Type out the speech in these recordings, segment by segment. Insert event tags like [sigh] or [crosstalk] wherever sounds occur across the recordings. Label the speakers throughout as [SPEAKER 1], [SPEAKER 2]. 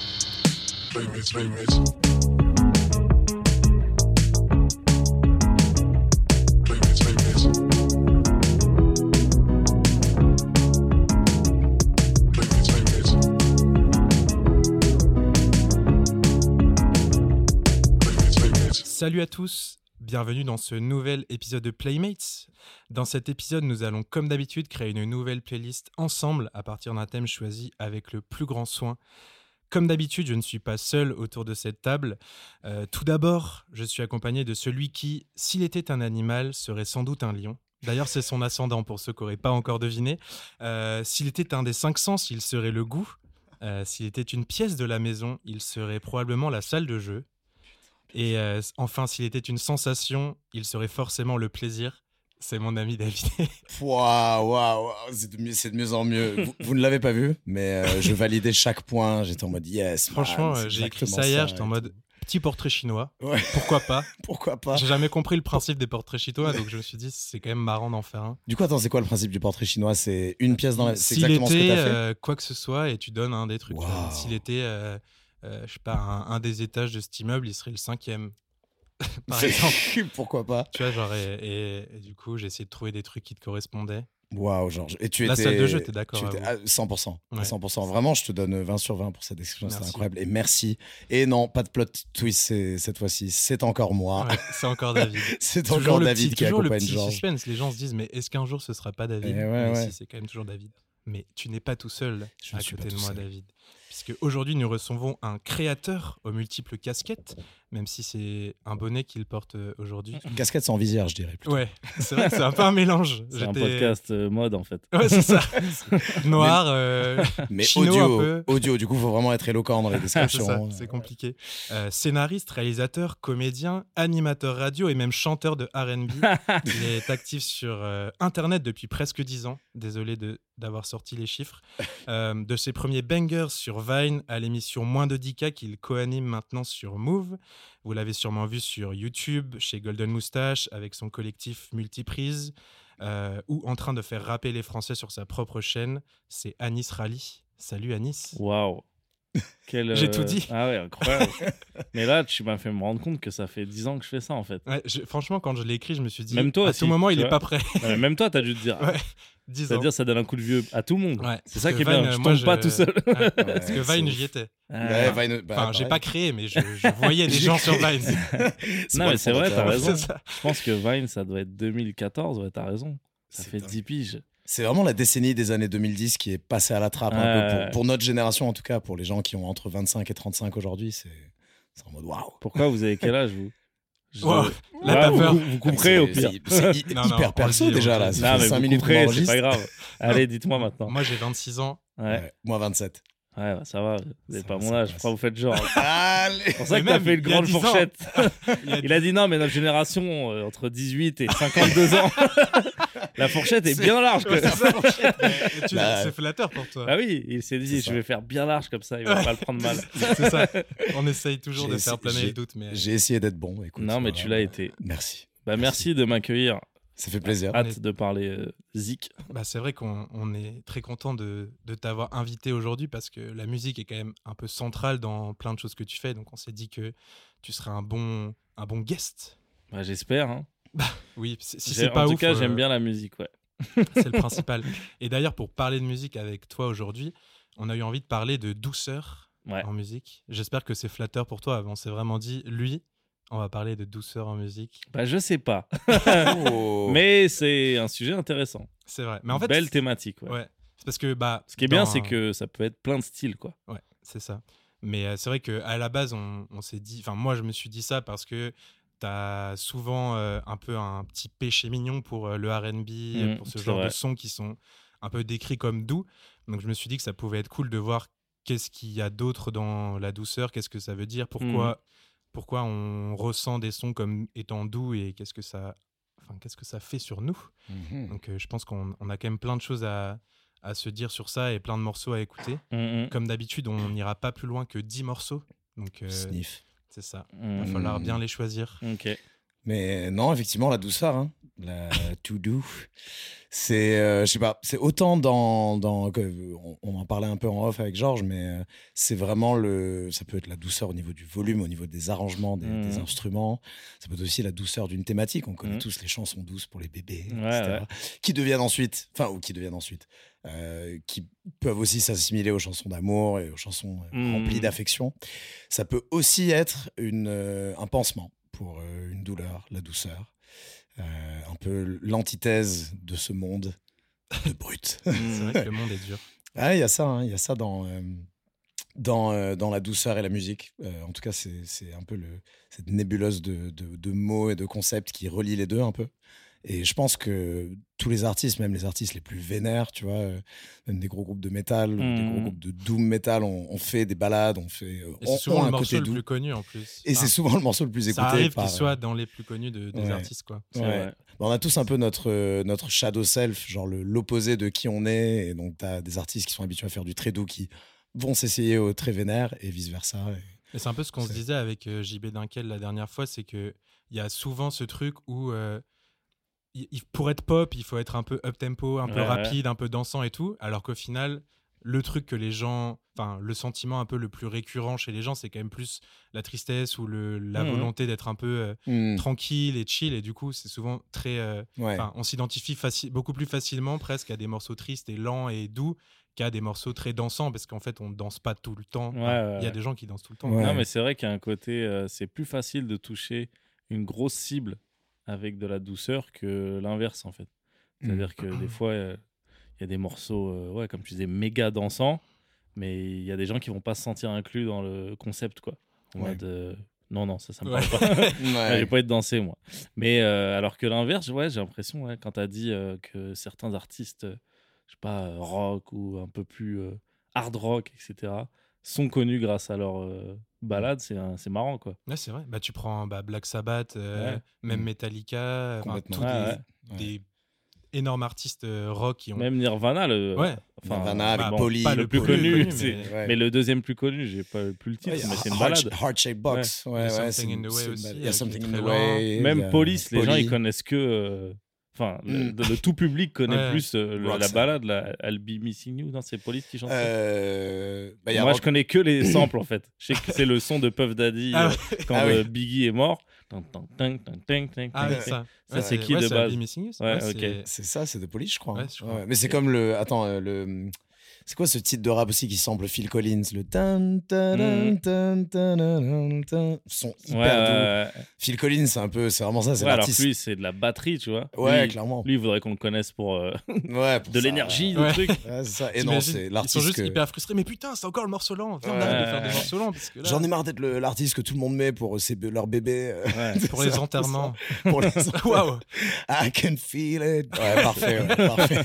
[SPEAKER 1] Famous, famous. Famous, famous. Famous, famous. Famous, famous.
[SPEAKER 2] Salut à tous, bienvenue dans ce nouvel épisode de Playmates. Dans cet épisode, nous allons comme d'habitude créer une nouvelle playlist ensemble à partir d'un thème choisi avec le plus grand soin. Comme d'habitude, je ne suis pas seul autour de cette table. Euh, tout d'abord, je suis accompagné de celui qui, s'il était un animal, serait sans doute un lion. D'ailleurs, c'est son ascendant pour ceux qui n'auraient pas encore deviné. Euh, s'il était un des cinq sens, il serait le goût. Euh, s'il était une pièce de la maison, il serait probablement la salle de jeu. Et euh, s- enfin, s'il était une sensation, il serait forcément le plaisir. C'est mon ami David. [laughs]
[SPEAKER 3] Waouh, waouh, waouh, c'est de, mieux- c'est de mieux en mieux. Vous, vous ne l'avez pas vu, mais euh, je validais chaque point. J'étais en mode yes. man,
[SPEAKER 2] Franchement,
[SPEAKER 3] Ah, c'est
[SPEAKER 2] euh, j'ai écrit
[SPEAKER 3] exactement
[SPEAKER 2] ça hier,
[SPEAKER 3] et
[SPEAKER 2] j'étais en
[SPEAKER 3] tout.
[SPEAKER 2] mode petit portrait chinois.
[SPEAKER 3] Ouais.
[SPEAKER 2] Pourquoi
[SPEAKER 3] [laughs]
[SPEAKER 2] pas
[SPEAKER 3] Pourquoi pas
[SPEAKER 2] J'ai jamais compris le principe des portraits chinois, donc je me suis dit, c'est quand même marrant d'en faire un.
[SPEAKER 3] Du coup, attends, c'est quoi le principe du portrait chinois C'est une pièce dans la. C'est
[SPEAKER 2] S'il
[SPEAKER 3] exactement ce que
[SPEAKER 2] était
[SPEAKER 3] t'as fait.
[SPEAKER 2] euh, quoi que ce soit, et tu donnes un des trucs. tu vois.
[SPEAKER 3] Waouh.
[SPEAKER 2] S'il était, euh, euh, je sais pas, un, un des étages de cet immeuble, il serait le cinquième. [laughs] Par
[SPEAKER 3] C'est-
[SPEAKER 2] exemple.
[SPEAKER 3] [laughs] Pourquoi pas
[SPEAKER 2] Tu vois, genre, et, et- et du coup, j'ai essayé de trouver des trucs qui te correspondaient.
[SPEAKER 3] Waouh, Georges. Et tu
[SPEAKER 2] La
[SPEAKER 3] étais.
[SPEAKER 2] salle de jeu, t'es d'accord,
[SPEAKER 3] tu étais-
[SPEAKER 2] à
[SPEAKER 3] ah, 100%. à
[SPEAKER 2] Ouais.
[SPEAKER 3] 100%. Vraiment, je te donne 20 sur 20 pour cette description. C'est
[SPEAKER 2] Merci.
[SPEAKER 3] incroyable. Et merci. Et non, pas de plot twist c'est- cette fois-ci. C'est encore moi.
[SPEAKER 2] Ouais, c'est encore David.
[SPEAKER 3] [laughs] C'est
[SPEAKER 2] toujours
[SPEAKER 3] encore
[SPEAKER 2] le
[SPEAKER 3] David
[SPEAKER 2] petit,
[SPEAKER 3] qui
[SPEAKER 2] toujours le
[SPEAKER 3] accompagne
[SPEAKER 2] petit
[SPEAKER 3] Georges.
[SPEAKER 2] suspense. Les gens se disent, mais est-ce qu'un jour ce sera pas David
[SPEAKER 3] Eh ouais,
[SPEAKER 2] Mais
[SPEAKER 3] ouais.
[SPEAKER 2] si, c'est quand même toujours David. Mais tu n'es pas tout seul
[SPEAKER 3] Je ne
[SPEAKER 2] à
[SPEAKER 3] suis pas
[SPEAKER 2] côté de
[SPEAKER 3] tout
[SPEAKER 2] moi,
[SPEAKER 3] seul.
[SPEAKER 2] David. Puisque aujourd'hui, nous recevons un créateur aux multiples casquettes, même si c'est un bonnet qu'il porte euh, aujourd'hui.
[SPEAKER 3] Casquette sans visière, je dirais. plutôt.
[SPEAKER 2] Ouais, c'est vrai que c'est un peu un
[SPEAKER 3] [laughs]
[SPEAKER 2] mélange.
[SPEAKER 4] C'est un
[SPEAKER 2] J'étais-
[SPEAKER 4] podcast euh, mode en fait.
[SPEAKER 2] Ouais, c'est ça. Noir. euh,
[SPEAKER 3] Mais
[SPEAKER 2] Chino, un peu.
[SPEAKER 3] audio, audio, du coup, faut vraiment être éloquent dans les
[SPEAKER 2] Ah, [laughs] c'est
[SPEAKER 3] descriptions. hein.
[SPEAKER 2] ça, c'est compliqué. Euh, scénariste, réalisateur, comédien, animateur radio et même chanteur de [laughs] RB. Il est actif sur euh, Internet depuis presque 10 ans. Désolé de- d'avoir sorti les chiffres. Euh, de ses premiers bangers sur Vine à l'émission Moins de 10K qu'il co-anime maintenant sur Move. Vous l'avez sûrement vu sur YouTube, chez Golden Moustache, avec son collectif Multiprise, euh, ou en train de faire rapper les Français sur sa propre chaîne. C'est Anis Rally. Salut Anis.
[SPEAKER 4] [laughs] Waouh. Quel,
[SPEAKER 2] J'ai
[SPEAKER 4] euh,
[SPEAKER 2] tout dit.
[SPEAKER 4] Ah ouais,
[SPEAKER 2] [laughs]
[SPEAKER 4] incroyable. Mais là, tu m'as fait me rendre compte que ça fait 10 ans que je fais ça en fait.
[SPEAKER 2] Ouais, je- franchement, quand je l'ai écrit, je me suis dit,
[SPEAKER 4] Même toi
[SPEAKER 2] à
[SPEAKER 4] aussi,
[SPEAKER 2] ce moment, il
[SPEAKER 4] tu
[SPEAKER 2] n'est
[SPEAKER 4] vois.
[SPEAKER 2] pas prêt. [laughs]
[SPEAKER 4] Non, mais Euh, même toi, t'as dû te dire.
[SPEAKER 2] Ouais, 10 ans.
[SPEAKER 4] C'est-à-dire, ça donne un coup de vieux à tout le monde.
[SPEAKER 2] Ouais,
[SPEAKER 4] C'est ça
[SPEAKER 2] parce
[SPEAKER 4] qui est
[SPEAKER 2] que
[SPEAKER 4] bien.
[SPEAKER 2] Vine,
[SPEAKER 4] tu
[SPEAKER 2] euh, moi,
[SPEAKER 4] tombes pas
[SPEAKER 2] je-
[SPEAKER 4] tout seul. [laughs]
[SPEAKER 2] Ouais, Parce que Vine, j'y étais.
[SPEAKER 4] Ah,
[SPEAKER 3] bah,
[SPEAKER 2] Enfin, j'ai pas créé, mais je, je
[SPEAKER 4] [laughs]
[SPEAKER 2] voyais des
[SPEAKER 3] J'ai
[SPEAKER 2] gens sur
[SPEAKER 3] créé.
[SPEAKER 2] Vine.
[SPEAKER 4] Non, mais c'est vrai, t'as
[SPEAKER 3] hein.
[SPEAKER 2] Ouais, [laughs]
[SPEAKER 4] raison.
[SPEAKER 2] c'est ça.
[SPEAKER 4] Je pense que Vine, ça doit être 2014. Ouais, t'as raison. Ça fait 10 piges.
[SPEAKER 3] C'est vraiment la décennie des années 2010 qui est passée à la trappe. un
[SPEAKER 4] Ouais.
[SPEAKER 3] peu. Pour, pour notre génération, en tout cas, pour les gens qui ont entre 25 et 35 aujourd'hui, c'est c'est en mode waouh.
[SPEAKER 4] Pourquoi vous avez quel âge, vous Je- Ah,
[SPEAKER 2] Wow,
[SPEAKER 4] Ouais,
[SPEAKER 2] là, t'as
[SPEAKER 4] vous-
[SPEAKER 2] peur.
[SPEAKER 4] Vous, vous comprez au
[SPEAKER 3] C'est-
[SPEAKER 4] pire. [laughs]
[SPEAKER 2] [laughs]
[SPEAKER 3] C'est c'est hy-
[SPEAKER 2] Non, non, on
[SPEAKER 3] hyper
[SPEAKER 2] le
[SPEAKER 3] perso
[SPEAKER 2] dit, on
[SPEAKER 3] déjà
[SPEAKER 2] le
[SPEAKER 3] là.
[SPEAKER 2] dit.
[SPEAKER 3] Ça
[SPEAKER 4] Non,
[SPEAKER 3] fait
[SPEAKER 4] mais
[SPEAKER 3] 5
[SPEAKER 4] vous
[SPEAKER 3] minutes qu'on
[SPEAKER 4] comprez, c'est pas
[SPEAKER 3] enregistre.
[SPEAKER 4] grave.
[SPEAKER 2] [laughs]
[SPEAKER 4] Allez, dites-moi maintenant.
[SPEAKER 2] Moi, j'ai 26
[SPEAKER 4] [laughs]
[SPEAKER 2] ans.
[SPEAKER 4] Ouais,
[SPEAKER 3] Ouais, Moi 27.
[SPEAKER 4] ouais, bah, ça va. Vous n'avez
[SPEAKER 3] Ça
[SPEAKER 4] pas
[SPEAKER 3] va,
[SPEAKER 4] mon
[SPEAKER 3] ça
[SPEAKER 4] âge.
[SPEAKER 3] passe.
[SPEAKER 4] Pourquoi vous faites genre
[SPEAKER 3] Allez
[SPEAKER 4] C'est pour ça
[SPEAKER 2] Mais
[SPEAKER 4] que t'as
[SPEAKER 2] même,
[SPEAKER 4] fait une
[SPEAKER 2] il y a
[SPEAKER 4] grande
[SPEAKER 2] 10 ans.
[SPEAKER 4] fourchette.
[SPEAKER 2] [laughs] Il a-
[SPEAKER 4] [laughs] Il a dit non, mais notre génération, euh, entre 18 et 52 ans, [laughs] la fourchette est,
[SPEAKER 3] C'est-
[SPEAKER 4] bien large. quoi.
[SPEAKER 2] [laughs] Et tu-
[SPEAKER 3] Bah,
[SPEAKER 2] C'est flatteur pour toi.
[SPEAKER 4] Bah oui, il s'est dit,
[SPEAKER 3] C'est
[SPEAKER 4] je
[SPEAKER 3] ça.
[SPEAKER 4] vais faire bien large comme ça, il va pas le prendre
[SPEAKER 2] [laughs]
[SPEAKER 4] mal.
[SPEAKER 2] C'est ça. On essaye toujours
[SPEAKER 3] J'ai
[SPEAKER 2] de faire
[SPEAKER 3] essayé-
[SPEAKER 2] planer
[SPEAKER 3] j'ai-
[SPEAKER 2] le doute, mais
[SPEAKER 3] J'ai essayé d'être bon. Écoute,
[SPEAKER 4] Non, mais
[SPEAKER 2] bah,
[SPEAKER 3] voilà.
[SPEAKER 4] tu l'as été.
[SPEAKER 3] Merci.
[SPEAKER 4] Bah merci de m'accueillir.
[SPEAKER 3] Ça fait plaisir.
[SPEAKER 2] On est-
[SPEAKER 4] Hâte de parler euh, zik.
[SPEAKER 2] bah, c'est vrai qu'on on est très content de, de t'avoir invité aujourd'hui parce que la musique est quand même un peu centrale dans plein de choses que tu fais. Donc, on s'est dit que tu serais un bon, un bon guest.
[SPEAKER 4] Bah, J'espère. hein.
[SPEAKER 2] Oui, si si
[SPEAKER 4] J'ai-
[SPEAKER 2] c'est
[SPEAKER 4] en
[SPEAKER 2] pas
[SPEAKER 4] tout
[SPEAKER 2] ouf,
[SPEAKER 4] cas,
[SPEAKER 2] euh,
[SPEAKER 4] j'aime bien la musique. Ouais.
[SPEAKER 2] C'est le principal. Et d'ailleurs, pour parler de musique avec toi aujourd'hui, on a eu envie de parler de douceur
[SPEAKER 4] Ouais.
[SPEAKER 2] en musique. J'espère que c'est flatteur pour toi. On s'est vraiment dit, lui, on va parler de douceur en musique.
[SPEAKER 4] Bah, je sais pas.
[SPEAKER 3] Oh.
[SPEAKER 4] Mais c'est un sujet intéressant.
[SPEAKER 2] C'est vrai. Mais en fait,
[SPEAKER 4] Belle
[SPEAKER 2] c'est-
[SPEAKER 4] thématique. ouais.
[SPEAKER 2] Ouais. C'est parce que bah.
[SPEAKER 4] Ce qui est bien,
[SPEAKER 2] dans-
[SPEAKER 4] c'est que ça peut être plein de styles. quoi.
[SPEAKER 2] Ouais, c'est ça. Mais euh, c'est vrai que à la base, on, on s'est dit. Enfin, moi, je me suis dit ça parce que t'as souvent euh, un peu un petit péché mignon pour euh, le RB,
[SPEAKER 4] Mhm,
[SPEAKER 2] pour ce
[SPEAKER 4] c'est
[SPEAKER 2] genre de
[SPEAKER 4] vrai.
[SPEAKER 2] sons qui sont un peu décrits comme doux. Donc, je me suis dit que ça pouvait être cool de voir qu'est-ce qu'il y a d'autre dans la douceur, qu'est-ce que ça veut dire, pourquoi,
[SPEAKER 4] Mmh.
[SPEAKER 2] pourquoi on ressent des sons comme étant doux et qu'est-ce que ça. Enfin, qu'est-ce que ça fait sur nous
[SPEAKER 3] Mhm.
[SPEAKER 2] Donc, euh, je pense qu'on on a quand même plein de choses à- à se dire sur ça et plein de morceaux à écouter.
[SPEAKER 4] Mm, mm,
[SPEAKER 2] Comme d'habitude, on n'ira pas plus loin que 10 morceaux. Donc, euh,
[SPEAKER 3] Sniff.
[SPEAKER 2] c'est ça. Il va
[SPEAKER 4] mm.
[SPEAKER 2] falloir
[SPEAKER 3] Mm.
[SPEAKER 2] bien les choisir.
[SPEAKER 4] Ok.
[SPEAKER 3] Mais euh, non, effectivement, la douceur, hein, la to do, c'est, euh, je sais pas, c'est autant dans, dans que- on, on en parlait un peu en off avec Georges, mais euh, c'est vraiment le, ça peut être la douceur au niveau du volume, au niveau des arrangements, des,
[SPEAKER 4] Mhm.
[SPEAKER 3] des instruments. Ça peut être aussi la douceur d'une thématique. On connaît
[SPEAKER 4] Mhm.
[SPEAKER 3] tous les chansons douces pour les bébés,
[SPEAKER 4] Ouais,
[SPEAKER 3] etc.
[SPEAKER 4] ouais.
[SPEAKER 3] Qui deviennent ensuite, enfin ou qui deviennent ensuite, euh, qui peuvent aussi s'assimiler aux chansons d'amour et aux chansons euh,
[SPEAKER 4] Mhm.
[SPEAKER 3] remplies d'affection. Ça peut aussi être une, euh, un pansement pour euh, une douleur, la douceur. Euh, un peu l'antithèse de ce monde de brut.
[SPEAKER 2] [laughs] C'est vrai que le monde est dur.
[SPEAKER 3] ah, il y a ça, hein, il y a ça dans, euh, dans, euh, dans la douceur et la musique. Euh, en tout cas, c'est c'est un peu le, cette nébuleuse de, de- de mots et de concepts qui relie les deux un peu. Et je pense que tous les artistes, même les artistes les plus vénères, tu vois, euh, même des gros groupes de métal, ou des
[SPEAKER 4] Mhm.
[SPEAKER 3] gros groupes de doom metal, on, on fait des balades, on fait.
[SPEAKER 2] Mmh Et
[SPEAKER 3] on-
[SPEAKER 2] c'est
[SPEAKER 3] on
[SPEAKER 2] souvent
[SPEAKER 3] a
[SPEAKER 2] le
[SPEAKER 3] un
[SPEAKER 2] morceau
[SPEAKER 3] côté
[SPEAKER 2] le
[SPEAKER 3] doux.
[SPEAKER 2] plus connu en plus.
[SPEAKER 3] Et c'est
[SPEAKER 2] Enfin,
[SPEAKER 3] souvent le morceau le plus écouté.
[SPEAKER 2] ça arrive
[SPEAKER 3] par, euh,
[SPEAKER 2] qu'il soit dans les plus connus de- des
[SPEAKER 3] ouais.
[SPEAKER 2] artistes, quoi.
[SPEAKER 4] C'est
[SPEAKER 3] Ouais.
[SPEAKER 4] vrai.
[SPEAKER 3] Bah, on a tous un peu notre, euh, notre shadow self, genre le- l'opposé de qui on est. Et donc, tu as des artistes qui sont habitués à faire du très doux qui vont s'essayer au très vénère et vice-versa. Et-
[SPEAKER 2] Et c'est un peu ce qu'on se
[SPEAKER 3] C'est-
[SPEAKER 2] disait avec euh, JB Dunkel la dernière fois, c'est que il y a souvent ce truc où euh, il- il- pour être pop, il faut être un peu up tempo, un peu
[SPEAKER 4] Ouais, ouais.
[SPEAKER 2] rapide, un peu dansant et tout, alors qu'au final le truc que les gens, enfin le sentiment un peu le plus récurrent chez les gens, c'est quand même plus la tristesse ou le, la
[SPEAKER 4] Mhm.
[SPEAKER 2] volonté d'être un peu euh, tranquille et chill et du coup c'est souvent très euh,
[SPEAKER 3] Mm. Ouais.
[SPEAKER 2] Enfin, on s'identifie faci- beaucoup plus facilement presque à des morceaux tristes et lents et doux qu'à des morceaux très dansants parce qu'en fait on ne danse pas tout le temps.
[SPEAKER 4] Ouais,
[SPEAKER 2] Enfin, Il
[SPEAKER 4] ouais,
[SPEAKER 2] y a
[SPEAKER 4] ouais.
[SPEAKER 2] des gens qui dansent tout le temps.
[SPEAKER 3] Ouais.
[SPEAKER 4] Non, mais c'est vrai qu'il y a un côté. euh, c'est plus facile de toucher une grosse cible avec de la douceur que l'inverse, en fait.
[SPEAKER 3] Mm.
[SPEAKER 4] C'est-à-dire que des fois, euh, il y a des morceaux, euh, ouais, comme tu disais, méga dansants, mais il y a des gens qui vont pas se sentir inclus dans le concept, quoi. En
[SPEAKER 3] Ouais.
[SPEAKER 4] mode, euh, non, non, ça, ça me
[SPEAKER 2] Ouais.
[SPEAKER 4] parle
[SPEAKER 3] [laughs]
[SPEAKER 4] pas. Je vais
[SPEAKER 3] Ouais.
[SPEAKER 4] pas être dansé, moi. Mais euh, alors que l'inverse, ouais, j'ai l'impression, ouais, quand tu as dit euh, que certains artistes, euh, je sais pas, euh, rock ou un peu plus euh, hard rock, etc., sont connus grâce à leur euh, balade, c'est un- c'est marrant, quoi.
[SPEAKER 2] Ouais, c'est vrai. Bah, tu prends bah, Black Sabbath, euh,
[SPEAKER 4] Ouais.
[SPEAKER 2] même
[SPEAKER 3] Mm.
[SPEAKER 2] Metallica, enfin,
[SPEAKER 3] Complètement.
[SPEAKER 2] tous
[SPEAKER 4] Ouais,
[SPEAKER 2] des,
[SPEAKER 4] ouais.
[SPEAKER 3] ouais.
[SPEAKER 2] des énormes artistes euh, rock qui ont.
[SPEAKER 4] Même euh, Nirvana, le,
[SPEAKER 3] [laughs]
[SPEAKER 2] Ouais.
[SPEAKER 4] enfin,
[SPEAKER 3] Nirvana avec
[SPEAKER 4] bon,
[SPEAKER 3] Polly,
[SPEAKER 4] pas
[SPEAKER 3] le
[SPEAKER 4] le plus
[SPEAKER 3] Polly,
[SPEAKER 4] connu,
[SPEAKER 2] mais-
[SPEAKER 4] c'est-
[SPEAKER 3] Ouais.
[SPEAKER 4] mais le deuxième plus connu, j'ai pas plus le titre,
[SPEAKER 3] Ouais,
[SPEAKER 4] mais c'est une
[SPEAKER 3] Heart-
[SPEAKER 4] balade.
[SPEAKER 3] Heart Shape Box. Ouais,
[SPEAKER 2] Il y a
[SPEAKER 3] ouais,
[SPEAKER 2] Something
[SPEAKER 3] c'est une-
[SPEAKER 2] in the Way
[SPEAKER 3] c'est une
[SPEAKER 2] aussi,
[SPEAKER 3] balade. Il y
[SPEAKER 2] avec
[SPEAKER 3] a Something
[SPEAKER 2] les
[SPEAKER 3] in the
[SPEAKER 2] très
[SPEAKER 3] Way. il y
[SPEAKER 4] Même
[SPEAKER 3] a
[SPEAKER 4] Police, les gens
[SPEAKER 3] Polly.
[SPEAKER 4] ils connaissent que. euh, Enfin, le,
[SPEAKER 3] Mm.
[SPEAKER 4] le tout public connaît
[SPEAKER 2] Ouais.
[SPEAKER 4] plus euh, le- la
[SPEAKER 3] Roxanne.
[SPEAKER 4] balade, la, I'll Be Missing You. Non, c'est Police qui chante. ça.
[SPEAKER 3] Euh, bah, il y a
[SPEAKER 4] Moi, je
[SPEAKER 3] Rock-
[SPEAKER 4] connais
[SPEAKER 3] [coughs]
[SPEAKER 4] que les samples en fait. Je sais que c'est le son de Puff Daddy
[SPEAKER 2] Ah
[SPEAKER 4] euh,
[SPEAKER 2] ouais.
[SPEAKER 4] quand
[SPEAKER 3] Ah oui.
[SPEAKER 4] euh, Biggie est mort. Tin, tin, tin, tin, tin, tin,
[SPEAKER 2] Ah,
[SPEAKER 4] tin,
[SPEAKER 2] ouais,
[SPEAKER 4] tin.
[SPEAKER 2] ça.
[SPEAKER 4] Ça,
[SPEAKER 2] Ouais,
[SPEAKER 4] [laughs] c'est qui
[SPEAKER 2] ouais,
[SPEAKER 4] de
[SPEAKER 2] c'est
[SPEAKER 4] base
[SPEAKER 2] I'll Be Missing You, ça.
[SPEAKER 4] Ouais,
[SPEAKER 2] Ouais,
[SPEAKER 4] ok.
[SPEAKER 2] c'est-
[SPEAKER 3] C'est ça, c'est de Police, je crois. hein.
[SPEAKER 2] Ouais, je crois.
[SPEAKER 3] mais c'est comme le. Attends, euh, le. C'est quoi ce titre de rap aussi qui semble Phil Collins Le. tan, tan,
[SPEAKER 4] Mm.
[SPEAKER 3] tan, tan, tan, tan. Son
[SPEAKER 4] Ouais,
[SPEAKER 3] hyper doux.
[SPEAKER 4] ouais, ouais.
[SPEAKER 3] Phil Collins, c'est un peu. C'est vraiment ça, c'est
[SPEAKER 4] Ouais, alors que
[SPEAKER 3] l'artiste.
[SPEAKER 4] lui, c'est de la batterie, tu vois.
[SPEAKER 3] Ouais,
[SPEAKER 4] lui,
[SPEAKER 3] clairement.
[SPEAKER 4] lui, il faudrait qu'on le connaisse pour
[SPEAKER 3] [laughs]
[SPEAKER 4] euh,
[SPEAKER 3] Ouais, pour
[SPEAKER 4] de
[SPEAKER 3] ça,
[SPEAKER 4] l'énergie,
[SPEAKER 2] Ouais.
[SPEAKER 4] le truc.
[SPEAKER 3] euh, ouais, c'est ça. Et non,
[SPEAKER 2] T'imagines,
[SPEAKER 3] c'est
[SPEAKER 2] Ils sont
[SPEAKER 3] l'artiste.
[SPEAKER 2] juste
[SPEAKER 3] que-
[SPEAKER 2] hyper frustrés. Mais putain, c'est encore le morceau lent. Viens, on
[SPEAKER 3] Ouais.
[SPEAKER 2] arrête de faire des morceaux lents. parce que là,
[SPEAKER 3] J'en ai marre d'être le- l'artiste que tout le monde met pour ses, leur bébé. euh,
[SPEAKER 4] Ouais.
[SPEAKER 2] [laughs] Pour
[SPEAKER 3] [laughs]
[SPEAKER 2] les
[SPEAKER 3] ça,
[SPEAKER 2] enterrements.
[SPEAKER 3] pour les... [laughs]
[SPEAKER 2] Waouh!
[SPEAKER 3] I can feel it. Ouais, parfait, ouais,
[SPEAKER 4] [laughs]
[SPEAKER 3] parfait.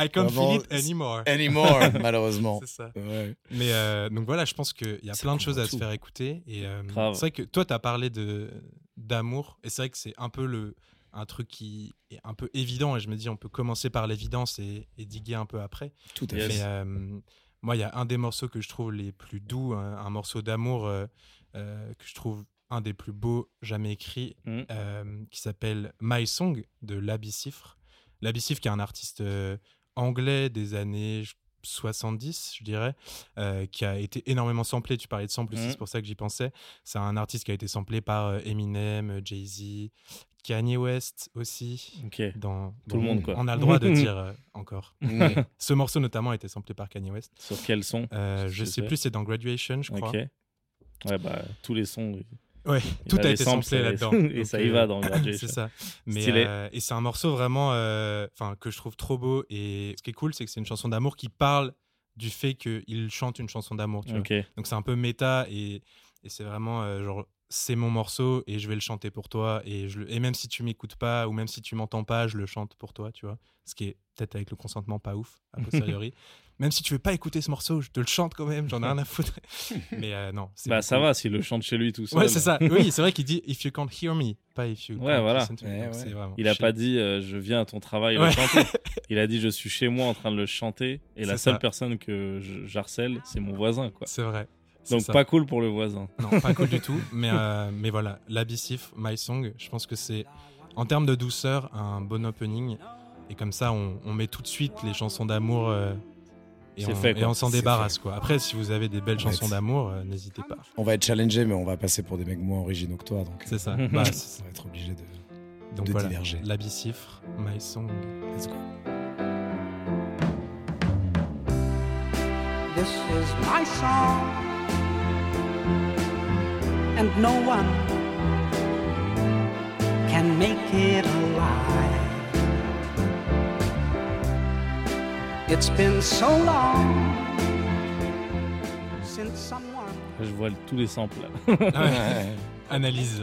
[SPEAKER 2] I can't
[SPEAKER 3] Vraiment,
[SPEAKER 2] feel it
[SPEAKER 3] c'est-
[SPEAKER 2] anymore.
[SPEAKER 3] Anymore, malheureusement.
[SPEAKER 2] C'est ça.
[SPEAKER 3] Ouais.
[SPEAKER 2] Mais euh, donc voilà, je pense qu'il y a
[SPEAKER 3] Ça
[SPEAKER 2] plein de
[SPEAKER 3] couvre
[SPEAKER 2] choses à se
[SPEAKER 3] tout.
[SPEAKER 2] faire écouter. Et euh,
[SPEAKER 4] Grave.
[SPEAKER 2] c'est vrai que toi, tu as parlé de- d'amour. Et c'est vrai que c'est un peu le, un truc qui est un peu évident. Et je me dis, on peut commencer par l'évidence et, et diguer un peu après.
[SPEAKER 3] Tout à
[SPEAKER 4] Yes.
[SPEAKER 2] Mais
[SPEAKER 3] fait.
[SPEAKER 2] euh, moi, il y a un des morceaux que je trouve les plus doux, hein, un, un morceau d'amour euh, euh, que je trouve un des plus beaux jamais écrits,
[SPEAKER 4] Mm.
[SPEAKER 2] euh, qui s'appelle My Song de Labicifre. Labicifre, qui est un artiste euh, anglais des années je- 70, je dirais, euh, qui a été énormément samplé. Tu parlais de sample aussi,
[SPEAKER 4] Mm.
[SPEAKER 2] c'est pour ça que j'y pensais. C'est un artiste qui a été samplé par euh, Eminem, euh, Jay-Z, Kanye West aussi.
[SPEAKER 4] Ok.
[SPEAKER 2] Dans,
[SPEAKER 4] Mm. Tout le
[SPEAKER 2] dans-
[SPEAKER 4] monde, quoi.
[SPEAKER 2] On a le droit
[SPEAKER 4] [laughs]
[SPEAKER 2] de dire euh, encore.
[SPEAKER 3] Mm.
[SPEAKER 2] Ce morceau notamment a été samplé par Kanye West.
[SPEAKER 4] Sur quel son
[SPEAKER 2] Euh,
[SPEAKER 4] Je
[SPEAKER 2] je sais
[SPEAKER 4] sais.
[SPEAKER 2] plus, c'est dans Graduation, je crois.
[SPEAKER 4] Ok. Ouais, bah, tous les sons.
[SPEAKER 2] Ouais,
[SPEAKER 4] il
[SPEAKER 2] tout a
[SPEAKER 4] les
[SPEAKER 2] été
[SPEAKER 4] samples,
[SPEAKER 2] samplé
[SPEAKER 4] ça-
[SPEAKER 2] là-dedans.
[SPEAKER 4] [laughs] Et
[SPEAKER 2] Donc,
[SPEAKER 4] ça y
[SPEAKER 2] euh,
[SPEAKER 4] va dans
[SPEAKER 2] [coughs]
[SPEAKER 4] Graduation.
[SPEAKER 2] C'est ça. Mais,
[SPEAKER 4] Stylé.
[SPEAKER 2] euh, et c'est un morceau vraiment euh, enfin que je trouve trop beau. Et ce qui est cool, c'est que c'est une chanson d'amour qui parle du fait qu'il chante une chanson d'amour. tu vois.
[SPEAKER 4] Ok.
[SPEAKER 2] Donc c'est un peu méta et, et c'est vraiment euh, genre c'est mon morceau et je vais le chanter pour toi et je le- et même si tu m'écoutes pas ou même si tu m'entends pas je le chante pour toi tu vois ce qui est peut-être avec le consentement pas ouf
[SPEAKER 4] [laughs]
[SPEAKER 2] a posteriori même si tu veux pas écouter ce morceau je te le chante quand même j'en ai rien à
[SPEAKER 4] [laughs]
[SPEAKER 2] foutre mais euh, non c'est
[SPEAKER 4] Bah,
[SPEAKER 2] beaucoup-
[SPEAKER 4] ça va s'il le chante chez lui tout seul.
[SPEAKER 2] ouais c'est ça
[SPEAKER 4] [laughs]
[SPEAKER 2] oui c'est vrai qu'il dit if you can't hear me pas if you
[SPEAKER 4] Ouais,
[SPEAKER 2] can't
[SPEAKER 4] voilà.
[SPEAKER 2] listen to me.
[SPEAKER 3] Ouais,
[SPEAKER 2] Donc,
[SPEAKER 3] ouais.
[SPEAKER 2] c'est vraiment
[SPEAKER 4] Il a
[SPEAKER 2] shit.
[SPEAKER 4] pas dit euh, je viens à ton travail
[SPEAKER 2] Ouais.
[SPEAKER 4] le
[SPEAKER 2] [laughs]
[SPEAKER 4] chanter. Il a dit je suis chez moi en train de le chanter et la
[SPEAKER 2] C'est
[SPEAKER 4] seule
[SPEAKER 2] ça.
[SPEAKER 4] personne que je- j'harcèle c'est mon voisin quoi.
[SPEAKER 2] c'est vrai
[SPEAKER 4] Donc
[SPEAKER 2] ça.
[SPEAKER 4] pas cool pour le voisin.
[SPEAKER 2] Non, pas cool du
[SPEAKER 4] [laughs]
[SPEAKER 2] tout. Mais, euh, mais voilà, l'abissif, My Song, je pense que c'est, en termes de douceur, un bon opening. Et comme ça, on, on met tout de suite les chansons d'amour euh, et,
[SPEAKER 4] C'est
[SPEAKER 2] on,
[SPEAKER 4] fait,
[SPEAKER 2] et
[SPEAKER 4] quoi.
[SPEAKER 2] on s'en
[SPEAKER 3] C'est
[SPEAKER 2] débarrasse. Quoi. Après, si vous avez des belles chansons
[SPEAKER 3] Ouais.
[SPEAKER 2] d'amour, euh, n'hésitez pas.
[SPEAKER 3] On va être challengé, mais on va passer pour des mecs moins originaux que toi. Donc,
[SPEAKER 2] C'est
[SPEAKER 4] [laughs]
[SPEAKER 2] ça.
[SPEAKER 4] Mhm.
[SPEAKER 2] Bah,
[SPEAKER 3] euh,
[SPEAKER 2] c'est-
[SPEAKER 3] on va être obligé de.
[SPEAKER 2] donc
[SPEAKER 3] de
[SPEAKER 2] voilà,
[SPEAKER 3] diverger.
[SPEAKER 2] l'abissif, My Song.
[SPEAKER 3] Let's go.
[SPEAKER 5] This is my song, and no one can make it alive. It's been so long since someone.
[SPEAKER 4] Je vois le- tous les samples là.
[SPEAKER 2] Ah ouais,
[SPEAKER 3] Ouais.
[SPEAKER 2] Analyse.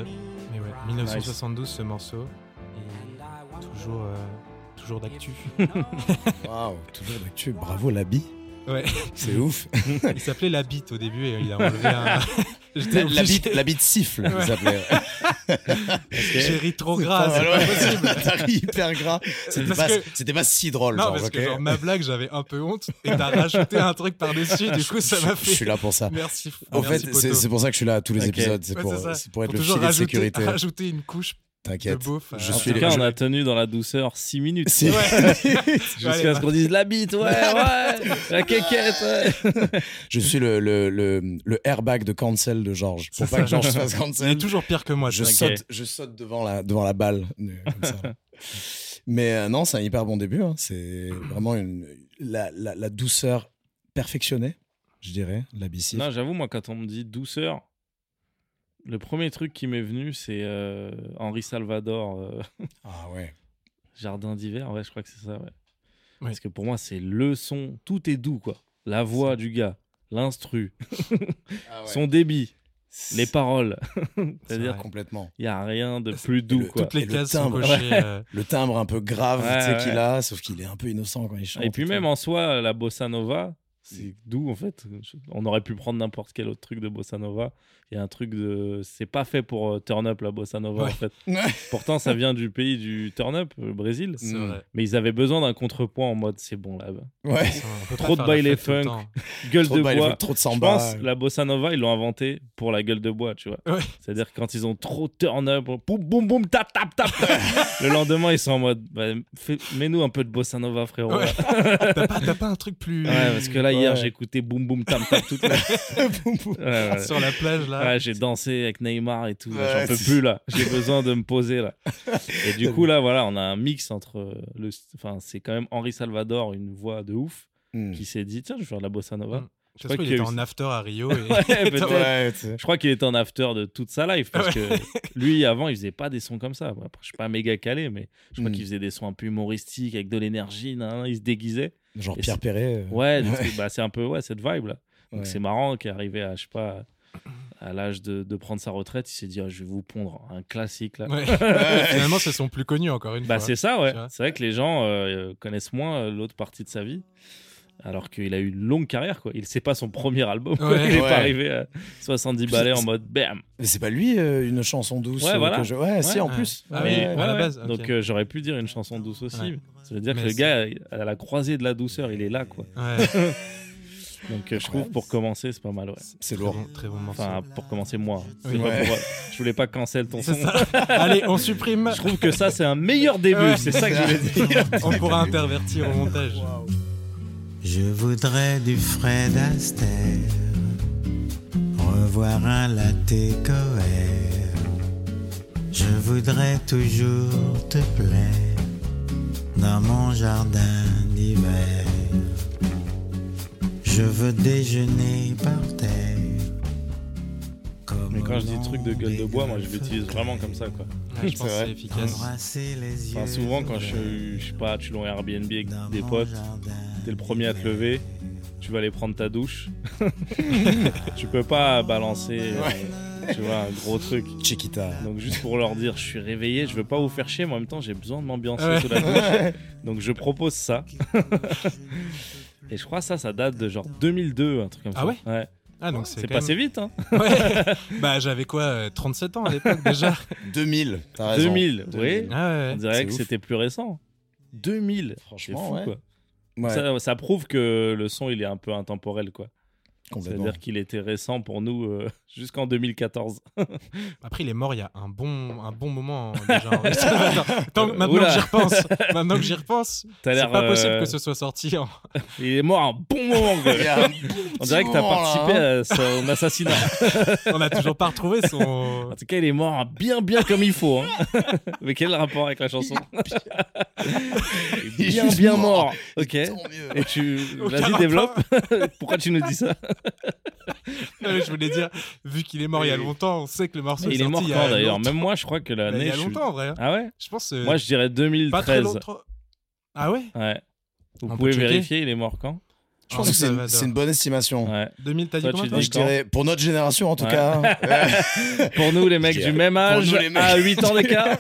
[SPEAKER 2] Mais ouais, 1972, ce morceau. Et toujours, euh, toujours d'actu.
[SPEAKER 3] Waouh, toujours d'actu. Bravo, l'habit.
[SPEAKER 2] Ouais.
[SPEAKER 3] C'est ouf.
[SPEAKER 2] Il s'appelait La Bite au début et il a enlevé
[SPEAKER 3] [laughs]
[SPEAKER 2] un. [laughs] J'étais [laughs]
[SPEAKER 3] La
[SPEAKER 2] obligé-
[SPEAKER 3] bite, la bite siffle,
[SPEAKER 2] Ouais.
[SPEAKER 3] ils appelaient.
[SPEAKER 2] J'ai ri trop gras,
[SPEAKER 3] Putain,
[SPEAKER 2] c'est pas
[SPEAKER 3] Ah, ouais.
[SPEAKER 2] possible.
[SPEAKER 3] [laughs] T'as ri hyper gras. C'était
[SPEAKER 2] Parce
[SPEAKER 3] pas,
[SPEAKER 2] que-
[SPEAKER 3] c'était pas si drôle.
[SPEAKER 2] Non,
[SPEAKER 3] genre,
[SPEAKER 2] parce que
[SPEAKER 3] ok
[SPEAKER 2] genre, ma blague, j'avais un peu honte et t'as rajouté un truc par-dessus, du coup, ça
[SPEAKER 3] Je-
[SPEAKER 2] m'a
[SPEAKER 3] Je suis
[SPEAKER 2] fait.
[SPEAKER 3] là
[SPEAKER 2] [laughs]
[SPEAKER 3] pour ça.
[SPEAKER 2] Merci. f-
[SPEAKER 3] En
[SPEAKER 2] merci,
[SPEAKER 3] fait,
[SPEAKER 2] poteau.
[SPEAKER 3] c'est c'est pour ça que je suis là à tous les
[SPEAKER 4] Ok.
[SPEAKER 3] épisodes. C'est
[SPEAKER 2] Ouais,
[SPEAKER 3] pour,
[SPEAKER 2] c'est ça.
[SPEAKER 3] c'est pour
[SPEAKER 2] Faut
[SPEAKER 3] être le
[SPEAKER 2] toujours
[SPEAKER 3] filet de
[SPEAKER 2] rajouter,
[SPEAKER 3] sécurité.
[SPEAKER 2] rajouter une couche de
[SPEAKER 3] [laughs] T'inquiète.
[SPEAKER 2] beauf. euh,
[SPEAKER 3] Je
[SPEAKER 4] en
[SPEAKER 3] suis
[SPEAKER 4] tout
[SPEAKER 3] les-
[SPEAKER 4] cas,
[SPEAKER 3] je- [laughs]
[SPEAKER 4] on a tenu dans la douceur 6 minutes.
[SPEAKER 3] Si.
[SPEAKER 4] quoi.
[SPEAKER 2] Allez, bah,
[SPEAKER 4] Jusqu'à ce qu'on dise
[SPEAKER 2] [laughs]
[SPEAKER 4] la bite, ouais, ouais, la quéquette, ouais.
[SPEAKER 3] Je suis le, le, le, le airbag de cancel de Georges. Pour
[SPEAKER 2] C'est
[SPEAKER 3] pas
[SPEAKER 2] ça. [laughs]
[SPEAKER 3] que Georges se fasse
[SPEAKER 2] Il est
[SPEAKER 3] cancel.
[SPEAKER 2] toujours pire que moi.
[SPEAKER 3] Je
[SPEAKER 2] Je...
[SPEAKER 4] Ok.
[SPEAKER 3] saute, je saute devant la, devant la balle. euh,
[SPEAKER 2] [laughs]
[SPEAKER 3] comme ça. Mais euh, non, c'est un hyper bon début. hein. C'est vraiment une, la, la, la douceur perfectionnée, je dirais, l'abyssif.
[SPEAKER 4] Non, j'avoue, moi, quand on me dit douceur, le premier truc qui m'est venu, c'est euh, Henri Salvador, euh,
[SPEAKER 3] Ah ouais.
[SPEAKER 4] Jardin d'hiver, ouais, je crois que c'est ça, ouais.
[SPEAKER 2] Ouais.
[SPEAKER 4] Parce que pour moi, c'est le son, tout est doux, quoi. La voix du gars, l'instru,
[SPEAKER 3] Ah
[SPEAKER 4] son débit, les paroles. [laughs] C'est-à-dire
[SPEAKER 2] vrai.
[SPEAKER 3] Complètement.
[SPEAKER 4] qu'il n'y a rien de plus
[SPEAKER 3] le-
[SPEAKER 4] doux, quoi.
[SPEAKER 2] Toutes les
[SPEAKER 3] Et le
[SPEAKER 2] cases sont
[SPEAKER 3] timbre.
[SPEAKER 2] cochées. euh,
[SPEAKER 3] [laughs] Le timbre un peu grave
[SPEAKER 4] Ouais,
[SPEAKER 3] tu sais,
[SPEAKER 4] ouais.
[SPEAKER 3] qu'il a, sauf qu'il est un peu innocent quand il chante.
[SPEAKER 4] Et puis
[SPEAKER 3] tout.
[SPEAKER 4] même en soi, la bossa
[SPEAKER 2] Mm.
[SPEAKER 4] nova, c'est d'où en fait. Je- On aurait pu prendre n'importe quel autre truc de bossa nova. Il y a un truc de, c'est pas fait pour euh, turn up la bossa nova
[SPEAKER 2] [laughs] Ouais.
[SPEAKER 4] en fait. Pourtant, ça vient du pays du turn up, le Brésil.
[SPEAKER 2] c'est
[SPEAKER 3] Mm.
[SPEAKER 2] vrai.
[SPEAKER 4] Mais ils avaient besoin d'un contrepoint en mode c'est bon là. bah.
[SPEAKER 3] Ouais.
[SPEAKER 2] On peut pas
[SPEAKER 4] Trop de
[SPEAKER 2] faire la
[SPEAKER 4] bail et
[SPEAKER 2] fête tout le
[SPEAKER 4] funk.
[SPEAKER 2] temps.
[SPEAKER 4] Gueule
[SPEAKER 3] Trop
[SPEAKER 4] de
[SPEAKER 3] de bail,
[SPEAKER 4] bois.
[SPEAKER 3] trop de
[SPEAKER 4] Je
[SPEAKER 3] samba.
[SPEAKER 4] pense la bossa nova ils l'ont inventé pour la gueule de bois, tu vois.
[SPEAKER 2] Ouais.
[SPEAKER 4] C'est-à-dire que quand ils ont trop turn up, boum boum boum tap tap tap. le lendemain ils sont en mode, bah, fais- mets-nous un peu de bossa nova frérot.
[SPEAKER 2] Ouais. T'as pas, t'as pas un truc plus.
[SPEAKER 4] Ouais, parce que là, hier,
[SPEAKER 3] Ouais.
[SPEAKER 4] j'ai écouté Boum Boum Tam Tam toute la.
[SPEAKER 3] Boum, boum.
[SPEAKER 4] Ouais, ouais.
[SPEAKER 2] Sur la plage, là.
[SPEAKER 4] Ouais, j'ai dansé avec Neymar et tout.
[SPEAKER 3] Ouais,
[SPEAKER 4] J'en peux
[SPEAKER 3] c'est-
[SPEAKER 4] plus, là. J'ai besoin de me poser, là. Et du coup, là, voilà, on a un mix entre. euh, le... Enfin, c'est quand même Henri Salvador, une voix de ouf,
[SPEAKER 3] Mm.
[SPEAKER 4] qui s'est dit tiens, je vais faire de la bossa nova.
[SPEAKER 2] Mm. Je sais
[SPEAKER 4] pas
[SPEAKER 2] pas,
[SPEAKER 4] qu'il
[SPEAKER 2] il
[SPEAKER 4] y a
[SPEAKER 2] était
[SPEAKER 4] eu-
[SPEAKER 2] en after à Rio. [laughs]
[SPEAKER 3] [laughs]
[SPEAKER 2] Et...
[SPEAKER 4] [laughs] Ouais, peut-être.
[SPEAKER 3] Ouais, tu sais.
[SPEAKER 4] Je crois qu'il était en after de toute sa life parce que lui avant il faisait pas des sons comme ça. Après, je suis pas méga calé mais je crois
[SPEAKER 3] Mm.
[SPEAKER 4] qu'il faisait des sons un peu humoristiques avec de l'énergie, nan, nan, il se déguisait.
[SPEAKER 3] Genre
[SPEAKER 4] Et
[SPEAKER 3] Pierre
[SPEAKER 4] c'est-
[SPEAKER 3] Perret. euh,
[SPEAKER 4] Ouais, des trucs- bah, c'est un peu ouais cette vibe là. Donc
[SPEAKER 3] ouais.
[SPEAKER 4] c'est marrant qu'est arrivé à, je sais pas, à l'âge de, de prendre sa retraite, il s'est dit, Ah, je vais vous pondre un classique là. [laughs]
[SPEAKER 2] Ouais.
[SPEAKER 3] Ouais.
[SPEAKER 2] Finalement, ce sont plus connus encore une
[SPEAKER 4] Bah
[SPEAKER 2] fois.
[SPEAKER 4] c'est ça, ouais.
[SPEAKER 2] Tu vois.
[SPEAKER 4] C'est vrai que les gens euh, connaissent moins euh, l'autre partie de sa vie. Alors qu'il a eu une longue carrière, quoi. Il sait pas son premier album. quoi.
[SPEAKER 2] Ouais.
[SPEAKER 4] il est
[SPEAKER 3] Ouais.
[SPEAKER 4] pas arrivé à 70
[SPEAKER 3] Puis
[SPEAKER 4] balais en
[SPEAKER 3] c'est-
[SPEAKER 4] mode bam.
[SPEAKER 3] Mais c'est pas lui euh, une chanson douce
[SPEAKER 4] Ouais,
[SPEAKER 3] euh,
[SPEAKER 4] voilà.
[SPEAKER 3] que je- ouais, si en plus.
[SPEAKER 2] Ah
[SPEAKER 4] Mais-
[SPEAKER 2] oui, à la base, ok.
[SPEAKER 4] Donc euh, j'aurais pu dire une chanson douce aussi.
[SPEAKER 2] Ouais.
[SPEAKER 4] Ça veut dire
[SPEAKER 2] Mais
[SPEAKER 4] que le
[SPEAKER 2] c'est-
[SPEAKER 4] gars, euh, à la croisée de la douceur, il est là, quoi.
[SPEAKER 2] Ouais.
[SPEAKER 4] Donc euh, je trouve pour commencer, c'est pas mal, ouais.
[SPEAKER 3] C'est
[SPEAKER 2] Très
[SPEAKER 3] lourd.
[SPEAKER 2] bon- très bon morceau.
[SPEAKER 4] Enfin, pour commencer, moi. C'est
[SPEAKER 2] Oui.
[SPEAKER 4] pas
[SPEAKER 3] Ouais.
[SPEAKER 4] pour- je voulais pas cancel ton son.
[SPEAKER 2] C'est ça. Allez, on supprime.
[SPEAKER 4] Je trouve que ça, c'est un meilleur début.
[SPEAKER 2] Ouais.
[SPEAKER 4] C'est ça que je voulais dire.
[SPEAKER 2] On pourra intervertir au montage.
[SPEAKER 6] Je voudrais du Fred Astaire, revoir un latte coer. Je voudrais toujours te plaire dans mon jardin d'hiver. Je veux déjeuner par terre.
[SPEAKER 4] Mais quand je dis truc de gueule de bois, moi, je l'utilise vraiment comme ça, quoi.
[SPEAKER 2] Ouais, je pense que
[SPEAKER 3] vrai.
[SPEAKER 2] c'est efficace.
[SPEAKER 4] Enfin, souvent, quand je, je sais pas, tu l'en Airbnb avec des potes, t'es le premier à te lever, tu vas aller prendre ta douche. [laughs] tu peux pas balancer, euh, tu vois, un gros truc.
[SPEAKER 3] Chiquita.
[SPEAKER 4] Donc juste pour leur dire, je suis réveillé, je veux pas vous faire chier, mais en même temps j'ai besoin de m'ambiancer
[SPEAKER 2] Ouais.
[SPEAKER 4] sous
[SPEAKER 2] [laughs]
[SPEAKER 4] la douche. Donc je propose ça. [laughs] Et je crois ça, ça date de genre 2002, un truc comme
[SPEAKER 2] Ah
[SPEAKER 4] ça.
[SPEAKER 2] ouais Ah, donc c'est
[SPEAKER 4] C'est
[SPEAKER 2] quand même-
[SPEAKER 4] passé vite, hein
[SPEAKER 2] Ouais. [laughs] Bah, j'avais quoi, euh, 37 ans à l'époque
[SPEAKER 4] [laughs]
[SPEAKER 2] déjà
[SPEAKER 3] 2000. T'as raison.
[SPEAKER 4] 2000, vous voyez
[SPEAKER 2] Ah ouais.
[SPEAKER 4] On
[SPEAKER 2] ouais.
[SPEAKER 4] dirait
[SPEAKER 3] C'est
[SPEAKER 4] que
[SPEAKER 3] ouf.
[SPEAKER 4] c'était plus récent. 2000, franchement,
[SPEAKER 3] ouais.
[SPEAKER 4] quoi.
[SPEAKER 3] Ouais.
[SPEAKER 4] Ça, ça prouve que le son il est un peu intemporel, quoi.
[SPEAKER 3] complètement.
[SPEAKER 4] C'est-à-dire qu'il était récent pour nous euh, [laughs] jusqu'en 2014.
[SPEAKER 2] Après, il est mort il y a un bon, un bon moment hein, déjà.
[SPEAKER 4] [laughs]
[SPEAKER 2] Attends, tant- maintenant que
[SPEAKER 4] Oula.
[SPEAKER 2] j'y repense, maintenant que j'y repense,
[SPEAKER 4] T'as
[SPEAKER 2] c'est
[SPEAKER 4] l'air,
[SPEAKER 2] pas
[SPEAKER 4] euh,
[SPEAKER 2] possible que ce soit sorti. en-
[SPEAKER 4] Il est mort un bon moment. quoi.
[SPEAKER 3] Il y
[SPEAKER 4] [laughs]
[SPEAKER 3] a un
[SPEAKER 4] On dirait que t'as
[SPEAKER 3] petit moment, là,
[SPEAKER 4] participé
[SPEAKER 3] hein.
[SPEAKER 4] à son assassinat.
[SPEAKER 2] On n'a toujours pas retrouvé son.
[SPEAKER 4] En tout cas, il est mort hein, bien, bien comme il faut. hein. [laughs] Mais quel rapport avec la chanson
[SPEAKER 3] Il est
[SPEAKER 4] Bien,
[SPEAKER 3] juste
[SPEAKER 4] bien mort. Ok.
[SPEAKER 3] Tant mieux.
[SPEAKER 4] Et tu. [laughs]
[SPEAKER 2] Aucun
[SPEAKER 4] Vas-y,
[SPEAKER 2] rapport.
[SPEAKER 4] développe. Pourquoi tu nous dis ça
[SPEAKER 2] [laughs] Non, mais je voulais dire, vu qu'il est mort il y a longtemps, on sait que le morceau
[SPEAKER 4] Il
[SPEAKER 2] est sorti
[SPEAKER 4] est mort
[SPEAKER 2] il y
[SPEAKER 4] quand
[SPEAKER 2] a
[SPEAKER 4] d'ailleurs
[SPEAKER 2] longtemps.
[SPEAKER 4] Même moi, je crois que
[SPEAKER 2] Bah, Il
[SPEAKER 4] l'année.
[SPEAKER 2] y a
[SPEAKER 4] je suis-
[SPEAKER 2] longtemps en vrai. hein.
[SPEAKER 4] Ah ouais
[SPEAKER 2] Je pense. euh,
[SPEAKER 4] Moi, je dirais
[SPEAKER 2] pas très
[SPEAKER 4] 2013.
[SPEAKER 2] longtemps. Ah ouais
[SPEAKER 4] Ouais. Vous
[SPEAKER 2] On peut
[SPEAKER 4] pouvez
[SPEAKER 2] checker.
[SPEAKER 4] vérifier, il est mort quand Ah,
[SPEAKER 3] Je pense que c'est une, c'est une bonne estimation.
[SPEAKER 4] Ouais.
[SPEAKER 2] 2000, t'as dit
[SPEAKER 4] Toi,
[SPEAKER 2] combien
[SPEAKER 4] tu
[SPEAKER 2] toi
[SPEAKER 4] dis-
[SPEAKER 3] Je dirais, pour notre génération en tout cas,
[SPEAKER 4] [laughs]
[SPEAKER 3] euh,
[SPEAKER 4] Pour nous, les mecs
[SPEAKER 3] Je
[SPEAKER 4] du
[SPEAKER 3] dirais-
[SPEAKER 4] même âge,
[SPEAKER 3] nous, les mecs-
[SPEAKER 4] à 8
[SPEAKER 2] [laughs]
[SPEAKER 4] ans d'écart.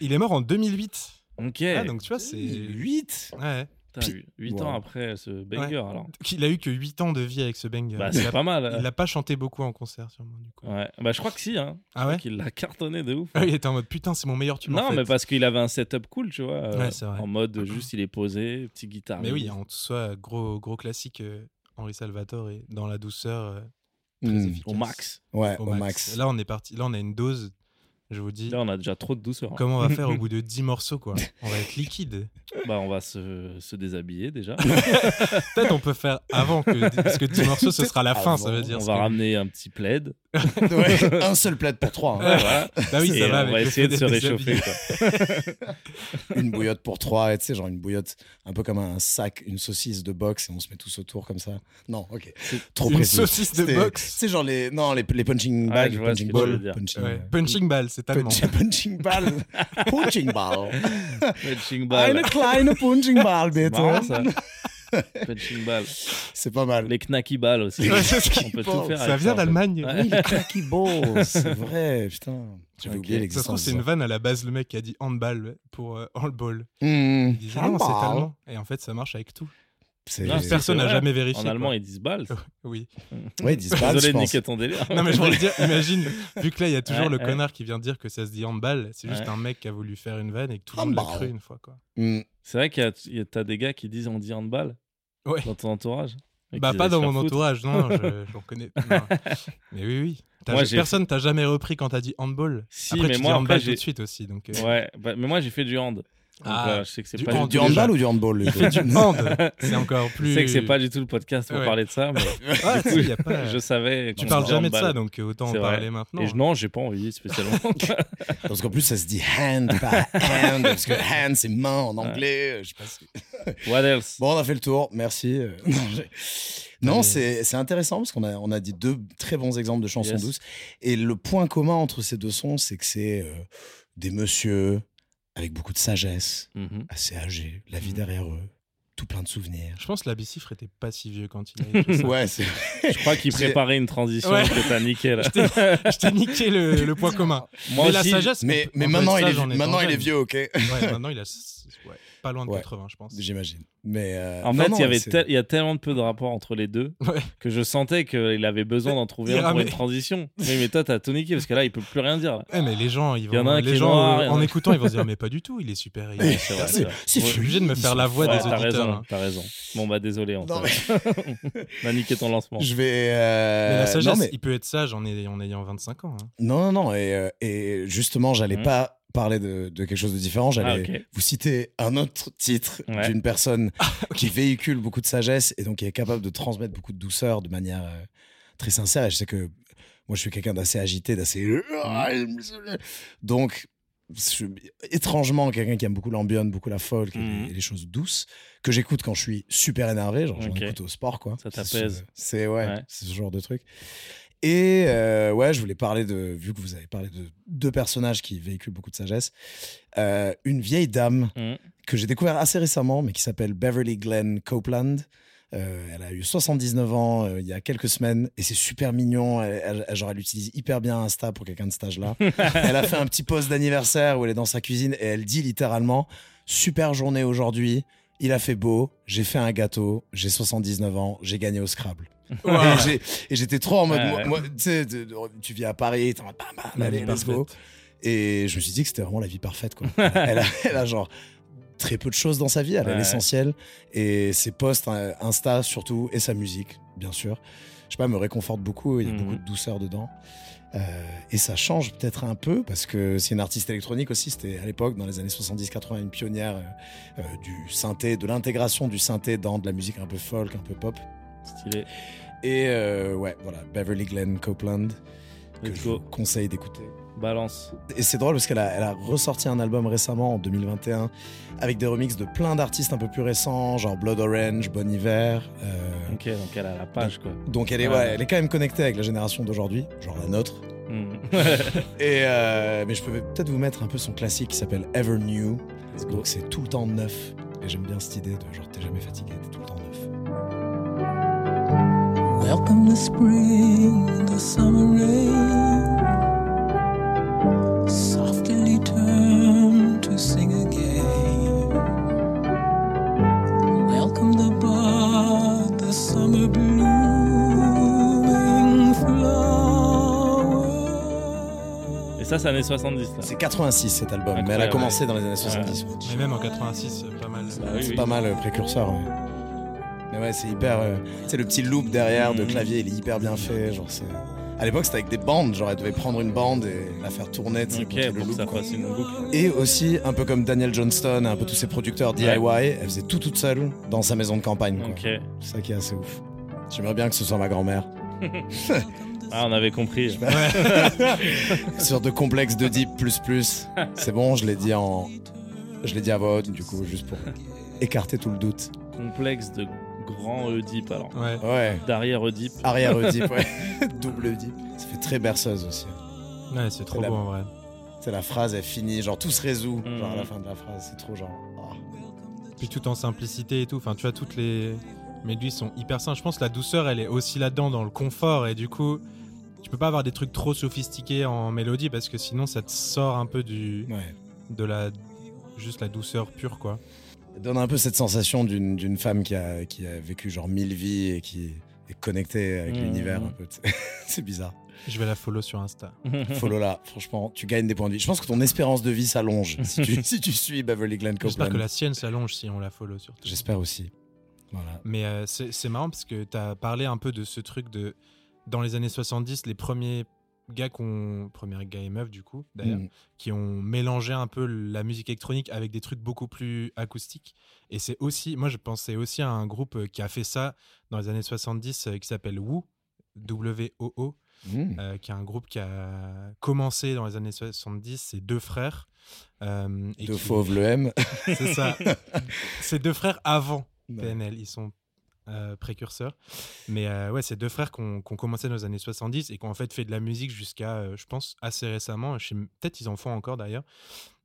[SPEAKER 2] Il est mort en 2008.
[SPEAKER 4] ok.
[SPEAKER 2] Ah, donc tu vois, c'est.
[SPEAKER 3] 8
[SPEAKER 2] Ouais.
[SPEAKER 4] Putain, 8 ans
[SPEAKER 3] Wow.
[SPEAKER 4] après ce banger,
[SPEAKER 2] Ouais.
[SPEAKER 4] alors.
[SPEAKER 2] Donc, Il a eu que 8 ans de vie avec ce banger.
[SPEAKER 4] Bah,
[SPEAKER 2] il,
[SPEAKER 4] c'est
[SPEAKER 2] a,
[SPEAKER 4] pas mal.
[SPEAKER 2] il a pas chanté beaucoup en concert, sûrement. Du coup.
[SPEAKER 4] Ouais. Bah, je crois que si, hein.
[SPEAKER 2] Ah ouais
[SPEAKER 4] Qu'il l'a cartonné de ouf.
[SPEAKER 2] Ah, Il était en mode putain, c'est mon meilleur tube.
[SPEAKER 4] non,
[SPEAKER 2] en fait.
[SPEAKER 4] mais parce qu'il avait un setup cool, tu vois. euh,
[SPEAKER 2] Ouais, c'est vrai.
[SPEAKER 4] En mode juste, il est posé, petite guitare.
[SPEAKER 2] Mais oui, en tout soit, gros, gros classique euh, Henri Salvatore et dans la douceur euh,
[SPEAKER 3] Hmm.
[SPEAKER 2] efficace.
[SPEAKER 4] Au max.
[SPEAKER 3] Ouais,
[SPEAKER 2] au max. Là, on est parti. Là, on a une dose. Je vous dis.
[SPEAKER 4] Là, on a déjà trop de douceur. hein.
[SPEAKER 2] Comment on va faire
[SPEAKER 3] [laughs]
[SPEAKER 2] au bout de 10 morceaux, quoi On va être liquide.
[SPEAKER 4] Bah, on va se, se
[SPEAKER 2] [laughs]
[SPEAKER 4] déshabiller déjà.
[SPEAKER 2] Peut-être on peut faire avant que. Parce que 10 morceaux, ce sera la fin, ça
[SPEAKER 3] Avant,
[SPEAKER 2] veut dire.
[SPEAKER 4] on
[SPEAKER 2] parce
[SPEAKER 4] va
[SPEAKER 2] que-
[SPEAKER 4] ramener un petit plaid.
[SPEAKER 3] Ouais, un seul plaid pour trois. hein.
[SPEAKER 4] Voilà.
[SPEAKER 2] Bah oui,
[SPEAKER 4] Et
[SPEAKER 2] ça va.
[SPEAKER 4] on
[SPEAKER 2] avec
[SPEAKER 4] va
[SPEAKER 2] le
[SPEAKER 4] essayer
[SPEAKER 2] fait
[SPEAKER 4] de se
[SPEAKER 2] d'être déshabillé.
[SPEAKER 4] réchauffer. quoi.
[SPEAKER 2] [laughs]
[SPEAKER 3] Une bouillotte pour trois, et tu sais, genre une bouillotte un peu comme un sac, une saucisse de boxe, et on se met tous autour comme ça. Non, ok. Trop
[SPEAKER 2] Une
[SPEAKER 3] précis.
[SPEAKER 2] saucisse de
[SPEAKER 3] C'était-
[SPEAKER 2] boxe.
[SPEAKER 3] C'est genre les, non, les, les punching
[SPEAKER 4] Ouais,
[SPEAKER 3] bags,
[SPEAKER 4] Ah, je
[SPEAKER 3] les
[SPEAKER 4] vois ce
[SPEAKER 3] punching
[SPEAKER 4] que tu veux
[SPEAKER 3] balls.
[SPEAKER 4] dire.
[SPEAKER 3] Punching,
[SPEAKER 2] Ouais.
[SPEAKER 3] euh,
[SPEAKER 2] Punching ball, c'est
[SPEAKER 4] [laughs]
[SPEAKER 2] allemand.
[SPEAKER 3] punch- [laughs] punching ball. punching ball.
[SPEAKER 2] Ah,
[SPEAKER 4] Punching ball.
[SPEAKER 3] Eine kleine punching ball,
[SPEAKER 4] C'est marrant,
[SPEAKER 3] bitte.
[SPEAKER 4] ça.
[SPEAKER 2] [laughs]
[SPEAKER 4] Punching ball.
[SPEAKER 3] C'est pas mal.
[SPEAKER 4] Les knacky balls aussi.
[SPEAKER 2] Ouais, c'est ce
[SPEAKER 4] [laughs] On
[SPEAKER 2] qui-
[SPEAKER 4] peut
[SPEAKER 3] Bon,
[SPEAKER 4] tout faire.
[SPEAKER 2] Ça
[SPEAKER 4] avec
[SPEAKER 2] vient
[SPEAKER 4] en fait.
[SPEAKER 2] d'Allemagne.
[SPEAKER 4] Ouais.
[SPEAKER 3] Oui, les cracky balls. C'est vrai, putain. J'avais
[SPEAKER 4] Ok.
[SPEAKER 3] oublié
[SPEAKER 2] Ça se trouve,
[SPEAKER 3] l'existence.
[SPEAKER 2] c'est
[SPEAKER 3] de
[SPEAKER 2] une
[SPEAKER 3] ça.
[SPEAKER 2] vanne à la base, le mec qui a dit handball pour euh, handball.
[SPEAKER 3] Hmm,
[SPEAKER 2] Il disait non, c'est
[SPEAKER 3] handball.
[SPEAKER 2] allemand. Et en fait, ça marche avec tout.
[SPEAKER 3] C'est
[SPEAKER 4] Non, Ah, c'est-
[SPEAKER 2] Personne n'a
[SPEAKER 4] vrai.
[SPEAKER 2] jamais vérifié.
[SPEAKER 4] En allemand,
[SPEAKER 2] quoi.
[SPEAKER 4] ils disent balles.
[SPEAKER 2] Oui.
[SPEAKER 3] Oui, disent balles,
[SPEAKER 4] Désolé
[SPEAKER 3] je
[SPEAKER 4] de
[SPEAKER 3] pense.
[SPEAKER 4] niquer ton délire.
[SPEAKER 2] Non, mais je voulais dire, imagine, vu que là, il y a toujours
[SPEAKER 4] Ouais,
[SPEAKER 2] le
[SPEAKER 4] ouais.
[SPEAKER 2] connard qui vient dire que ça se dit handball, c'est juste
[SPEAKER 4] Ouais.
[SPEAKER 2] un mec qui a voulu faire une vanne et que tout le monde l'a
[SPEAKER 3] Handball.
[SPEAKER 2] cru une fois. Quoi.
[SPEAKER 3] Hmm.
[SPEAKER 4] C'est vrai qu'il y a- il y a t'as des gars qui disent on dit handball
[SPEAKER 2] Ouais.
[SPEAKER 4] dans ton entourage. Et
[SPEAKER 2] Bah,
[SPEAKER 4] qui
[SPEAKER 2] pas
[SPEAKER 4] allaient
[SPEAKER 2] dans
[SPEAKER 4] se
[SPEAKER 2] mon
[SPEAKER 4] faire foutre.
[SPEAKER 2] entourage, non,
[SPEAKER 4] [laughs]
[SPEAKER 2] je, j'en connais. non. Mais oui, oui. T'as-
[SPEAKER 4] Moi, j'ai-
[SPEAKER 2] personne t'a jamais repris quand t'as dit handball.
[SPEAKER 4] Si,
[SPEAKER 2] après,
[SPEAKER 4] mais
[SPEAKER 2] tu
[SPEAKER 4] moi,
[SPEAKER 2] dis
[SPEAKER 4] après,
[SPEAKER 2] handball
[SPEAKER 4] j'ai-
[SPEAKER 2] tout de suite aussi. Donc, euh,
[SPEAKER 4] Ouais, euh, bah, mais moi j'ai fait du hand. Donc,
[SPEAKER 2] Ah,
[SPEAKER 4] voilà, je sais que c'est
[SPEAKER 2] du
[SPEAKER 4] pas
[SPEAKER 2] hand,
[SPEAKER 4] du
[SPEAKER 3] Du
[SPEAKER 4] tout-
[SPEAKER 2] déjà.
[SPEAKER 3] handball ou du handball les
[SPEAKER 4] [laughs]
[SPEAKER 2] fait
[SPEAKER 3] deux
[SPEAKER 2] du hand, c'est encore
[SPEAKER 4] Je
[SPEAKER 2] plus.
[SPEAKER 4] sais que c'est pas du tout le podcast pour
[SPEAKER 2] Ouais.
[SPEAKER 4] parler de ça, mais
[SPEAKER 2] Ah, si, y a pas-
[SPEAKER 4] je savais.
[SPEAKER 2] Tu
[SPEAKER 4] qu'on
[SPEAKER 2] parles
[SPEAKER 4] disait
[SPEAKER 2] jamais de ça,
[SPEAKER 4] handball.
[SPEAKER 2] donc euh, autant en
[SPEAKER 4] C'est vrai.
[SPEAKER 2] parler maintenant.
[SPEAKER 4] Et je, non, j'ai pas
[SPEAKER 2] [laughs]
[SPEAKER 4] envie spécialement.
[SPEAKER 3] Parce qu'en plus, ça se dit hand, pas hand, parce que hand, c'est main en anglais. euh, Je sais pas si-
[SPEAKER 4] What else
[SPEAKER 3] Bon, on a fait le tour, merci. Euh, [laughs] non, j'ai- Non,
[SPEAKER 2] Mais-
[SPEAKER 3] c'est c'est intéressant parce qu'on a, on a dit deux très bons exemples de chansons
[SPEAKER 4] Yes.
[SPEAKER 3] douces. Et le point commun entre ces deux sons, c'est que c'est euh, des messieurs avec beaucoup de sagesse,
[SPEAKER 4] Mhm.
[SPEAKER 3] assez âgés, la vie
[SPEAKER 4] Mhm.
[SPEAKER 3] derrière eux, tout plein de [laughs] souvenirs.
[SPEAKER 2] Je pense que l'abbé-cifre était pas si vieux quand il a écrit ça.
[SPEAKER 3] Ouais, c'est
[SPEAKER 4] Je
[SPEAKER 2] [laughs]
[SPEAKER 4] crois qu'il
[SPEAKER 3] C'est-
[SPEAKER 4] préparait une transition
[SPEAKER 2] Ouais.
[SPEAKER 4] que t'as niqué
[SPEAKER 2] [laughs]
[SPEAKER 4] là.
[SPEAKER 2] Je t'ai- je t'ai niqué
[SPEAKER 3] [laughs]
[SPEAKER 2] le, le point commun.
[SPEAKER 4] Moi
[SPEAKER 2] mais la
[SPEAKER 4] aussi,
[SPEAKER 2] sagesse. on
[SPEAKER 3] Mais,
[SPEAKER 2] peut-
[SPEAKER 3] mais
[SPEAKER 2] on peut
[SPEAKER 3] maintenant,
[SPEAKER 2] être
[SPEAKER 3] il est,
[SPEAKER 2] sage en étant
[SPEAKER 3] maintenant il est
[SPEAKER 2] jeune.
[SPEAKER 3] vieux, ok [laughs]
[SPEAKER 2] Ouais, maintenant, il a s- ouais, pas loin de
[SPEAKER 3] Ouais.
[SPEAKER 2] 80, je pense.
[SPEAKER 3] J'imagine. Mais euh,
[SPEAKER 4] En
[SPEAKER 3] non,
[SPEAKER 4] fait,
[SPEAKER 3] non,
[SPEAKER 4] il y avait
[SPEAKER 3] c'est-
[SPEAKER 4] tel- il y a tellement de peu de rapport entre les deux
[SPEAKER 2] Ouais.
[SPEAKER 4] que je sentais qu'il avait besoin d'en trouver
[SPEAKER 2] Il
[SPEAKER 4] un pour
[SPEAKER 2] ramait.
[SPEAKER 4] une transition. Oui, mais toi, t'as tout niqué parce que là, il peut plus rien
[SPEAKER 2] [laughs]
[SPEAKER 4] dire. là.
[SPEAKER 2] Ouais, Eh, mais les gens, ils
[SPEAKER 4] y en a
[SPEAKER 2] vont,
[SPEAKER 4] un qui
[SPEAKER 2] les
[SPEAKER 4] est
[SPEAKER 2] gens
[SPEAKER 4] noir,
[SPEAKER 2] euh,
[SPEAKER 4] il y en a
[SPEAKER 2] en
[SPEAKER 4] un-
[SPEAKER 2] écoutant, ils vont se dire mais pas du tout, il est super.
[SPEAKER 4] [laughs]
[SPEAKER 2] il est-
[SPEAKER 4] C'est vrai, c'est
[SPEAKER 3] C'est-
[SPEAKER 4] vrai.
[SPEAKER 3] c'est
[SPEAKER 2] Je suis obligé de me faire la voix
[SPEAKER 4] Ouais,
[SPEAKER 2] des
[SPEAKER 4] t'as
[SPEAKER 2] auditeurs.
[SPEAKER 4] raison,
[SPEAKER 2] hein.
[SPEAKER 4] t'as raison. Bon, bah désolé, on
[SPEAKER 3] Non,
[SPEAKER 4] t'a- on a niqué ton lancement.
[SPEAKER 3] Je vais. euh,
[SPEAKER 2] Mais la sagesse,
[SPEAKER 3] non, mais-
[SPEAKER 2] il peut être sage en, ay- en ayant 25 ans. hein.
[SPEAKER 3] non, non, non, Et, euh, et justement, j'allais
[SPEAKER 4] Mhm.
[SPEAKER 3] pas parler de, de quelque chose de différent.
[SPEAKER 4] Ah,
[SPEAKER 3] J'allais
[SPEAKER 4] ok.
[SPEAKER 3] vous citer un autre titre
[SPEAKER 4] Ouais. Ah,
[SPEAKER 3] d'une
[SPEAKER 4] [laughs]
[SPEAKER 3] personne qui véhicule beaucoup de sagesse et donc qui est capable de transmettre beaucoup de douceur de manière euh, très sincère. Et je sais que moi, je suis quelqu'un d'assez agité, d'assez.
[SPEAKER 4] Mmh.
[SPEAKER 3] [laughs] Donc. je suis étrangement quelqu'un qui aime beaucoup l'ambiance, beaucoup la folk et les-
[SPEAKER 4] Mhm.
[SPEAKER 3] et les choses douces que j'écoute quand je suis super énervé, genre j'en
[SPEAKER 4] Ok.
[SPEAKER 3] écoute au sport quoi.
[SPEAKER 4] Ça
[SPEAKER 3] hein. C'est
[SPEAKER 4] t'apaise.
[SPEAKER 3] ce- C'est ouais,
[SPEAKER 4] Ouais.
[SPEAKER 3] c'est ce genre de truc. Et euh, ouais, je voulais parler de, vu que vous avez parlé de deux personnages qui véhiculent beaucoup de sagesse, euh, une vieille dame
[SPEAKER 4] Mhm.
[SPEAKER 3] que j'ai découvert assez récemment, mais qui s'appelle Beverly Glenn Copeland. Euh, elle a eu 79 ans euh, il y a quelques semaines et c'est super mignon. Elle, elle- elle- genre, elle utilise hyper bien Insta pour quelqu'un de
[SPEAKER 2] [laughs]
[SPEAKER 3] cet âge-là. elle a fait un petit post d'anniversaire où elle est dans sa cuisine et elle dit littéralement Super journée aujourd'hui, il a fait beau, j'ai fait un gâteau, j'ai 79 ans, j'ai gagné au
[SPEAKER 2] [laughs]
[SPEAKER 3] Scrabble. Et j'ai- Et j'étais trop en mode,
[SPEAKER 4] Ouais,
[SPEAKER 3] moi-
[SPEAKER 4] ouais.
[SPEAKER 3] moi, tu sais, de- de- tu vis à Paris, t'es en mode, bam, bam,
[SPEAKER 2] La
[SPEAKER 3] allez,
[SPEAKER 2] vie
[SPEAKER 3] let's go.
[SPEAKER 2] parfaite. [laughs]
[SPEAKER 3] Et je me suis dit que c'était vraiment la vie parfaite, quoi. elle, a, elle a genre très peu de choses dans sa vie, elle a
[SPEAKER 4] Ouais.
[SPEAKER 3] l'essentiel. Et ses posts euh, Insta surtout, et sa musique, bien sûr. Je sais pas, elle me réconforte beaucoup, il y a
[SPEAKER 4] Mhm.
[SPEAKER 3] beaucoup de douceur dedans. Euh, et ça change peut-être un peu, parce que c'est une artiste électronique aussi, c'était à l'époque, dans les années 70-80, une pionnière euh, euh, du synthé, de l'intégration du synthé dans de la musique un peu folk, un peu pop.
[SPEAKER 4] Stylé.
[SPEAKER 3] Et euh, ouais, voilà, Beverly Glenn Copeland, que
[SPEAKER 4] Let's
[SPEAKER 3] je vous
[SPEAKER 4] go.
[SPEAKER 3] conseille d'écouter.
[SPEAKER 4] Balance.
[SPEAKER 3] Et c'est drôle parce qu'elle a, elle a ressorti un album récemment en 2021 avec des remixes de plein d'artistes un peu plus récents, genre Blood Orange, Bon Hiver. euh,
[SPEAKER 4] Ok, donc elle a la page, quoi.
[SPEAKER 3] donc elle est,
[SPEAKER 4] Ouais.
[SPEAKER 3] ouais, elle est quand même connectée avec la génération d'aujourd'hui, genre la nôtre.
[SPEAKER 4] Hmm.
[SPEAKER 3] Et euh, mais je peux peut-être vous mettre un peu son classique qui s'appelle Ever New.
[SPEAKER 4] Let's go.
[SPEAKER 3] Donc c'est tout le temps neuf. Et j'aime bien cette idée de genre t'es jamais fatigué, t'es tout le temps neuf.
[SPEAKER 4] Bah.
[SPEAKER 7] Welcome to spring, the summer rain softly turn to sing again. Welcome the bud, the summer blooming flower.
[SPEAKER 4] Et ça, c'est années 70, là.
[SPEAKER 3] C'est 86 cet album, mais elle a
[SPEAKER 4] Incroyable.
[SPEAKER 3] commencé dans les années 70. ouais.
[SPEAKER 2] Mais même en 86, c'est pas mal.
[SPEAKER 4] Bah oui,
[SPEAKER 3] c'est
[SPEAKER 4] oui.
[SPEAKER 3] pas mal euh, précurseur. ouais. Mais ouais, c'est hyper. euh, tu sais, le petit loop derrière de
[SPEAKER 4] Mhm.
[SPEAKER 3] clavier, il est hyper bien fait. Genre, c'est. À l'époque, c'était avec des bandes. Genre, elle devait prendre une bande et la faire tourner. tu sais,
[SPEAKER 4] Ok,
[SPEAKER 3] monter le
[SPEAKER 4] pour que
[SPEAKER 3] loop,
[SPEAKER 4] ça
[SPEAKER 3] quoi.
[SPEAKER 4] fasse une boucle.
[SPEAKER 3] Et aussi, un peu comme Daniel Johnston, un peu tous ses producteurs DIY, elle faisait tout toute seule dans sa maison de campagne. quoi.
[SPEAKER 4] Ok.
[SPEAKER 3] C'est ça qui est assez ouf. J'aimerais bien que ce soit ma grand-mère.
[SPEAKER 4] Ah, on avait compris.
[SPEAKER 3] Sur de complexe de deep plus plus. C'est bon, je l'ai dit en. Je l'ai dit à voix haute, du coup, juste pour écarter tout le doute.
[SPEAKER 4] Complexe de grand Oedipe, alors.
[SPEAKER 2] Ouais.
[SPEAKER 3] Ouais.
[SPEAKER 4] D'arrière Oedipe. [laughs]
[SPEAKER 3] Arrière
[SPEAKER 2] [laughs]
[SPEAKER 3] Oedipe, ouais. Double Oedipe. Ça fait très berceuse aussi.
[SPEAKER 2] Ouais, c'est trop
[SPEAKER 3] la-
[SPEAKER 2] beau en vrai.
[SPEAKER 3] C'est la phrase, elle finit, genre tout se résout,
[SPEAKER 2] Mm.
[SPEAKER 4] Mhm.
[SPEAKER 3] genre à la fin de la phrase. C'est trop genre. oh.
[SPEAKER 2] Puis tout en simplicité et tout. Enfin, tu vois, toutes les mélodies sont hyper simples. Je pense que la douceur, elle est aussi là-dedans, dans le confort. Et du coup, tu peux pas avoir des trucs trop sophistiqués en mélodie parce que sinon, ça te sort un peu du
[SPEAKER 3] Ouais.
[SPEAKER 2] de la juste la douceur pure, quoi.
[SPEAKER 3] Elle donne un peu cette sensation d'une d'une femme qui a, qui a vécu genre mille vies et qui est connectée avec
[SPEAKER 2] Mm.
[SPEAKER 4] Mhm.
[SPEAKER 3] l'univers un peu. tu sais. [laughs] c'est bizarre.
[SPEAKER 2] Je vais la follow sur Insta.
[SPEAKER 3] Follow
[SPEAKER 2] [laughs]
[SPEAKER 3] là, franchement, tu gagnes des points de vie. Je pense que ton espérance de vie s'allonge
[SPEAKER 2] [laughs]
[SPEAKER 3] si tu, si tu suis Beverly Glenn
[SPEAKER 2] J'espère
[SPEAKER 3] Copeland.
[SPEAKER 2] que la sienne s'allonge si on la follow surtout.
[SPEAKER 3] J'espère aussi. Voilà.
[SPEAKER 2] Mais euh, c'est c'est marrant parce que tu as parlé un peu de ce truc de. Dans les années 70, les premiers gars qu'on. Premiers gars et meufs, du coup, d'ailleurs,
[SPEAKER 3] Mhm.
[SPEAKER 2] qui ont mélangé un peu la musique électronique avec des trucs beaucoup plus acoustiques. Et c'est aussi. Moi, je pensais aussi à un groupe euh, qui a fait ça dans les années 70 euh, qui s'appelle Woo, W-O-O,
[SPEAKER 3] Mhm.
[SPEAKER 2] euh, qui est un groupe qui a commencé dans les années 70. C'est deux frères. euh, et
[SPEAKER 3] De
[SPEAKER 2] qui-
[SPEAKER 3] Fauve le M.
[SPEAKER 2] [laughs] C'est ça. c'est deux frères avant.
[SPEAKER 3] Ouais.
[SPEAKER 2] PNL, ils sont euh, précurseurs. Mais euh, ouais, c'est deux frères qui ont, qui ont commencé dans les années 70 et qui ont en fait fait de la musique jusqu'à, euh, je pense, assez récemment. Je sais m- Peut-être ils en font encore d'ailleurs.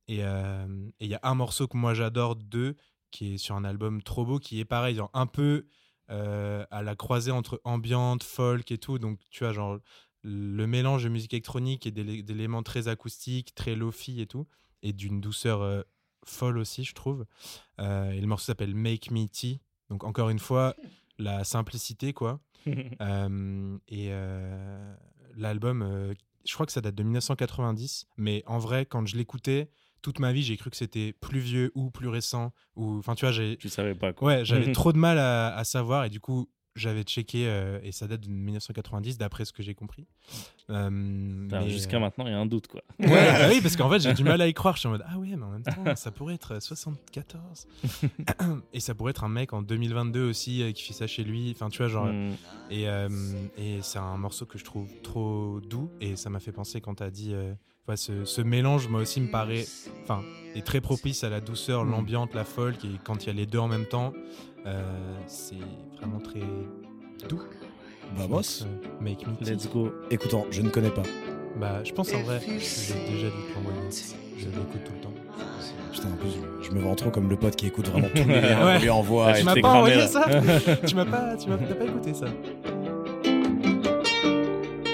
[SPEAKER 2] Et euh, et il y a un morceau que moi j'adore d'eux qui est sur un album trop beau qui est pareil, genre un peu euh, à la croisée entre ambiante, folk et tout. Donc tu as genre le mélange de musique électronique et d'élé- d'éléments très acoustiques, très lofi et tout, et d'une douceur euh, folle aussi, je trouve. Euh, et le morceau s'appelle Make Me Tea. Donc encore une fois, la simplicité,
[SPEAKER 4] [laughs]
[SPEAKER 2] quoi. Euh, et euh, l'album, euh, je crois que ça date de 1990, mais en vrai, quand je l'écoutais, toute ma vie, j'ai cru que c'était plus vieux ou plus récent. Ou... Enfin, tu vois, j'ai...
[SPEAKER 4] tu savais pas, quoi.
[SPEAKER 2] Ouais, j'avais
[SPEAKER 4] [laughs] Mhm.
[SPEAKER 2] trop de mal à, à savoir et du coup, j'avais checké euh, et ça date de 1990 d'après ce que j'ai compris. Euh,
[SPEAKER 4] Putain,
[SPEAKER 2] mais,
[SPEAKER 4] Jusqu'à
[SPEAKER 2] euh,
[SPEAKER 4] maintenant, il y a un doute, quoi.
[SPEAKER 2] Ouais, bah oui, parce qu'en fait, j'ai du mal à y croire. Je suis en mode, ah ouais, mais en même temps, ça pourrait être 74. et ça pourrait être un mec en 2022 aussi euh, qui fait ça chez lui. Enfin, tu vois, genre.
[SPEAKER 4] Hmm.
[SPEAKER 2] Et, euh, et c'est un morceau que je trouve trop doux. Et ça m'a fait penser quand t'as dit. euh, ouais, ce, ce mélange, moi aussi, me paraît. Enfin, est très propice à la douceur,
[SPEAKER 3] Mhm.
[SPEAKER 2] l'ambiance, la folk. Et quand il y a les deux en même temps, euh, c'est vraiment très doux.
[SPEAKER 3] Vamos.
[SPEAKER 2] Donc, euh, make me tea.
[SPEAKER 4] Let's go.
[SPEAKER 3] Écoutons, hein, je ne connais pas.
[SPEAKER 2] Bah, je pense en vrai, j'ai déjà dû te l'envoyer. Je l'écoute tout le temps.
[SPEAKER 3] Putain, en plus, je me vends trop comme le pote qui écoute
[SPEAKER 2] [laughs]
[SPEAKER 3] vraiment tous les liens,
[SPEAKER 2] Ouais.
[SPEAKER 3] on lui envoie.
[SPEAKER 2] Tu
[SPEAKER 3] et
[SPEAKER 4] Je Tu
[SPEAKER 2] m'as
[SPEAKER 4] t'es
[SPEAKER 2] pas envoyé ça
[SPEAKER 4] cramé,
[SPEAKER 2] Tu m'as pas, tu m'as t'as pas écouté ça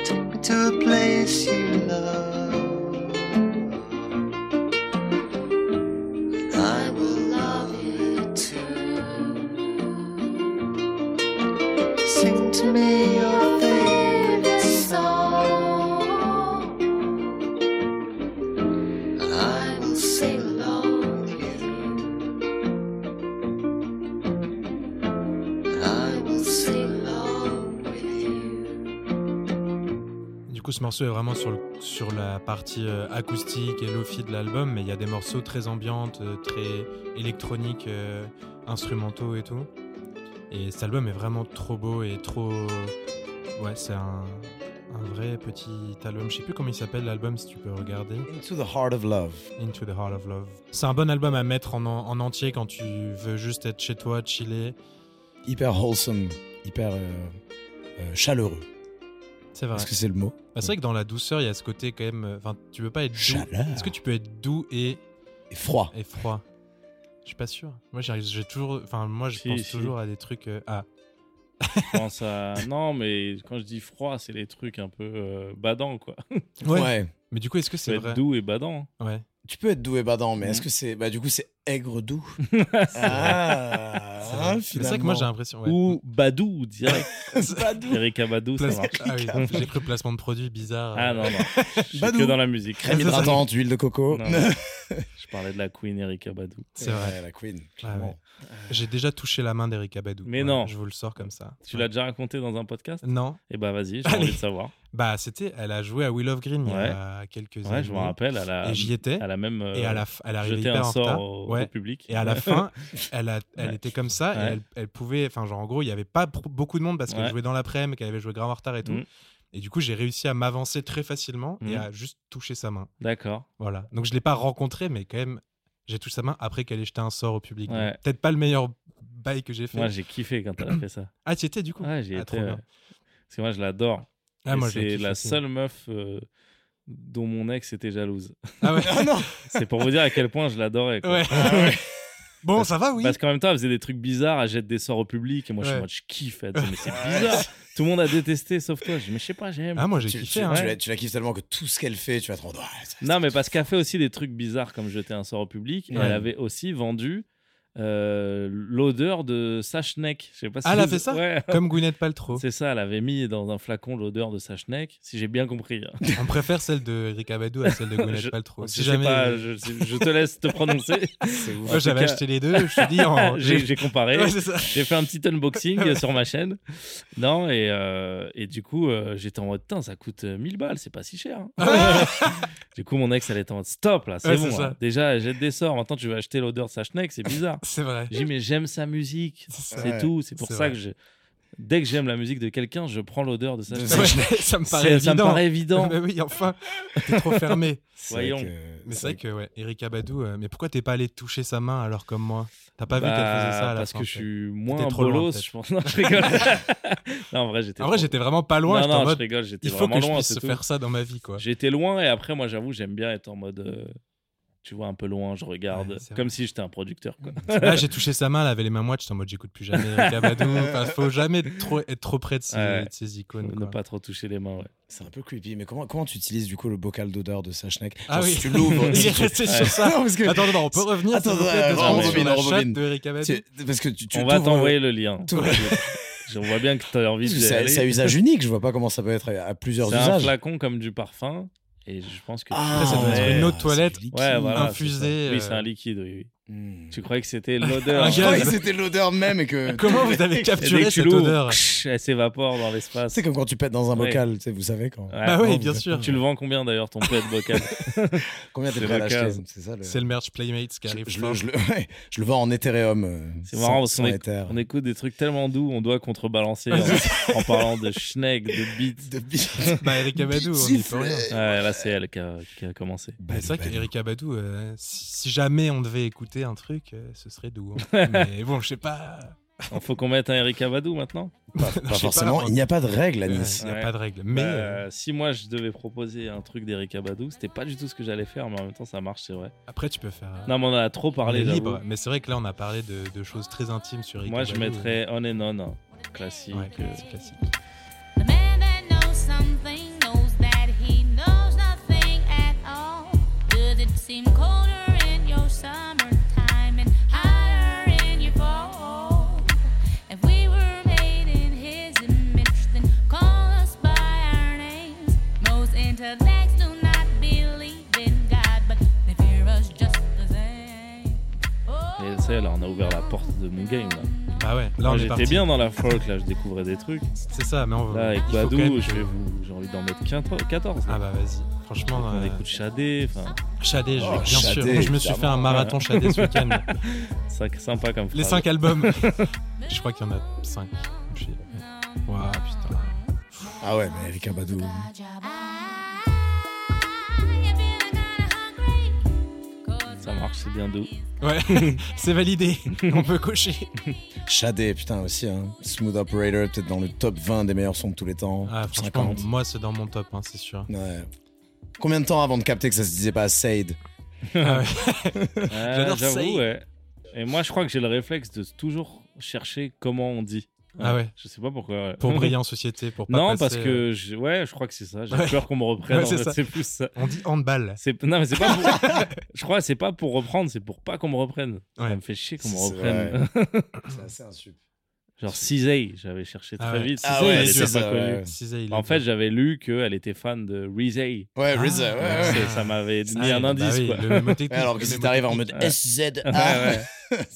[SPEAKER 7] Take me to a place you love. I will love you too. Sing to me your favorite song, and I will sing along with you.
[SPEAKER 8] sing along with you.
[SPEAKER 2] Du coup, ce morceau est vraiment sur, le- sur la partie euh, acoustique et lofi de l'album, mais il y a des morceaux très ambiantes, euh, très électroniques, euh, instrumentaux et tout. Et cet album est vraiment trop beau et trop. Ouais, c'est un, un vrai petit album. Je sais plus comment il s'appelle l'album, si tu peux regarder.
[SPEAKER 3] Into the Heart of Love.
[SPEAKER 2] Into the Heart of Love. C'est un bon album à mettre en, en en entier quand tu veux juste être chez toi, chiller.
[SPEAKER 3] Hyper wholesome, hyper euh, euh, chaleureux.
[SPEAKER 2] C'est vrai.
[SPEAKER 3] Est-ce que c'est le mot
[SPEAKER 2] Bah, c'est vrai que dans la douceur, il y a ce côté quand même. euh, Enfin, tu peux pas être doux.
[SPEAKER 3] Chaleur.
[SPEAKER 2] Est-ce que tu peux être doux et
[SPEAKER 3] Et froid.
[SPEAKER 2] et froid. Je suis pas sûr. Moi, j'arrive- j'ai toujours. Enfin, moi, je
[SPEAKER 4] Si,
[SPEAKER 2] pense
[SPEAKER 4] si.
[SPEAKER 2] toujours à des trucs. euh, ah,
[SPEAKER 4] Je pense à. [laughs] Non, mais quand je dis froid, c'est les trucs un peu euh, badants, quoi.
[SPEAKER 2] ouais. Mais du coup, est-ce que
[SPEAKER 4] C'est
[SPEAKER 2] c'est
[SPEAKER 4] être
[SPEAKER 2] vrai
[SPEAKER 4] doux et badant. hein.
[SPEAKER 2] Ouais.
[SPEAKER 3] Tu peux être doux et badant, mais est-ce
[SPEAKER 2] Mhm.
[SPEAKER 4] Mm.
[SPEAKER 3] que c'est. Bah, du coup, c'est aigre
[SPEAKER 2] [laughs]
[SPEAKER 3] doux. ah,
[SPEAKER 2] C'est vrai. Mais c'est vrai que moi, j'ai l'impression. ouais.
[SPEAKER 4] Ou Badou, direct.
[SPEAKER 3] j'ai pas doux.
[SPEAKER 4] Eric Abadou, ça
[SPEAKER 2] Place-
[SPEAKER 4] marche.
[SPEAKER 2] Ah oui, j'ai cru placement de produit bizarre.
[SPEAKER 4] [laughs] Ah
[SPEAKER 2] euh,
[SPEAKER 4] non, non. Je suis
[SPEAKER 3] Badou.
[SPEAKER 4] que dans la musique.
[SPEAKER 3] Crème hydratante, huile de coco. [laughs]
[SPEAKER 4] Non, non. Je parlais de la Queen Erika Badou.
[SPEAKER 2] C'est vrai.
[SPEAKER 3] Ouais, la queen.
[SPEAKER 2] Ah ouais.
[SPEAKER 3] clairement.
[SPEAKER 2] J'ai déjà touché la main d'Eric Abadou.
[SPEAKER 4] Mais
[SPEAKER 2] Voilà,
[SPEAKER 4] non.
[SPEAKER 2] Je vous le sors comme ça.
[SPEAKER 4] Tu l'as déjà raconté dans un podcast
[SPEAKER 2] Non.
[SPEAKER 4] Eh bah vas-y, j'ai
[SPEAKER 2] Allez.
[SPEAKER 4] envie de savoir.
[SPEAKER 2] Bah, c'était. Elle a joué à Will of Green il y a quelques années.
[SPEAKER 4] Ouais, je me rappelle, elle a,
[SPEAKER 2] Et j'y étais.
[SPEAKER 4] elle a même euh,
[SPEAKER 2] Et à la fin, elle arrivait
[SPEAKER 4] jeté
[SPEAKER 2] hyper
[SPEAKER 4] un
[SPEAKER 2] en retard.
[SPEAKER 4] sort au, au
[SPEAKER 2] Ouais.
[SPEAKER 4] public.
[SPEAKER 2] Et à la fin, elle, a- elle
[SPEAKER 4] Ouais.
[SPEAKER 2] était comme ça et
[SPEAKER 4] Ouais.
[SPEAKER 2] elle, elle pouvait. Enfin, genre, en gros, il n'y avait pas pro- beaucoup de monde parce qu'elle
[SPEAKER 4] Ouais.
[SPEAKER 2] jouait dans l'après-midi, qu'elle avait joué grave en retard et tout.
[SPEAKER 4] Mm.
[SPEAKER 2] Et du coup, j'ai réussi à m'avancer très facilement et
[SPEAKER 4] Mm.
[SPEAKER 2] à juste toucher sa main.
[SPEAKER 4] [laughs] D'accord.
[SPEAKER 2] Voilà. Donc, je ne l'ai pas rencontrée, mais quand même, j'ai touché sa main après qu'elle ait jeté un sort au public.
[SPEAKER 4] Ouais.
[SPEAKER 2] Donc, Peut-être pas le meilleur bail que j'ai fait.
[SPEAKER 4] Moi, j'ai kiffé quand elle a fait ça.
[SPEAKER 2] Ah, tu y étais du coup
[SPEAKER 4] Ouais, j'y
[SPEAKER 2] Ah,
[SPEAKER 4] étais.
[SPEAKER 2] trop
[SPEAKER 4] ouais.
[SPEAKER 2] bien.
[SPEAKER 4] Parce que moi, je l'adore.
[SPEAKER 2] Ah,
[SPEAKER 4] Et
[SPEAKER 2] moi, je l'ai
[SPEAKER 4] c'est
[SPEAKER 2] kiffé
[SPEAKER 4] la
[SPEAKER 2] aussi.
[SPEAKER 4] seule meuf euh, dont mon ex était jalouse.
[SPEAKER 2] Ah
[SPEAKER 4] [laughs]
[SPEAKER 2] ouais.
[SPEAKER 3] Ah non
[SPEAKER 4] C'est pour vous dire à quel point je l'adorais. quoi.
[SPEAKER 2] [laughs]
[SPEAKER 4] Ah,
[SPEAKER 2] Ouais. Bon, ça va, oui.
[SPEAKER 4] Parce qu'en même temps, elle faisait des trucs bizarres, elle jette des sorts au public. Et moi, je suis en
[SPEAKER 2] Ouais.
[SPEAKER 4] mode, je kiffe. Elle disait, mais c'est bizarre. Tout le monde a détesté, sauf toi. Je dis, mais je sais pas, j'aime.
[SPEAKER 2] Ah, moi, j'ai
[SPEAKER 3] Tu, tu-
[SPEAKER 2] kiffé.
[SPEAKER 3] tu
[SPEAKER 2] hein.
[SPEAKER 3] la, tu la kiffes tellement que tout ce qu'elle fait, tu vas te rendre. Ah, ça-
[SPEAKER 4] Non, mais parce qu'elle fait aussi des trucs bizarres comme jeter un sort au public. Et
[SPEAKER 2] Ouais.
[SPEAKER 4] elle avait aussi vendu euh, l'odeur de sa schneck. Je sais pas si
[SPEAKER 2] Ah, elle a
[SPEAKER 4] vous-
[SPEAKER 2] fait ça
[SPEAKER 4] Ouais.
[SPEAKER 2] Comme Gwyneth Paltrow.
[SPEAKER 4] C'est ça, elle avait mis dans un flacon l'odeur de sa schneck, si j'ai bien compris. hein.
[SPEAKER 2] On préfère celle de Eric Abadou à
[SPEAKER 4] [laughs]
[SPEAKER 2] celle de Gwyneth
[SPEAKER 4] Je-
[SPEAKER 2] Paltrow. Si
[SPEAKER 4] je, sais
[SPEAKER 2] jamais. euh,
[SPEAKER 4] pas, je, je te laisse
[SPEAKER 2] [laughs]
[SPEAKER 4] te prononcer.
[SPEAKER 2] Moi,
[SPEAKER 4] En tout
[SPEAKER 2] j'avais
[SPEAKER 4] cas-
[SPEAKER 2] acheté les deux, je te dis. En...
[SPEAKER 4] [laughs] j'ai j'ai comparé.
[SPEAKER 2] [laughs] Ouais, c'est ça.
[SPEAKER 4] J'ai fait un petit
[SPEAKER 2] [laughs]
[SPEAKER 4] unboxing sur ma chaîne. Non, et, euh, et du coup, euh, j'étais en mode, putain, ça coûte euh, 1000 balles, c'est pas si cher. hein. du coup, mon ex, elle était en mode, stop, là, c'est
[SPEAKER 2] Ouais,
[SPEAKER 4] bon.
[SPEAKER 2] c'est
[SPEAKER 4] là.
[SPEAKER 2] ça.
[SPEAKER 4] Déjà, jette des sorts. Maintenant, tu veux acheter l'odeur de sa schneck, c'est bizarre.
[SPEAKER 2] C'est vrai.
[SPEAKER 4] J'ai dit, mais j'aime sa musique,
[SPEAKER 2] C'est
[SPEAKER 4] [laughs] c'est
[SPEAKER 3] vrai.
[SPEAKER 4] tout. C'est pour
[SPEAKER 2] C'est
[SPEAKER 4] ça
[SPEAKER 2] vrai.
[SPEAKER 4] que je- dès que j'aime la musique de quelqu'un, je prends l'odeur de sa
[SPEAKER 3] De
[SPEAKER 4] schneck.
[SPEAKER 3] sa
[SPEAKER 2] Ouais, [laughs]
[SPEAKER 3] je-
[SPEAKER 2] ça me paraît
[SPEAKER 4] C'est- Ça me
[SPEAKER 2] [laughs] évident.
[SPEAKER 4] paraît évident.
[SPEAKER 2] Mais oui, enfin, t'es trop
[SPEAKER 4] [laughs]
[SPEAKER 2] fermé.
[SPEAKER 3] C'est vrai
[SPEAKER 4] Voyons.
[SPEAKER 3] que-
[SPEAKER 2] Mais c'est vrai que, ouais, Eric Abadou, euh, mais pourquoi t'es pas allé toucher sa main alors comme moi T'as pas vu qu'elle
[SPEAKER 4] Bah,
[SPEAKER 2] faisait ça à la
[SPEAKER 4] Parce
[SPEAKER 2] fin,
[SPEAKER 4] que je
[SPEAKER 2] peut-être.
[SPEAKER 4] suis moins
[SPEAKER 2] T'étais
[SPEAKER 4] un
[SPEAKER 2] trop loin,
[SPEAKER 4] bolos,
[SPEAKER 2] peut-être.
[SPEAKER 4] je pense. [laughs] Non, je rigole. non, en vrai, j'étais.
[SPEAKER 2] En vrai,
[SPEAKER 4] trop-
[SPEAKER 2] j'étais vraiment pas loin.
[SPEAKER 4] Non,
[SPEAKER 2] j'étais en
[SPEAKER 4] non, je
[SPEAKER 2] mode,
[SPEAKER 4] rigole, j'étais
[SPEAKER 2] il faut
[SPEAKER 4] vraiment
[SPEAKER 2] que je
[SPEAKER 4] loin.
[SPEAKER 2] puisse
[SPEAKER 4] c'est tout.
[SPEAKER 2] faire ça dans ma vie,
[SPEAKER 4] [laughs]
[SPEAKER 2] quoi.
[SPEAKER 4] J'étais loin et après, moi, j'avoue, j'aime bien être en mode. euh, Tu vois, un peu loin, je regarde.
[SPEAKER 2] Ouais, c'est
[SPEAKER 4] comme si j'étais un producteur. Quoi.
[SPEAKER 2] Là, j'ai touché sa main, elle avait les mains moites. J'étais en mode, j'écoute plus jamais Eric
[SPEAKER 4] [laughs]
[SPEAKER 2] Abadou. Enfin, faut jamais trop, être trop près de ces,
[SPEAKER 4] Ouais.
[SPEAKER 2] de ces icônes.
[SPEAKER 4] ne
[SPEAKER 2] quoi.
[SPEAKER 4] pas trop toucher les mains. Ouais.
[SPEAKER 3] C'est un peu creepy, mais comment, comment tu utilises du coup le bocal d'odeur de sa schneck
[SPEAKER 2] Ah
[SPEAKER 3] Genre,
[SPEAKER 2] oui.
[SPEAKER 3] si tu
[SPEAKER 2] [laughs]
[SPEAKER 3] l'ouvres.
[SPEAKER 2] [laughs] Il est
[SPEAKER 3] si tu-
[SPEAKER 2] resté sur
[SPEAKER 3] Ouais.
[SPEAKER 2] ça.
[SPEAKER 3] Non, parce que
[SPEAKER 2] Attends, attends, on peut revenir
[SPEAKER 3] Attends,
[SPEAKER 2] s'il vous plaît,
[SPEAKER 3] euh,
[SPEAKER 2] deux
[SPEAKER 4] on
[SPEAKER 2] secondes, sur
[SPEAKER 4] rebobine,
[SPEAKER 2] la
[SPEAKER 3] on
[SPEAKER 2] chatte
[SPEAKER 3] rebobine.
[SPEAKER 2] de Eric Abadou.
[SPEAKER 3] tu- parce que tu, tu
[SPEAKER 4] On va
[SPEAKER 3] [laughs] t'ouvres-
[SPEAKER 4] t'envoyer le lien.
[SPEAKER 2] [laughs]
[SPEAKER 3] tout-
[SPEAKER 4] Je vois bien que tu as envie de.
[SPEAKER 3] C'est c'est à usage unique, je vois pas comment ça peut être à, à plusieurs
[SPEAKER 4] C'est un
[SPEAKER 3] usages.
[SPEAKER 4] flacon comme du parfum. Et je pense que.
[SPEAKER 3] Ah,
[SPEAKER 2] Après, ça doit être une
[SPEAKER 3] ouais,
[SPEAKER 2] autre
[SPEAKER 3] c'est
[SPEAKER 2] toilette.
[SPEAKER 3] liquide.
[SPEAKER 4] Ouais, voilà, c'est ça.
[SPEAKER 2] infusé,
[SPEAKER 4] Oui,
[SPEAKER 2] euh,
[SPEAKER 4] c'est un liquide, oui. oui.
[SPEAKER 3] Hmm.
[SPEAKER 4] Tu croyais
[SPEAKER 2] [laughs]
[SPEAKER 4] que c'était l'odeur.
[SPEAKER 2] Un
[SPEAKER 3] Je
[SPEAKER 2] gaz.
[SPEAKER 3] croyais que c'était l'odeur même et
[SPEAKER 4] [laughs]
[SPEAKER 3] que.
[SPEAKER 2] Comment vous
[SPEAKER 3] [laughs]
[SPEAKER 2] avez
[SPEAKER 4] Et dès
[SPEAKER 2] capturé
[SPEAKER 4] que tu
[SPEAKER 2] cette
[SPEAKER 4] l'ouvres,
[SPEAKER 2] odeur
[SPEAKER 4] ksh, elle s'évapore dans l'espace.
[SPEAKER 3] C'est comme quand tu pètes dans un
[SPEAKER 4] Ouais.
[SPEAKER 3] bocal, tu sais, vous savez quand.
[SPEAKER 4] Ouais.
[SPEAKER 2] Bah oui,
[SPEAKER 3] non,
[SPEAKER 2] bien
[SPEAKER 3] vous êtes-
[SPEAKER 2] sûr.
[SPEAKER 4] Tu le vends combien d'ailleurs ton pet bocal
[SPEAKER 3] Combien
[SPEAKER 4] C'est
[SPEAKER 3] t'es prêt à
[SPEAKER 4] le
[SPEAKER 3] l'acheter
[SPEAKER 4] case.
[SPEAKER 3] C'est ça le.
[SPEAKER 2] C'est le merch Playmates qui
[SPEAKER 3] Je,
[SPEAKER 2] arrive.
[SPEAKER 3] je
[SPEAKER 2] fort.
[SPEAKER 3] le, [laughs] je, le, ouais, je le vends en Ethereum. euh,
[SPEAKER 4] C'est marrant parce
[SPEAKER 3] sans,
[SPEAKER 4] qu'on
[SPEAKER 3] sans
[SPEAKER 4] est-
[SPEAKER 3] Ether.
[SPEAKER 4] On écoute des trucs tellement doux, on doit contrebalancer en, en parlant de schneck, de beat.
[SPEAKER 3] De bite.
[SPEAKER 2] Bah, Eric Abadou, on n'y peut rien.
[SPEAKER 3] Sifflet.
[SPEAKER 4] Ouais, là, c'est elle qui a, qui a commencé.
[SPEAKER 2] Mais c'est vrai qu'Eric Abadou, euh, si si jamais on devait écouter un truc, euh, ce serait doux.
[SPEAKER 4] [laughs]
[SPEAKER 2] hein. Mais bon, je sais pas.
[SPEAKER 4] Il faut qu'on mette un Eric Abadou maintenant.
[SPEAKER 2] Je sais
[SPEAKER 3] Pas Bah, forcément,
[SPEAKER 2] moi.
[SPEAKER 3] il n'y a pas de règle à
[SPEAKER 2] Ouais,
[SPEAKER 3] Nice.
[SPEAKER 2] Il n'y a
[SPEAKER 4] Ouais.
[SPEAKER 2] pas de règle. Mais
[SPEAKER 4] Bah,
[SPEAKER 2] euh,
[SPEAKER 4] si moi je devais proposer un truc d'Eric Abadou, c'était pas du tout ce que j'allais faire, mais en même temps ça marche, c'est vrai.
[SPEAKER 2] après, tu peux faire. euh,
[SPEAKER 4] Non, mais on en a trop parlé.
[SPEAKER 2] on est libre.
[SPEAKER 4] j'avoue.
[SPEAKER 2] Mais c'est vrai que là, on a parlé de, de choses très intimes sur Eric
[SPEAKER 4] Moi je
[SPEAKER 2] Abadou.
[SPEAKER 4] mettrais On and On, hein, classique.
[SPEAKER 2] Ouais,
[SPEAKER 4] euh,
[SPEAKER 2] c'est classique.
[SPEAKER 8] The man that knows something knows that he knows nothing at all. Does it seem colder in your summertime and hotter in your fall? If we were made in his image, then call us by our names. Most intellects do not believe in God, but they fear us just the same.
[SPEAKER 4] Et ça, là, on a ouvert la porte de mon game. Là.
[SPEAKER 2] Bah ouais, là, on on est
[SPEAKER 4] j'étais
[SPEAKER 2] parti.
[SPEAKER 4] bien dans la folk, là, je découvrais des trucs.
[SPEAKER 2] C'est ça, mais on va.
[SPEAKER 4] Là, avec
[SPEAKER 2] il faut
[SPEAKER 4] Badou,
[SPEAKER 2] quand même que-
[SPEAKER 4] je vais vous- j'ai envie d'en mettre 15 14. là.
[SPEAKER 2] Ah bah vas-y. Franchement,
[SPEAKER 4] On
[SPEAKER 2] euh,
[SPEAKER 4] écoute Shadé, enfin,
[SPEAKER 2] Shadé, je-
[SPEAKER 3] Oh,
[SPEAKER 2] bien sûr.
[SPEAKER 3] Shadé,
[SPEAKER 2] Moi, je me suis
[SPEAKER 3] évidemment.
[SPEAKER 2] fait un marathon Shadé ce week-end.
[SPEAKER 4] ça- sympa comme
[SPEAKER 2] Les
[SPEAKER 4] phrase.
[SPEAKER 2] 5 albums. je crois qu'il y en a 5. Waouh, putain.
[SPEAKER 3] Ah ouais, mais Erika Badou.
[SPEAKER 4] Ça marche, c'est
[SPEAKER 2] [laughs]
[SPEAKER 4] bien doux.
[SPEAKER 2] Ouais, c'est validé. on peut cocher.
[SPEAKER 3] Shadé, putain aussi. Hein. Smooth Operator, peut-être dans le top 20 des meilleurs sons de tous les temps.
[SPEAKER 2] Ah,
[SPEAKER 3] top
[SPEAKER 2] franchement,
[SPEAKER 3] 50.
[SPEAKER 2] moi, c'est dans mon top, hein, c'est sûr.
[SPEAKER 3] Ouais. Combien de temps avant de capter que ça se disait pas Sade
[SPEAKER 2] Ah ouais.
[SPEAKER 4] Ah,
[SPEAKER 2] J'adore Say.
[SPEAKER 4] J'avoue, ouais. Et moi, je crois que j'ai le réflexe de toujours chercher comment on dit.
[SPEAKER 2] [laughs] Ah ouais.
[SPEAKER 4] Je sais pas pourquoi. ouais.
[SPEAKER 2] Pour
[SPEAKER 4] [laughs]
[SPEAKER 2] briller en société, pour pas
[SPEAKER 4] non,
[SPEAKER 2] passer,
[SPEAKER 4] parce
[SPEAKER 2] euh,
[SPEAKER 4] que je- ouais, je crois que c'est ça.
[SPEAKER 2] [laughs]
[SPEAKER 4] J'ai
[SPEAKER 2] Ouais.
[SPEAKER 4] peur qu'on me reprenne.
[SPEAKER 2] Ouais,
[SPEAKER 4] en
[SPEAKER 2] c'est
[SPEAKER 4] fait,
[SPEAKER 2] ça.
[SPEAKER 4] c'est plus ça.
[SPEAKER 2] On dit handball.
[SPEAKER 4] C'est non, mais c'est pas.
[SPEAKER 2] [laughs]
[SPEAKER 4] Pour... je crois que c'est pas pour reprendre, c'est pour pas qu'on me reprenne.
[SPEAKER 2] Ouais.
[SPEAKER 4] Ça me fait chier qu'on me
[SPEAKER 3] C'est
[SPEAKER 4] reprenne.
[SPEAKER 3] C'est assez insup.
[SPEAKER 4] [laughs] Genre Cisei, j'avais cherché
[SPEAKER 2] Ah
[SPEAKER 4] très
[SPEAKER 2] ouais.
[SPEAKER 4] vite.
[SPEAKER 3] Ah
[SPEAKER 4] Cizay,
[SPEAKER 3] ouais,
[SPEAKER 4] elle était
[SPEAKER 3] c'est
[SPEAKER 4] pas
[SPEAKER 3] ça,
[SPEAKER 4] connue.
[SPEAKER 3] ouais.
[SPEAKER 2] Cizay, il est
[SPEAKER 4] En fait,
[SPEAKER 2] bien.
[SPEAKER 4] j'avais lu qu'elle était fan de Rizei.
[SPEAKER 3] Ouais,
[SPEAKER 2] Ah,
[SPEAKER 3] RZA, ouais,
[SPEAKER 2] ouais,
[SPEAKER 3] ouais.
[SPEAKER 2] c'est-
[SPEAKER 4] Ça m'avait
[SPEAKER 2] Ah,
[SPEAKER 4] mis un
[SPEAKER 2] bah
[SPEAKER 4] indice.
[SPEAKER 2] oui,
[SPEAKER 4] quoi.
[SPEAKER 2] le mnémotechnique,
[SPEAKER 3] Ouais, alors
[SPEAKER 2] le
[SPEAKER 3] que si t'arrives en mode
[SPEAKER 4] Ouais.
[SPEAKER 3] SZA.
[SPEAKER 4] Ouais, ouais.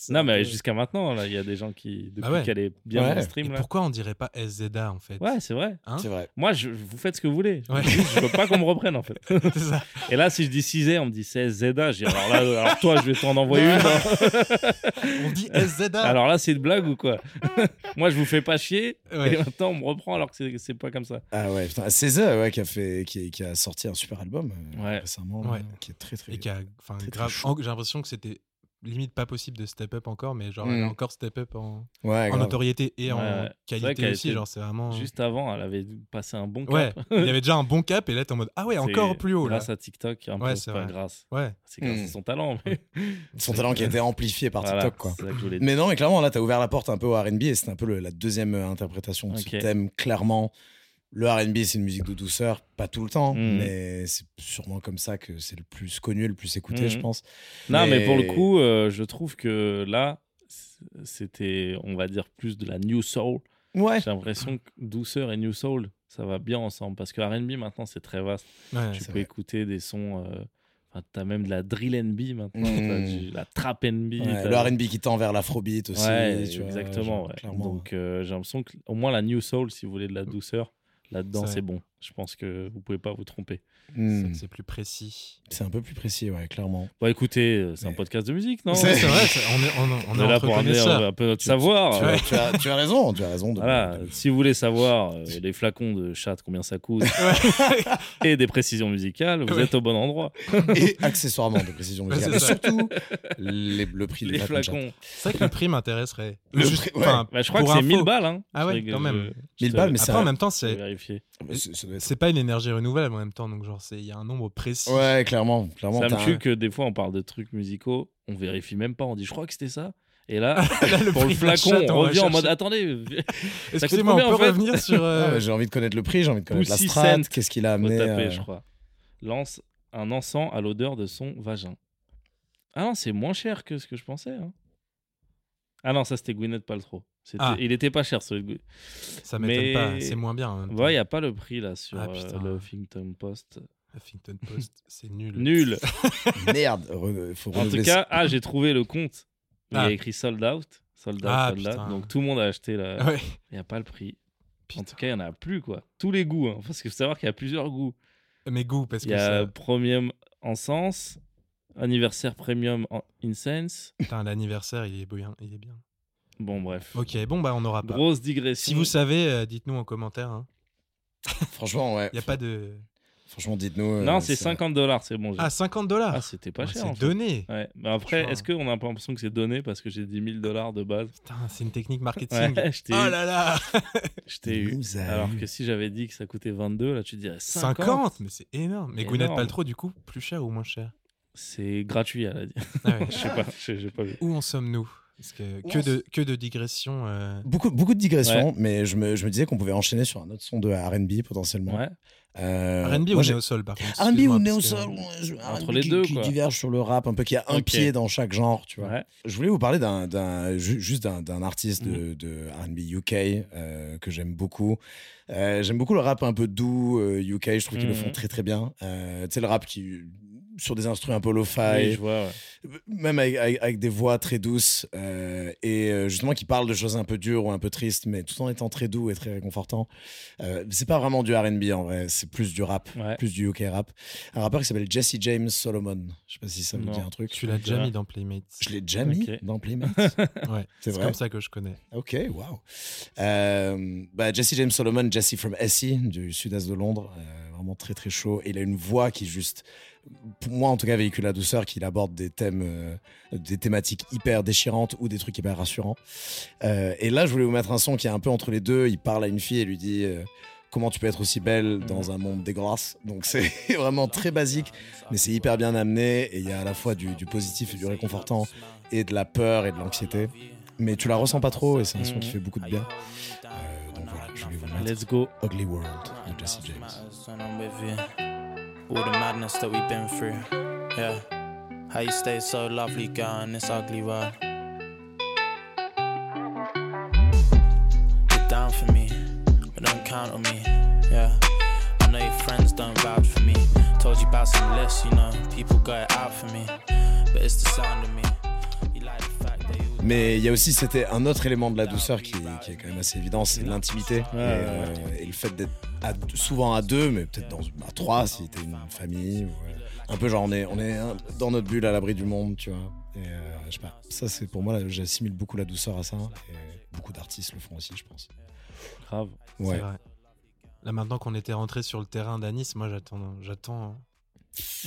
[SPEAKER 4] Non, mais jusqu'à maintenant, là, il y a des gens qui, depuis
[SPEAKER 2] Bah ouais.
[SPEAKER 4] qu'elle est bien
[SPEAKER 3] Ouais.
[SPEAKER 4] dans le
[SPEAKER 2] Et
[SPEAKER 4] stream, là.
[SPEAKER 2] pourquoi on dirait pas SZA en fait
[SPEAKER 4] Ouais, c'est vrai.
[SPEAKER 2] hein
[SPEAKER 3] C'est vrai.
[SPEAKER 4] Moi, je, vous faites ce que vous voulez.
[SPEAKER 2] [laughs]
[SPEAKER 4] [laughs]
[SPEAKER 2] Ouais.
[SPEAKER 4] Je veux pas qu'on me reprenne, en fait.
[SPEAKER 2] C'est ça.
[SPEAKER 4] Et là, si je dis 6 on me dit 16 Zeda. Je dis, alors là, alors toi, je vais t'en envoyer
[SPEAKER 2] [laughs]
[SPEAKER 4] une. hein.
[SPEAKER 2] On dit SZA.
[SPEAKER 4] Alors là, c'est une blague ou quoi [laughs] Moi, je vous fais pas chier.
[SPEAKER 2] Ah. Ouais.
[SPEAKER 4] Et maintenant, on me reprend alors que c'est- c'est pas comme ça.
[SPEAKER 3] Ah ouais, putain. RZA, ouais, qui a, fait, qui, qui a sorti un super album euh,
[SPEAKER 4] Ouais.
[SPEAKER 3] récemment,
[SPEAKER 2] Ouais.
[SPEAKER 3] là, qui est très très.
[SPEAKER 2] Et qui a, enfin,
[SPEAKER 3] Très, très
[SPEAKER 2] grave.
[SPEAKER 3] chaud.
[SPEAKER 2] en- J'ai l'impression que c'était limite pas possible de step up encore, mais genre
[SPEAKER 3] Mm.
[SPEAKER 2] elle a encore step up en,
[SPEAKER 3] Ouais,
[SPEAKER 2] en
[SPEAKER 3] grave.
[SPEAKER 2] notoriété et
[SPEAKER 4] Ouais,
[SPEAKER 2] en
[SPEAKER 4] ouais. C'est vrai
[SPEAKER 2] qualité
[SPEAKER 4] qu'elle
[SPEAKER 2] aussi.
[SPEAKER 4] était
[SPEAKER 2] Genre c'est vraiment.
[SPEAKER 4] Juste avant, elle avait passé un bon cap.
[SPEAKER 2] Ah. Ouais, il y avait déjà un bon cap et là t'es en mode ah ouais
[SPEAKER 4] C'est
[SPEAKER 2] encore plus haut là.
[SPEAKER 4] Grâce à TikTok, un
[SPEAKER 2] Ouais,
[SPEAKER 4] peu,
[SPEAKER 2] c'est
[SPEAKER 4] pas
[SPEAKER 2] vrai. Hmm.
[SPEAKER 4] grâce.
[SPEAKER 2] Ouais.
[SPEAKER 4] C'est grâce
[SPEAKER 3] Mm.
[SPEAKER 4] à son talent. mais-
[SPEAKER 3] Son talent qui a été amplifié [laughs] par
[SPEAKER 4] Voilà,
[SPEAKER 3] TikTok, quoi.
[SPEAKER 4] C'est ça que je voulais dire.
[SPEAKER 3] Mais non, mais clairement, là, t'as ouvert la porte un peu au RB et c'est un peu le- la deuxième euh, interprétation de ce
[SPEAKER 4] Ok.
[SPEAKER 3] thème. Clairement, le RB, c'est une musique de douceur, pas tout le temps,
[SPEAKER 4] Mm.
[SPEAKER 3] mais c'est sûrement comme ça que c'est le plus connu, le plus écouté,
[SPEAKER 4] Mm.
[SPEAKER 3] je pense.
[SPEAKER 4] Non, mais pour
[SPEAKER 3] Mais-
[SPEAKER 4] le coup, euh, je trouve que là, c'était, on va dire, plus de la new soul.
[SPEAKER 3] Ouais.
[SPEAKER 4] J'ai l'impression que douceur et new soul, ça va bien ensemble. Parce que RB, maintenant, c'est très vaste.
[SPEAKER 2] Ouais.
[SPEAKER 4] tu
[SPEAKER 3] c'est
[SPEAKER 4] peux
[SPEAKER 3] vrai.
[SPEAKER 4] écouter des sons. euh, Enfin, t'as même de la drill NB maintenant,
[SPEAKER 3] Mm.
[SPEAKER 4] t'as du- la trap NB.
[SPEAKER 3] Ouais,
[SPEAKER 4] t'as-
[SPEAKER 3] le RB qui tend vers l'afrobeat aussi.
[SPEAKER 4] Ouais,
[SPEAKER 3] tu vois,
[SPEAKER 4] exactement.
[SPEAKER 3] genre,
[SPEAKER 4] ouais.
[SPEAKER 3] Clairement.
[SPEAKER 4] Donc euh, j'ai l'impression que, au moins la New Soul, si vous voulez de la douceur, là-dedans
[SPEAKER 2] C'est
[SPEAKER 4] c'est bon. Je pense que vous pouvez pas vous tromper.
[SPEAKER 2] C'est vrai
[SPEAKER 3] Hmm.
[SPEAKER 2] que C'est plus précis.
[SPEAKER 3] C'est un peu plus précis, ouais, clairement.
[SPEAKER 4] Bon, écoutez, euh, c'est un
[SPEAKER 3] Mais-
[SPEAKER 4] podcast de musique, non
[SPEAKER 2] Ouais,
[SPEAKER 3] C'est-
[SPEAKER 2] C'est vrai, c'est- on est, on, on
[SPEAKER 4] On
[SPEAKER 2] est
[SPEAKER 4] est là
[SPEAKER 2] entre
[SPEAKER 4] pour amener
[SPEAKER 2] connaisseurs.
[SPEAKER 4] un, un peu notre
[SPEAKER 3] Tu-
[SPEAKER 4] savoir.
[SPEAKER 2] tu-
[SPEAKER 4] euh,
[SPEAKER 3] tu, as, tu as raison, tu as raison. De,
[SPEAKER 4] Voilà,
[SPEAKER 3] de-
[SPEAKER 4] si vous voulez
[SPEAKER 3] [laughs]
[SPEAKER 4] savoir euh, les flacons de chat, combien ça
[SPEAKER 2] [laughs]
[SPEAKER 4] coûte, [laughs] et des précisions musicales, vous
[SPEAKER 2] Ouais.
[SPEAKER 4] êtes au bon endroit.
[SPEAKER 3] et accessoirement de précision
[SPEAKER 2] Ouais,
[SPEAKER 3] musicale.
[SPEAKER 2] c'est
[SPEAKER 3] Mais
[SPEAKER 2] ça.
[SPEAKER 3] surtout, les- le prix
[SPEAKER 4] Les
[SPEAKER 3] des
[SPEAKER 4] flacons.
[SPEAKER 2] C'est vrai que le prix m'intéresserait.
[SPEAKER 3] Le
[SPEAKER 2] Juste-
[SPEAKER 3] prix, ouais.
[SPEAKER 2] enfin,
[SPEAKER 4] Bah, je crois
[SPEAKER 2] pour
[SPEAKER 4] que c'est
[SPEAKER 2] info.
[SPEAKER 4] 1000 balles. Hein.
[SPEAKER 2] Ah ouais,
[SPEAKER 4] Je-
[SPEAKER 2] quand
[SPEAKER 4] je-
[SPEAKER 2] même.
[SPEAKER 4] je
[SPEAKER 3] 1000
[SPEAKER 4] te-
[SPEAKER 3] balles, mais c'est
[SPEAKER 2] Après, en même temps, c'est
[SPEAKER 4] vérifier.
[SPEAKER 3] Mais c'est- ça doit être-
[SPEAKER 2] c'est pas une énergie renouvelable en même temps, donc genre c'est il y a un nombre précis.
[SPEAKER 3] Ouais, clairement. clairement
[SPEAKER 4] Ça
[SPEAKER 3] t'as un-
[SPEAKER 4] me tue que des fois on parle de trucs musicaux, on vérifie même pas, on dit je crois que c'était ça. Et là,
[SPEAKER 2] [laughs] Là, le
[SPEAKER 4] pour le
[SPEAKER 2] prix de
[SPEAKER 4] flacon,
[SPEAKER 2] l'achat,
[SPEAKER 4] on,
[SPEAKER 2] va
[SPEAKER 4] revient en mode
[SPEAKER 2] chercher.
[SPEAKER 4] attendez, [laughs] coûte
[SPEAKER 2] Excusez-moi,
[SPEAKER 4] combien,
[SPEAKER 2] on
[SPEAKER 4] en
[SPEAKER 2] peut
[SPEAKER 4] fait
[SPEAKER 2] revenir sur. euh,
[SPEAKER 3] [laughs] Ah, mais j'ai envie de connaître le prix, j'ai envie de connaître la
[SPEAKER 4] Pussy
[SPEAKER 3] strat,
[SPEAKER 4] Scent.
[SPEAKER 3] qu'est-ce qu'il a
[SPEAKER 4] faut
[SPEAKER 3] amené.
[SPEAKER 4] taper,
[SPEAKER 3] euh,
[SPEAKER 4] [laughs] je crois. Lance un encens à l'odeur de son vagin. Ah non, c'est moins cher que ce que je pensais. hein. Ah non, ça c'était Gwyneth Paltrow. C'était-
[SPEAKER 2] Ah.
[SPEAKER 4] Il était pas cher celui de Gwy-
[SPEAKER 2] Ça m'étonne
[SPEAKER 4] Mais-
[SPEAKER 2] pas, c'est moins bien. en même temps.
[SPEAKER 4] Ouais, il n'y a pas le prix là sur
[SPEAKER 2] Ah,
[SPEAKER 4] euh,
[SPEAKER 2] putain.
[SPEAKER 4] le Huffington Post.
[SPEAKER 2] Huffington Post, c'est nul. [laughs]
[SPEAKER 4] Nul.
[SPEAKER 3] Merde, re- faut
[SPEAKER 4] En tout
[SPEAKER 3] renouveler
[SPEAKER 4] cas, ah, j'ai trouvé le compte. Il y
[SPEAKER 2] Ah.
[SPEAKER 4] a écrit sold out. Sold out,
[SPEAKER 2] Ah,
[SPEAKER 4] sold out.
[SPEAKER 2] putain.
[SPEAKER 4] Donc tout le monde a acheté la. Il
[SPEAKER 2] Ouais.
[SPEAKER 4] n'y a pas le prix. En
[SPEAKER 2] Putain.
[SPEAKER 4] tout cas, il n'y en a plus, quoi. Tous les goûts, hein, parce qu'il faut savoir qu'il y a plusieurs goûts.
[SPEAKER 2] Mes goûts, parce
[SPEAKER 4] Il
[SPEAKER 2] que
[SPEAKER 4] y a
[SPEAKER 2] ça-
[SPEAKER 4] [laughs] premium en sens, anniversaire premium en incense.
[SPEAKER 2] putain, l'anniversaire, il est bien. Il est bien.
[SPEAKER 4] Bon, bref.
[SPEAKER 2] Ok, bon, bah on aura pas.
[SPEAKER 4] Grosse digression.
[SPEAKER 2] Si vous savez, euh, dites-nous en commentaire.
[SPEAKER 3] ça. Franchement, ouais.
[SPEAKER 2] Il n'y a pas de.
[SPEAKER 3] Franchement, dites-nous. euh,
[SPEAKER 4] Non, c'est 50 dollars, c'est bon. j'ai-
[SPEAKER 2] Ah, 50 dollars
[SPEAKER 4] Ah, c'était pas cher. en
[SPEAKER 2] C'est
[SPEAKER 4] fait.
[SPEAKER 2] donné
[SPEAKER 4] Ouais. Mais après,
[SPEAKER 2] Franchement.
[SPEAKER 4] est-ce qu'on a pas l'impression que c'est donné parce que j'ai 10 000 dollars de base
[SPEAKER 2] Putain, c'est une technique marketing.
[SPEAKER 4] Ouais, je t'ai
[SPEAKER 2] Oh
[SPEAKER 4] eu.
[SPEAKER 2] là là
[SPEAKER 4] je t'ai eu.
[SPEAKER 3] Nous a
[SPEAKER 4] Alors
[SPEAKER 3] eu.
[SPEAKER 4] que si j'avais dit que ça coûtait 22, là tu dirais 50.
[SPEAKER 2] 50, Mais c'est énorme. Mais Gwyneth
[SPEAKER 4] Énorme.
[SPEAKER 2] Paltrow, du coup, plus cher ou moins cher
[SPEAKER 4] C'est gratuit, elle a dit.
[SPEAKER 2] Ah ouais. [laughs]
[SPEAKER 4] je sais pas, je- j'ai pas vu.
[SPEAKER 2] Où en sommes-nous Parce que que de, que de digressions. euh,
[SPEAKER 3] Beaucoup, beaucoup de digressions, mais je me, je me disais qu'on pouvait enchaîner sur un autre son de RB potentiellement.
[SPEAKER 4] Ouais.
[SPEAKER 3] Euh,
[SPEAKER 2] RB ou
[SPEAKER 3] moi, j'ai-
[SPEAKER 2] néo-sol, par contre
[SPEAKER 3] R&B
[SPEAKER 2] excuse-moi,
[SPEAKER 3] ou
[SPEAKER 2] parce que-
[SPEAKER 3] néo soul
[SPEAKER 4] Entre les deux,
[SPEAKER 3] qui,
[SPEAKER 4] quoi.
[SPEAKER 3] diverge sur le rap un peu qui a un
[SPEAKER 4] Ok.
[SPEAKER 3] pied dans chaque genre tu vois
[SPEAKER 4] ouais.
[SPEAKER 3] je voulais vous parler d'un, d'un- ju- juste d'un, d'un artiste
[SPEAKER 4] Mhm.
[SPEAKER 3] de, de R&B UK euh, que j'aime beaucoup Euh, j'aime beaucoup le rap un peu doux euh, UK je trouve qu'ils le font
[SPEAKER 4] Mhm.
[SPEAKER 3] très très bien Euh, tu sais le rap qui sur des instruments un peu lo-fi,
[SPEAKER 4] Oui, je vois, ouais.
[SPEAKER 3] même avec, avec- avec des voix très douces euh, et euh, justement qui parlent de choses un peu dures ou un peu tristes, mais tout en étant très doux et très réconfortant. Euh, c'est pas vraiment du R&B en vrai, c'est plus du rap,
[SPEAKER 4] Ouais.
[SPEAKER 3] plus du UK rap. Un rappeur qui s'appelle Jesse James Solomon. Je sais pas si ça vous
[SPEAKER 4] Non.
[SPEAKER 3] dit un truc.
[SPEAKER 2] Tu l'as déjà mis dans Playmates.
[SPEAKER 3] Je l'ai déjà mis
[SPEAKER 4] Ok.
[SPEAKER 3] dans Playmate.
[SPEAKER 2] Ouais,
[SPEAKER 3] C'est
[SPEAKER 2] c'est
[SPEAKER 3] vrai
[SPEAKER 2] comme ça que je connais.
[SPEAKER 3] Ok, wow. Euh, bah, Jesse James Solomon, Jesse from Essie, du sud-est de Londres, euh, vraiment très très chaud. Et il a une voix qui juste, pour moi en tout cas, véhicule la douceur, qu'il aborde des thèmes, euh, des thématiques hyper déchirantes ou des trucs hyper rassurants. Euh, et là, je voulais vous mettre un son qui est un peu entre les deux. Il parle à une fille et lui dit. euh, Comment tu peux être aussi belle dans un monde dégueulasse Donc c'est [laughs] vraiment très basique, mais c'est hyper bien amené et il y a à la fois du, du positif et du réconfortant et de la peur et de l'anxiété mais tu la ressens pas trop et c'est un son qui fait beaucoup de bien. Euh, donc voilà, je voulais vous mettre
[SPEAKER 4] Let's go.
[SPEAKER 3] Ugly World de Jesse James.
[SPEAKER 9] When I'm with you, all the madness that we've been through, yeah. How you stay so lovely, girl, in this ugly world. You're down for me, but don't count on me, yeah. I know your friends don't vouch for me. Told you about some lists, you know. People got it out for me, but it's the sound of me. You like the fact that you.
[SPEAKER 3] Mais il y a aussi, c'était un autre élément de la douceur qui, qui est quand même assez évident, c'est l'intimité et, euh, et le fait d'être à- souvent à deux, mais peut-être dans à trois si t'es une famille. ou, euh, un peu genre on est, on est un- dans notre bulle à l'abri du monde, tu vois. Et euh, je sais pas, ça c'est pour moi, là, j'assimile beaucoup la douceur à ça et beaucoup d'artistes le font aussi, je pense.
[SPEAKER 4] Grave.
[SPEAKER 2] C'est
[SPEAKER 3] Ouais.
[SPEAKER 2] vrai. Là, maintenant qu'on était rentré sur le terrain d'Anis, moi, j'attends, j'attends,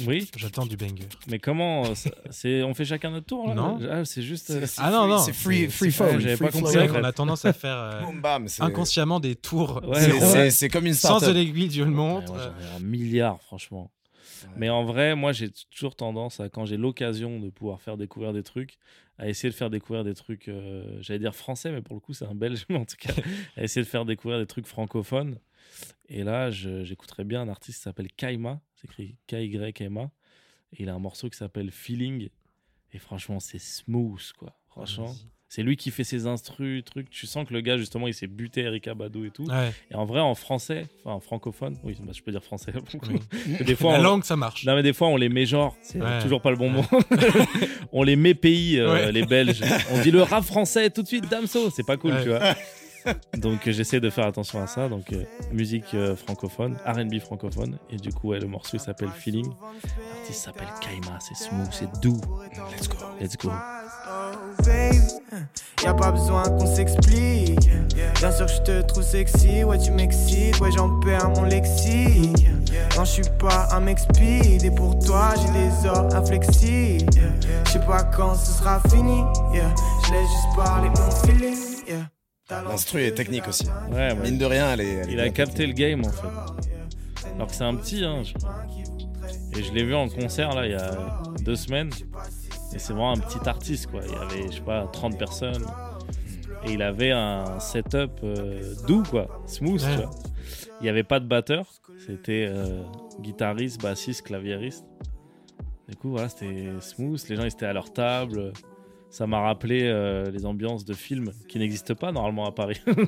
[SPEAKER 4] Oui,
[SPEAKER 2] j'attends du banger.
[SPEAKER 4] mais comment euh, ça- c'est On fait chacun notre tour là
[SPEAKER 2] Non.
[SPEAKER 4] Ah, c'est juste. euh,
[SPEAKER 2] Ah non, non.
[SPEAKER 3] C'est free, free
[SPEAKER 4] c'est- ouais,
[SPEAKER 3] phone.
[SPEAKER 4] j'avais
[SPEAKER 3] free
[SPEAKER 4] pas compris.
[SPEAKER 2] C'est vrai
[SPEAKER 3] flowing.
[SPEAKER 2] qu'on a tendance à faire
[SPEAKER 3] [laughs]
[SPEAKER 2] euh,
[SPEAKER 3] Boum, bam, c'est-
[SPEAKER 2] inconsciemment des tours
[SPEAKER 4] Ouais,
[SPEAKER 3] c'est-
[SPEAKER 2] zéro,
[SPEAKER 3] c'est- C'est comme une
[SPEAKER 2] sans
[SPEAKER 3] start
[SPEAKER 2] de l'aiguille d'une
[SPEAKER 4] Ouais,
[SPEAKER 2] montre.
[SPEAKER 4] moi, j'en ai un milliard, franchement. Mais en vrai, moi, j'ai toujours tendance à, quand j'ai l'occasion de pouvoir faire découvrir des trucs, à essayer de faire découvrir des trucs, euh, j'allais dire français, mais pour le coup, c'est un belge, [laughs] mais en tout cas, à essayer de faire découvrir des trucs francophones. Et là, je- j'écouterais bien un artiste qui s'appelle Kaima, c'est écrit K-Y-M-A, et il a un morceau qui s'appelle Feeling, et franchement, c'est smooth, quoi. Franchement, c'est lui qui fait ses instrus, trucs. Tu sens que le gars, justement, il s'est buté Erika Badu et tout.
[SPEAKER 2] Ouais.
[SPEAKER 4] Et en vrai, en français, enfin en francophone, oui, bah, je peux dire français. [laughs] pour le coup.
[SPEAKER 2] Oui.
[SPEAKER 4] Parce que des fois,
[SPEAKER 2] La
[SPEAKER 4] on-
[SPEAKER 2] langue, ça
[SPEAKER 4] [laughs]
[SPEAKER 2] marche.
[SPEAKER 4] non mais des fois on les met genre, c'est
[SPEAKER 2] Ouais.
[SPEAKER 4] toujours pas le bon mot. [laughs] on les met pays, euh,
[SPEAKER 2] Ouais.
[SPEAKER 4] les Belges. On dit le rap français tout de suite, damso, c'est pas cool,
[SPEAKER 2] Ouais.
[SPEAKER 4] tu vois.
[SPEAKER 2] [laughs]
[SPEAKER 4] Donc euh, j'essaie de faire attention à ça. Donc euh, musique euh, francophone, R&B francophone, et du coup ouais, le morceau il s'appelle Feeling. L'artiste s'appelle Kaima, c'est smooth, c'est doux. Let's go, let's go.
[SPEAKER 9] Oh, babe. Y'a pas besoin qu'on s'explique. Bien sûr, je te trouve sexy. Ouais, tu m'excites. Ouais, j'en perds mon lexique. Non, je suis pas un mec speed. Et pour toi, j'ai des ordres inflexibles. Je sais pas quand ce sera fini. Je laisse juste parler mon feeling. yeah.
[SPEAKER 3] L'instru est technique aussi.
[SPEAKER 4] Ouais, ouais.
[SPEAKER 3] Mine de rien, elle est. elle est
[SPEAKER 4] Il a
[SPEAKER 3] bien
[SPEAKER 4] capté le game en fait. Alors que c'est un petit, hein. je- Et je l'ai vu en concert là il y a deux semaines. Et c'est vraiment un petit artiste quoi. Il y avait, je sais pas, 30 personnes. Et il avait un setup euh, doux quoi, smooth. tu
[SPEAKER 2] Ouais.
[SPEAKER 4] vois. Il n'y avait pas de batteur. C'était euh, guitariste, bassiste, claviériste. Du coup, voilà, c'était smooth. Les gens ils étaient à leur table. Ça m'a rappelé euh, les ambiances de films qui n'existent pas normalement à Paris
[SPEAKER 2] Ouais.
[SPEAKER 3] technique.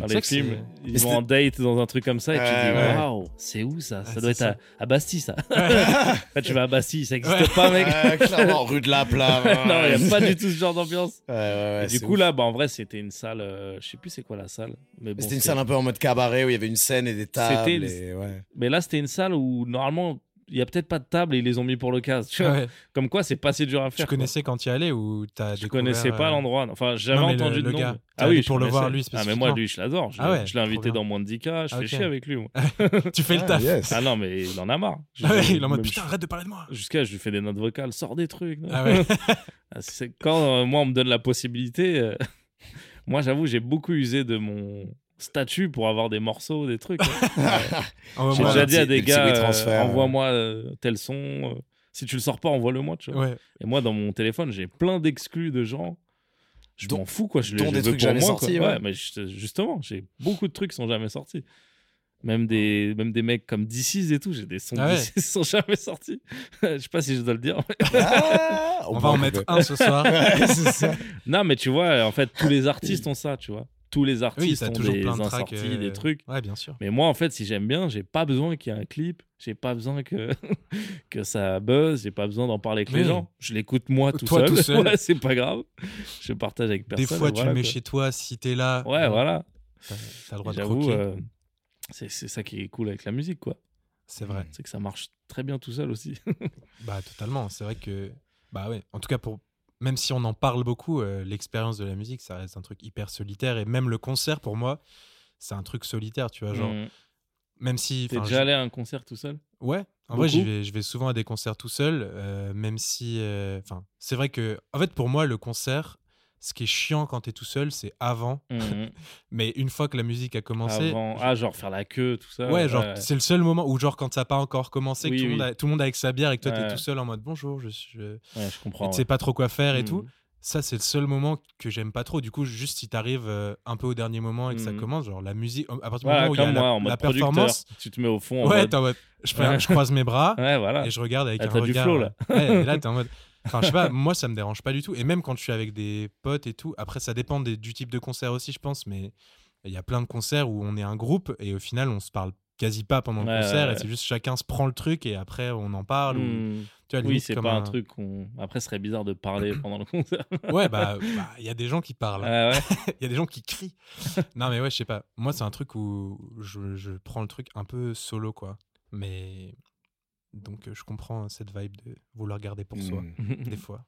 [SPEAKER 4] dans
[SPEAKER 2] C'est
[SPEAKER 4] les
[SPEAKER 2] que
[SPEAKER 4] films. Ils
[SPEAKER 3] Et
[SPEAKER 4] vont en date dans un truc comme ça et
[SPEAKER 3] Ouais,
[SPEAKER 4] tu te
[SPEAKER 3] ouais.
[SPEAKER 4] dis waouh, c'est où ça Ça
[SPEAKER 2] Ah,
[SPEAKER 4] doit être
[SPEAKER 2] c'est
[SPEAKER 4] à, à
[SPEAKER 2] [laughs]
[SPEAKER 4] Bastille ça. Là, tu vas à Bastille, ça n'existe
[SPEAKER 2] Ouais. Ah,
[SPEAKER 4] pas Ah, mec.
[SPEAKER 3] Ouais, clairement, rue de la Plave.
[SPEAKER 4] [laughs] non, il n'y a pas du tout ce genre d'ambiance.
[SPEAKER 3] Ouais, ouais, ouais,
[SPEAKER 4] Et du
[SPEAKER 3] c'est
[SPEAKER 4] coup
[SPEAKER 3] ouf.
[SPEAKER 4] là, bah, en vrai, c'était une salle, euh, je sais plus c'est quoi la salle, mais bon.
[SPEAKER 3] C'était une
[SPEAKER 4] c'est-
[SPEAKER 3] salle un peu en mode cabaret où il y avait une scène et des tables.
[SPEAKER 4] C'était-
[SPEAKER 3] et ouais.
[SPEAKER 4] Mais là, c'était une salle où normalement, il y a peut-être pas de table et ils les ont mis pour l'occasion. Tu vois
[SPEAKER 2] Ouais.
[SPEAKER 4] Comme quoi, c'est pas si dur à
[SPEAKER 2] Tu
[SPEAKER 4] faire. quoi.
[SPEAKER 2] connaissais quand tu y allais ou t'as
[SPEAKER 4] Je connaissais pas l'endroit. Enfin, j'avais
[SPEAKER 2] euh, non, mais le-
[SPEAKER 4] entendu
[SPEAKER 2] le
[SPEAKER 4] nom.
[SPEAKER 2] gars. T'es
[SPEAKER 4] Ah oui,
[SPEAKER 2] allé
[SPEAKER 4] je
[SPEAKER 2] pour le voir,
[SPEAKER 4] connaissais.
[SPEAKER 2] lui,
[SPEAKER 4] Ah mais moi
[SPEAKER 2] spécifiquement.
[SPEAKER 4] lui, je l'adore. Je,
[SPEAKER 2] Ah ouais,
[SPEAKER 4] je l'ai invité
[SPEAKER 2] trop bien.
[SPEAKER 4] dans moins de 10 cas. Je
[SPEAKER 2] Ah,
[SPEAKER 4] fais
[SPEAKER 2] ok.
[SPEAKER 4] chier
[SPEAKER 2] [laughs]
[SPEAKER 4] avec lui. moi.
[SPEAKER 2] Tu fais le
[SPEAKER 3] Ah,
[SPEAKER 2] taf. [laughs]
[SPEAKER 3] yes. [laughs]
[SPEAKER 4] Ah non, mais il en a marre. Je-
[SPEAKER 2] Ah Ouais, il est en mode
[SPEAKER 4] même-
[SPEAKER 2] putain, arrête de parler de
[SPEAKER 4] [laughs]
[SPEAKER 2] moi.
[SPEAKER 4] Jusqu'à, je lui fais des notes vocales, sors des trucs. non
[SPEAKER 2] Ah ouais.
[SPEAKER 4] [laughs] Ah, c'est- Quand euh, moi, on me donne la possibilité, euh, [laughs] moi, j'avoue, j'ai beaucoup usé de mon statut pour avoir des morceaux, des trucs.
[SPEAKER 2] [laughs]
[SPEAKER 4] hein.
[SPEAKER 3] Ah,
[SPEAKER 4] J'ai
[SPEAKER 2] Envoie-moi.
[SPEAKER 3] Ouais,
[SPEAKER 4] déjà
[SPEAKER 3] un
[SPEAKER 4] dit à
[SPEAKER 3] petit-
[SPEAKER 4] des
[SPEAKER 3] des petits
[SPEAKER 4] gars,
[SPEAKER 3] bruits de transfert,
[SPEAKER 4] euh, envoie-moi euh, tel son. euh, si tu le sors pas, envoie-le-moi. Tu vois.
[SPEAKER 2] Ouais.
[SPEAKER 4] Et moi, dans mon téléphone, j'ai plein d'exclus de gens. Je
[SPEAKER 3] Dont-
[SPEAKER 4] m'en fous, quoi. Je les
[SPEAKER 3] dont
[SPEAKER 4] je
[SPEAKER 3] des
[SPEAKER 4] veux
[SPEAKER 3] trucs
[SPEAKER 4] pour
[SPEAKER 3] jamais
[SPEAKER 4] moi,
[SPEAKER 3] sortis,
[SPEAKER 4] quoi.
[SPEAKER 3] ouais.
[SPEAKER 4] Ouais, mais ju- justement, j'ai beaucoup de trucs qui sont jamais sortis. Même des, même des mecs comme DC's et tout, j'ai des sons
[SPEAKER 2] Ah ouais.
[SPEAKER 4] DC's qui sont [laughs] jamais sortis. je sais pas si je dois le dire.
[SPEAKER 3] Ah,
[SPEAKER 2] On
[SPEAKER 3] peut
[SPEAKER 2] va en
[SPEAKER 3] couper.
[SPEAKER 2] mettre un ce soir.
[SPEAKER 4] [laughs]
[SPEAKER 3] Ouais, c'est ça.
[SPEAKER 2] [laughs]
[SPEAKER 4] non, mais tu vois, en fait, tous les artistes ont ça, tu vois. tous les artistes
[SPEAKER 2] t'as
[SPEAKER 4] ont
[SPEAKER 2] toujours
[SPEAKER 4] des
[SPEAKER 2] plein de tracks,
[SPEAKER 4] insorties,
[SPEAKER 2] euh,
[SPEAKER 4] des trucs.
[SPEAKER 2] Ouais, bien sûr.
[SPEAKER 4] Mais moi, en fait, si j'aime bien, j'ai pas besoin qu'il y ait un clip, j'ai pas besoin que, [laughs] que ça buzz, j'ai pas besoin d'en parler avec les
[SPEAKER 2] Oui.
[SPEAKER 4] gens. Je l'écoute moi tout
[SPEAKER 2] Toi,
[SPEAKER 4] seul.
[SPEAKER 2] tout seul.
[SPEAKER 4] [laughs] Ouais, c'est pas grave. Je partage avec personne.
[SPEAKER 2] Des fois,
[SPEAKER 4] et
[SPEAKER 2] tu
[SPEAKER 4] voilà,
[SPEAKER 2] le mets
[SPEAKER 4] quoi.
[SPEAKER 2] chez toi si t'es là.
[SPEAKER 4] Ouais, voilà.
[SPEAKER 2] T'as t'as le droit de
[SPEAKER 4] J'avoue,
[SPEAKER 2] croquer.
[SPEAKER 4] euh, c'est c'est ça qui est cool avec la musique, quoi.
[SPEAKER 2] C'est vrai.
[SPEAKER 4] C'est que ça marche très bien tout seul aussi.
[SPEAKER 2] Bah, totalement. C'est vrai que. Bah, ouais. En tout cas, pour. Même si on en parle beaucoup, euh, l'expérience de la musique, ça reste un truc hyper solitaire. Et même le concert, pour moi, c'est un truc solitaire, tu vois.
[SPEAKER 4] [laughs]
[SPEAKER 2] Genre,
[SPEAKER 4] Mm.
[SPEAKER 2] même si.
[SPEAKER 4] T'es
[SPEAKER 2] enfin,
[SPEAKER 4] déjà
[SPEAKER 2] je-
[SPEAKER 4] allé à un concert tout seul
[SPEAKER 2] Ouais, en vrai, j'y
[SPEAKER 4] Beaucoup.
[SPEAKER 2] vais, je vais souvent à des concerts tout seul, euh, même si. euh, Enfin, c'est vrai que. En fait, pour moi, le concert, ce qui est chiant quand t'es tout seul, c'est avant.
[SPEAKER 4] Mm.
[SPEAKER 2] Mais une fois que la musique a commencé.
[SPEAKER 4] Avant... Ah, genre faire la queue, tout ça.
[SPEAKER 2] Ouais, genre, c'est le seul moment où, genre, quand ça n'a pas encore commencé,
[SPEAKER 4] Oui,
[SPEAKER 2] que tout, le
[SPEAKER 4] oui.
[SPEAKER 2] monde a- tout le monde a avec sa bière et que toi,
[SPEAKER 4] Ouais.
[SPEAKER 2] t'es tout seul en mode bonjour, je, suis- je-
[SPEAKER 4] Ouais, je
[SPEAKER 2] et
[SPEAKER 4] comprends.
[SPEAKER 2] tu
[SPEAKER 4] ouais.
[SPEAKER 2] sais pas trop quoi faire et
[SPEAKER 4] Mm.
[SPEAKER 2] tout. Ça, c'est le seul moment que j'aime pas trop. Du coup, juste si t'arrives euh, un peu au dernier moment et que ça
[SPEAKER 4] Mhm.
[SPEAKER 2] commence, genre, la musique. euh, À partir du
[SPEAKER 4] Voilà,
[SPEAKER 2] moment où il y a
[SPEAKER 4] comme
[SPEAKER 2] la,
[SPEAKER 4] moi, en
[SPEAKER 2] la
[SPEAKER 4] mode producteur.
[SPEAKER 2] performance.
[SPEAKER 4] Tu te mets au fond. en
[SPEAKER 2] Ouais,
[SPEAKER 4] mode-
[SPEAKER 2] t'es en mode, je, fais un-
[SPEAKER 4] Ouais.
[SPEAKER 2] je croise mes bras
[SPEAKER 4] [laughs] Ouais, voilà.
[SPEAKER 2] et je regarde avec
[SPEAKER 4] Ah,
[SPEAKER 2] un
[SPEAKER 4] t'as
[SPEAKER 2] regard. euh,
[SPEAKER 4] du flow, là.
[SPEAKER 2] ouais, et là, t'es en
[SPEAKER 4] [laughs]
[SPEAKER 2] mode. Enfin, je sais pas, moi, ça me dérange pas du tout. Et même quand je suis avec des potes et tout, après, ça dépend des- du type de concert aussi, je pense, mais il y a plein de concerts où on est un groupe et au final, on se parle quasi pas pendant le
[SPEAKER 4] Ouais,
[SPEAKER 2] concert
[SPEAKER 4] ouais,
[SPEAKER 2] et
[SPEAKER 4] ouais.
[SPEAKER 2] c'est juste chacun se prend le truc et après, on en parle. ou-
[SPEAKER 4] Mm.
[SPEAKER 2] tu vois,
[SPEAKER 4] Oui,
[SPEAKER 2] limite
[SPEAKER 4] c'est
[SPEAKER 2] comme
[SPEAKER 4] pas un truc qu'on. Après, ce serait bizarre de parler pendant le concert.
[SPEAKER 2] Ouais, bah, bah, il y a des gens qui parlent. hein.
[SPEAKER 4] Ah ouais.
[SPEAKER 2] Il y a des gens qui crient. [laughs] non, mais ouais, je sais pas. Moi, c'est un truc où je, je prends le truc un peu solo, quoi. Mais. Donc, euh, je comprends cette vibe de vouloir garder pour soi,
[SPEAKER 3] Mm.
[SPEAKER 2] [laughs] des fois.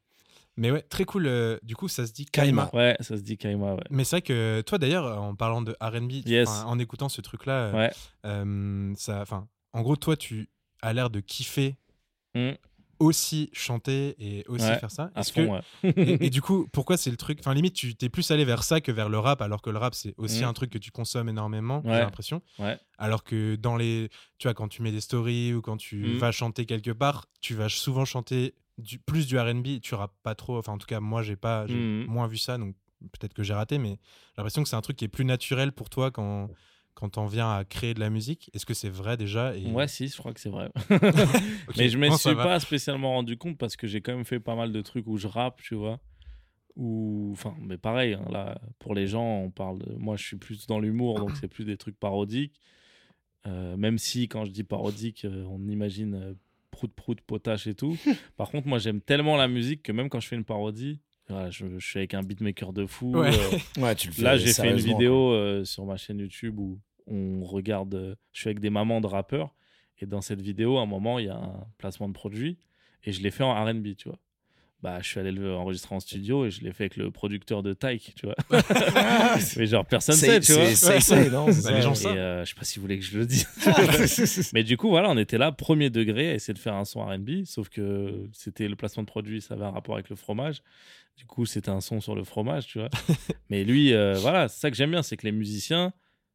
[SPEAKER 2] Mais ouais, très cool. euh, du coup, ça se dit Kaima.
[SPEAKER 4] Ouais, ça se dit Kaima, ouais.
[SPEAKER 2] Mais c'est vrai que toi, d'ailleurs, euh, en parlant de RB,
[SPEAKER 4] Yes.
[SPEAKER 2] enfin, en écoutant ce truc-là, euh,
[SPEAKER 4] Ouais.
[SPEAKER 2] euh, ça, enfin, en gros, toi, tu as l'air de kiffer
[SPEAKER 4] Mm.
[SPEAKER 2] aussi chanter et aussi
[SPEAKER 4] Ouais,
[SPEAKER 2] faire ça.
[SPEAKER 4] À
[SPEAKER 2] Est-ce
[SPEAKER 4] fond,
[SPEAKER 2] que
[SPEAKER 4] ouais.
[SPEAKER 2] [laughs] et,
[SPEAKER 4] [laughs]
[SPEAKER 2] et du coup, pourquoi c'est le truc Enfin, limite, tu t'es plus allé vers ça que vers le rap, alors que le rap, c'est aussi
[SPEAKER 4] Mm.
[SPEAKER 2] un truc que tu consommes énormément, j'ai
[SPEAKER 4] Ouais.
[SPEAKER 2] l'impression.
[SPEAKER 4] Ouais.
[SPEAKER 2] Alors que dans les. Tu vois, quand tu mets des stories ou quand tu
[SPEAKER 4] Mm.
[SPEAKER 2] vas chanter quelque part, tu vas souvent chanter du, plus du RB, tu rappes pas trop. Enfin, en tout cas, moi, j'ai pas. J'ai
[SPEAKER 4] Mm.
[SPEAKER 2] moins vu ça, donc peut-être que j'ai raté, mais j'ai l'impression que c'est un truc qui est plus naturel pour toi quand. Quand on vient à créer de la musique, est-ce que c'est vrai déjà et... [laughs]
[SPEAKER 4] [laughs] Ouais, si, je crois que c'est vrai.
[SPEAKER 2] Ok,
[SPEAKER 4] Mais je m'en
[SPEAKER 2] bon, ça [laughs]
[SPEAKER 4] suis
[SPEAKER 2] va.
[SPEAKER 4] pas spécialement rendu compte parce que j'ai quand même fait pas mal de trucs où je rappe, tu vois. Ou enfin, mais pareil, hein, là, pour les gens, on parle. de- Moi, je suis plus dans l'humour, donc c'est plus des trucs parodiques. Euh, même si, quand je dis parodique, euh, on imagine euh, prout prout potache
[SPEAKER 2] [laughs]
[SPEAKER 4] et tout. Par contre, moi, j'aime tellement la musique que même quand je fais une parodie, voilà, je, je suis avec un beatmaker de fou.
[SPEAKER 2] Ouais.
[SPEAKER 4] euh,
[SPEAKER 3] Ouais, tu le fais.
[SPEAKER 4] Là, j'ai fait une
[SPEAKER 3] sérieusement, [laughs]
[SPEAKER 4] vidéo [laughs] euh, sur ma chaîne YouTube où on regarde. euh, je suis avec des mamans de rappeurs. Et dans cette vidéo, à un moment, il y a un placement de produit. Et je l'ai fait en RB, tu vois. Bah, je suis allé le enregistrer en studio et je l'ai fait avec le producteur de Tyke, tu vois.
[SPEAKER 3] quoi.
[SPEAKER 4] Mais genre, personne
[SPEAKER 3] C'est-
[SPEAKER 4] sait, tu vois.
[SPEAKER 3] c'est- c'est- c'est- non, c'est
[SPEAKER 2] Bah,
[SPEAKER 3] ça.
[SPEAKER 2] les gens
[SPEAKER 4] Et
[SPEAKER 2] savent.
[SPEAKER 4] euh, je sais pas si vous voulez que je le dise.
[SPEAKER 3] Ouais,
[SPEAKER 4] Mais du coup, voilà, on était là, premier degré, à essayer de faire un son RB, sauf que c'était le placement de produit, ça avait un rapport avec le fromage. Du coup, c'était un son sur le fromage, tu
[SPEAKER 2] [laughs]
[SPEAKER 4] vois. Mais lui, euh, voilà, c'est ça que j'aime bien, c'est que les musiciens,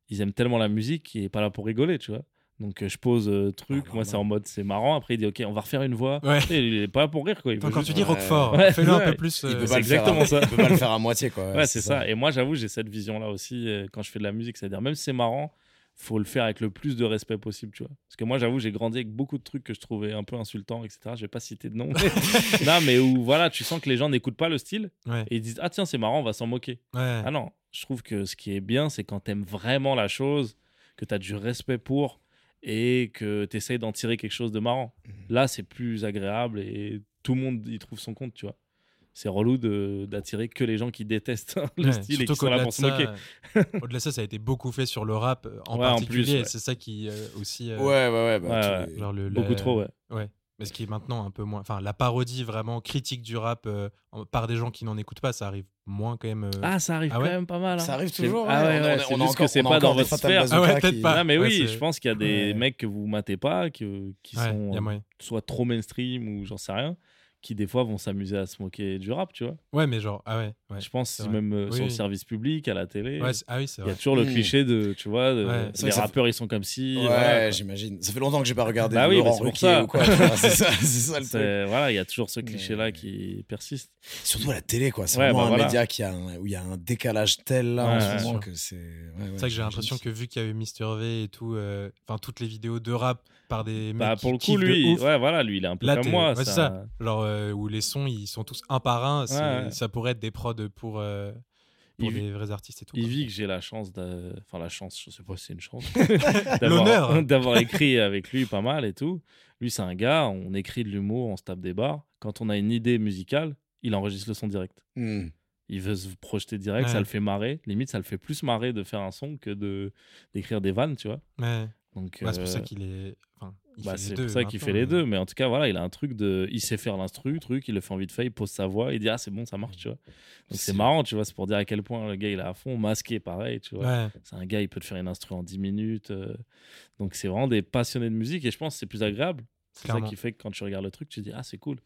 [SPEAKER 4] ils aiment tellement la musique qu'il est pas là pour rigoler, tu vois. Donc, euh, je pose euh, truc, moi, c'est en mode, c'est marrant. Après, il dit, OK, on va refaire une voix.
[SPEAKER 2] Ah, Ouais.
[SPEAKER 4] Et il est pas là pour rire, quoi. Il veut
[SPEAKER 2] Attends, quand
[SPEAKER 4] juste-
[SPEAKER 2] tu dis
[SPEAKER 3] Ouais.
[SPEAKER 2] Roquefort,
[SPEAKER 4] Ouais,
[SPEAKER 2] fais-le un
[SPEAKER 4] ouais.
[SPEAKER 2] peu plus.
[SPEAKER 3] Il
[SPEAKER 2] euh,
[SPEAKER 3] peut
[SPEAKER 4] c'est
[SPEAKER 3] pas le faire à-
[SPEAKER 4] exactement ça.
[SPEAKER 3] Il peut pas le faire à moitié, quoi.
[SPEAKER 4] Ouais, c'est ça. Et moi, j'avoue, j'ai cette vision-là aussi euh, quand je fais de la musique. C'est-à-dire, même si c'est marrant, faut le faire avec le plus de respect possible, tu vois. Parce que moi, j'avoue, j'ai grandi avec beaucoup de trucs que je trouvais un peu insultants, etc. Je vais pas citer [laughs] de nom.
[SPEAKER 2] [laughs]
[SPEAKER 4] mais- non, mais où, voilà, tu sens que les gens n'écoutent pas le style
[SPEAKER 2] Ouais.
[SPEAKER 4] et ils disent Ah, tiens, c'est marrant, on va s'en moquer.
[SPEAKER 2] ouais.
[SPEAKER 4] Ah non, je trouve que ce qui est bien, c'est quand t'aimes vraiment la chose, que t'as du respect pour et que t'essayes d'en tirer quelque chose de marrant.
[SPEAKER 2] Mhm.
[SPEAKER 4] Là, c'est plus agréable et tout le monde y trouve son compte, tu vois. C'est relou de- d'attirer que les gens qui détestent [laughs] le
[SPEAKER 2] Ouais,
[SPEAKER 4] style et
[SPEAKER 2] surtout
[SPEAKER 4] qui sont là
[SPEAKER 2] qu'au-delà
[SPEAKER 4] pour se
[SPEAKER 2] de
[SPEAKER 4] moquer.
[SPEAKER 2] ça, euh, Au-delà de ça, ça a été beaucoup fait sur le rap euh, en
[SPEAKER 4] Ouais, en
[SPEAKER 2] particulier.
[SPEAKER 4] plus,
[SPEAKER 2] et
[SPEAKER 4] ouais.
[SPEAKER 2] C'est ça qui euh, aussi. euh,
[SPEAKER 3] Ouais, ouais, ouais. bah,
[SPEAKER 4] Ouais,
[SPEAKER 3] tu-
[SPEAKER 2] genre le-
[SPEAKER 4] Beaucoup
[SPEAKER 2] la-
[SPEAKER 4] trop, ouais.
[SPEAKER 2] Mais ce qui est maintenant un peu moins. Enfin, la parodie vraiment critique du rap euh, en- par des gens qui n'en écoutent pas, ça arrive moins quand même. euh.
[SPEAKER 4] Ah, ça arrive
[SPEAKER 2] Ah
[SPEAKER 4] quand
[SPEAKER 2] ouais
[SPEAKER 4] même pas mal. hein.
[SPEAKER 3] Ça arrive
[SPEAKER 4] C'est-
[SPEAKER 3] toujours.
[SPEAKER 4] Ah ouais,
[SPEAKER 3] on
[SPEAKER 4] ouais,
[SPEAKER 3] a-
[SPEAKER 4] c'est
[SPEAKER 3] on a
[SPEAKER 4] juste que
[SPEAKER 3] encore-
[SPEAKER 4] c'est
[SPEAKER 3] on a
[SPEAKER 4] pas
[SPEAKER 3] encore
[SPEAKER 4] dans
[SPEAKER 3] des
[SPEAKER 4] votre
[SPEAKER 3] Fatal
[SPEAKER 4] sphère.
[SPEAKER 3] Bazooka
[SPEAKER 2] Ah ouais, peut-être
[SPEAKER 3] qui-
[SPEAKER 2] pas.
[SPEAKER 4] Non, mais
[SPEAKER 2] Ouais,
[SPEAKER 4] oui,
[SPEAKER 2] c'est-
[SPEAKER 4] je pense qu'il y a des
[SPEAKER 3] Ouais.
[SPEAKER 4] mecs que vous matez pas, qui, qui
[SPEAKER 2] Ouais,
[SPEAKER 4] sont euh,
[SPEAKER 2] y a moyen.
[SPEAKER 4] soit trop mainstream ou j'en sais rien, qui des fois vont s'amuser à se moquer du rap, tu vois.
[SPEAKER 2] Ouais, mais genre, ah ouais. ouais.
[SPEAKER 4] je pense
[SPEAKER 2] c'est vrai.
[SPEAKER 4] même euh,
[SPEAKER 2] Oui,
[SPEAKER 4] sur le
[SPEAKER 2] oui.
[SPEAKER 4] service public, à la télé.
[SPEAKER 2] Ouais, c'est- ah oui, c'est
[SPEAKER 4] il y a
[SPEAKER 2] vrai.
[SPEAKER 4] toujours le
[SPEAKER 3] Mm.
[SPEAKER 4] cliché de, tu vois, de-
[SPEAKER 2] Ouais. C'est
[SPEAKER 4] les
[SPEAKER 3] vrai que ça-
[SPEAKER 4] rappeurs ils sont comme si.
[SPEAKER 3] Ouais,
[SPEAKER 4] voilà, quoi.
[SPEAKER 3] j'imagine. Ça fait longtemps que j'ai pas regardé
[SPEAKER 4] Bah oui, mais
[SPEAKER 3] Laurent
[SPEAKER 4] c'est pour
[SPEAKER 3] Ruquier
[SPEAKER 4] ça.
[SPEAKER 3] ou quoi. tu vois, c'est
[SPEAKER 4] [laughs]
[SPEAKER 3] ça, c'est ça le truc.
[SPEAKER 4] C'est- Voilà, il y a toujours ce
[SPEAKER 3] Mais-
[SPEAKER 4] cliché-là qui persiste.
[SPEAKER 3] Surtout à la télé, quoi. C'est
[SPEAKER 4] Ouais,
[SPEAKER 3] vraiment
[SPEAKER 4] bah
[SPEAKER 3] un
[SPEAKER 4] voilà.
[SPEAKER 3] média qui a un- où il y a un décalage tel là
[SPEAKER 4] Ouais,
[SPEAKER 3] en
[SPEAKER 4] ouais,
[SPEAKER 3] ce moment
[SPEAKER 2] sûr.
[SPEAKER 3] que c'est. ouais, ouais,
[SPEAKER 2] C'est vrai que j'ai
[SPEAKER 3] j'imagine
[SPEAKER 2] l'impression que vu qu'il y a eu Mister V et tout, euh, enfin toutes les vidéos de rap par des mecs
[SPEAKER 4] Bah,
[SPEAKER 2] qui
[SPEAKER 4] pour le coup,
[SPEAKER 2] kiffent de
[SPEAKER 4] lui,
[SPEAKER 2] ouf,
[SPEAKER 4] ouais, voilà, lui, il est un peu
[SPEAKER 2] Là,
[SPEAKER 4] comme
[SPEAKER 2] t'es-
[SPEAKER 4] moi.
[SPEAKER 2] ouais, c'est
[SPEAKER 4] ça-
[SPEAKER 2] ça. genre euh, où les sons ils sont tous un par un, c'est-
[SPEAKER 4] Ouais, ouais.
[SPEAKER 2] ça pourrait être des prods pour. euh, pour
[SPEAKER 4] Yves-
[SPEAKER 2] des vrais artistes et tout. quoi.
[SPEAKER 4] Ivy, que j'ai la chance, d'a- enfin la chance, je sais pas si c'est une
[SPEAKER 2] [laughs]
[SPEAKER 4] chance, d'avoir-
[SPEAKER 2] L'honneur.
[SPEAKER 4] [laughs] d'avoir écrit avec lui pas mal et tout. Lui, c'est un gars, on écrit de l'humour, on se tape des barres. Quand on a une idée musicale, il enregistre le son direct.
[SPEAKER 3] Hmm.
[SPEAKER 4] Il veut se projeter direct,
[SPEAKER 2] Ouais.
[SPEAKER 4] ça le fait marrer. Limite, ça le fait plus marrer de faire un son que de d'écrire des vannes, tu vois.
[SPEAKER 2] Ouais.
[SPEAKER 4] Donc,
[SPEAKER 2] Bah, c'est pour
[SPEAKER 4] euh,
[SPEAKER 2] ça qu'il est. Enfin, il
[SPEAKER 4] bah,
[SPEAKER 2] fait les
[SPEAKER 4] c'est
[SPEAKER 2] deux.
[SPEAKER 4] pour ça qu'il
[SPEAKER 2] maintenant,
[SPEAKER 4] fait les
[SPEAKER 2] mais-
[SPEAKER 4] deux. Mais en tout cas, voilà, il a un truc de. Il sait faire l'instru, truc, il le fait en vite fait, il pose sa voix, il dit Ah, c'est bon, ça marche, tu vois. Donc c'est
[SPEAKER 2] C'est-
[SPEAKER 4] marrant, tu vois, c'est pour dire à quel point le gars, il est à fond, masqué, pareil, tu vois.
[SPEAKER 2] Ouais.
[SPEAKER 4] C'est un gars, il peut te faire une instru en 10 minutes. euh, Donc c'est vraiment des passionnés de musique et je pense que c'est plus agréable. C'est ça
[SPEAKER 2] Clairement.
[SPEAKER 4] qui fait que quand tu regardes le truc, tu te dis ah c'est cool.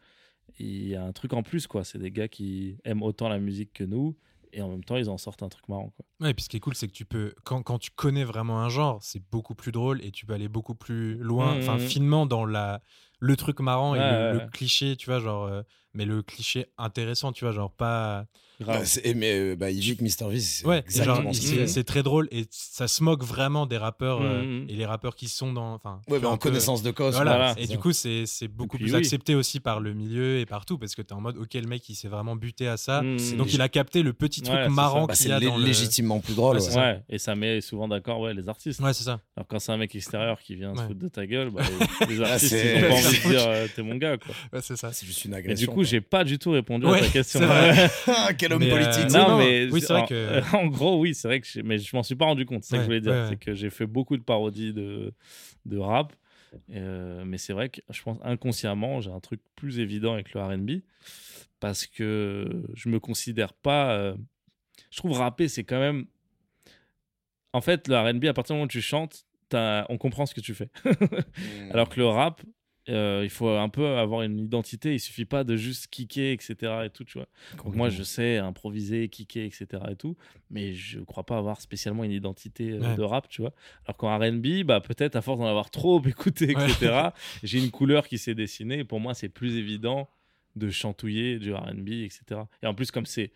[SPEAKER 4] Il y a un truc en plus quoi. C'est des gars qui aiment autant la musique que nous et en même temps ils en sortent un truc marrant quoi.
[SPEAKER 2] Ouais, et puis ce qui est cool, c'est que tu peux, quand, quand tu connais vraiment un genre, c'est beaucoup plus drôle et tu peux aller beaucoup plus loin,
[SPEAKER 4] Mmh,
[SPEAKER 2] enfin
[SPEAKER 4] mmh.
[SPEAKER 2] finement dans la, le truc marrant et
[SPEAKER 4] Ouais,
[SPEAKER 2] le,
[SPEAKER 4] ouais,
[SPEAKER 2] le
[SPEAKER 4] ouais.
[SPEAKER 2] cliché, tu vois, genre, euh, mais le cliché intéressant, tu vois, genre pas.
[SPEAKER 4] Grave.
[SPEAKER 3] Bah, c'est- et mais euh, bah, Yvick, Mr. V, c'est
[SPEAKER 2] Ouais, et genre,
[SPEAKER 3] exactement ce
[SPEAKER 2] il-
[SPEAKER 3] qu'il
[SPEAKER 2] c'est
[SPEAKER 3] fait.
[SPEAKER 2] c'est très drôle et ça se moque vraiment des rappeurs euh,
[SPEAKER 4] Mmh, mmh.
[SPEAKER 2] et les rappeurs qui sont dans. enfin
[SPEAKER 3] Ouais,
[SPEAKER 2] tu
[SPEAKER 3] bah,
[SPEAKER 2] vois,
[SPEAKER 3] en
[SPEAKER 2] un peu-
[SPEAKER 3] connaissance de cause.
[SPEAKER 2] euh, Voilà.
[SPEAKER 4] voilà,
[SPEAKER 3] c'est
[SPEAKER 2] et
[SPEAKER 3] ça.
[SPEAKER 2] du coup, c'est c'est beaucoup
[SPEAKER 4] puis
[SPEAKER 2] plus
[SPEAKER 4] oui.
[SPEAKER 2] accepté aussi par le milieu et partout parce que t'es en mode, ok, le mec, il s'est vraiment buté à ça.
[SPEAKER 4] Mm.
[SPEAKER 3] c'est
[SPEAKER 2] Donc il a capté le petit truc
[SPEAKER 4] Ouais, c'est
[SPEAKER 2] marrant
[SPEAKER 4] ça.
[SPEAKER 3] Bah,
[SPEAKER 2] qu'il
[SPEAKER 3] c'est
[SPEAKER 2] y a
[SPEAKER 3] lé-
[SPEAKER 2] dans le.
[SPEAKER 3] légitimement plus drôle.
[SPEAKER 2] Ouais,
[SPEAKER 3] ouais.
[SPEAKER 2] c'est ça.
[SPEAKER 4] Ouais, et ça met souvent d'accord ouais, les artistes.
[SPEAKER 2] Ouais, c'est ça.
[SPEAKER 4] Alors quand c'est un mec extérieur qui vient
[SPEAKER 2] Ouais.
[SPEAKER 4] se foutre de ta gueule,
[SPEAKER 2] [laughs]
[SPEAKER 4] bah, les, les artistes
[SPEAKER 3] c'est-
[SPEAKER 4] ils ont pas envie de dire euh, t'es mon gars quoi.
[SPEAKER 2] Ouais, c'est ça.
[SPEAKER 3] C'est juste une
[SPEAKER 4] Et
[SPEAKER 3] agression.
[SPEAKER 4] du coup j'ai pas du tout répondu
[SPEAKER 2] Ouais,
[SPEAKER 4] à ta question.
[SPEAKER 2] c'est
[SPEAKER 4] [laughs]
[SPEAKER 2] vrai.
[SPEAKER 3] [laughs] Ah, Quel homme
[SPEAKER 2] Mais, euh,
[SPEAKER 3] politique.
[SPEAKER 2] non,
[SPEAKER 4] Non,
[SPEAKER 2] non.
[SPEAKER 4] mais
[SPEAKER 2] Oui, c'est vrai
[SPEAKER 4] en-
[SPEAKER 2] que-
[SPEAKER 4] [laughs] en gros, oui, c'est vrai que je, mais je m'en suis pas rendu compte. C'est ça que
[SPEAKER 2] Ouais,
[SPEAKER 4] je voulais dire,
[SPEAKER 2] ouais, ouais.
[SPEAKER 4] c'est que j'ai fait beaucoup de parodies de, de rap, euh, mais c'est vrai que je pense inconsciemment j'ai un truc plus évident avec le R&B parce que je me considère pas. euh, je trouve rapper c'est quand même. En fait, le R&B à partir du moment où tu chantes, t'as- on comprend ce que tu fais.
[SPEAKER 2] Mm.
[SPEAKER 3] Hmm.
[SPEAKER 4] Alors que le rap, euh, il faut un peu avoir une identité. Il suffit pas de juste kicker, etc. Et tout, tu vois. Donc moi, je sais improviser, kicker, etc. Et tout, mais je crois pas avoir spécialement une identité euh,
[SPEAKER 2] Ouais.
[SPEAKER 4] de rap, tu vois. Alors qu'en R&B, bah peut-être à force d'en avoir trop [laughs] écouté,
[SPEAKER 2] Ouais.
[SPEAKER 4] etc.
[SPEAKER 2] [laughs]
[SPEAKER 4] j'ai une couleur qui s'est dessinée. Et pour moi, c'est plus évident de chantouiller du R&B, etc. Et en plus, comme c'est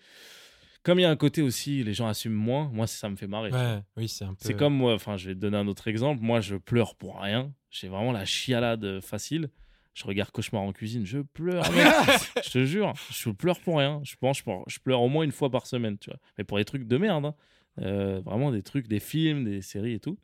[SPEAKER 4] comme il y a un côté aussi, les gens assument moins. Moi, ça me fait marrer. tu vois.
[SPEAKER 2] Ouais, oui, c'est un peu.
[SPEAKER 4] C'est comme moi, enfin, je vais te donner un autre exemple. Moi, je pleure pour rien. J'ai vraiment la chialade facile. Je regarde Cauchemar en cuisine, je pleure.
[SPEAKER 2] [laughs]
[SPEAKER 4] mec. je te jure, je pleure pour rien. Je pense, je pleure, je pleure au moins une fois par semaine, tu vois. Mais pour des trucs de merde, hein. Euh, vraiment des trucs, des films, des séries et tout.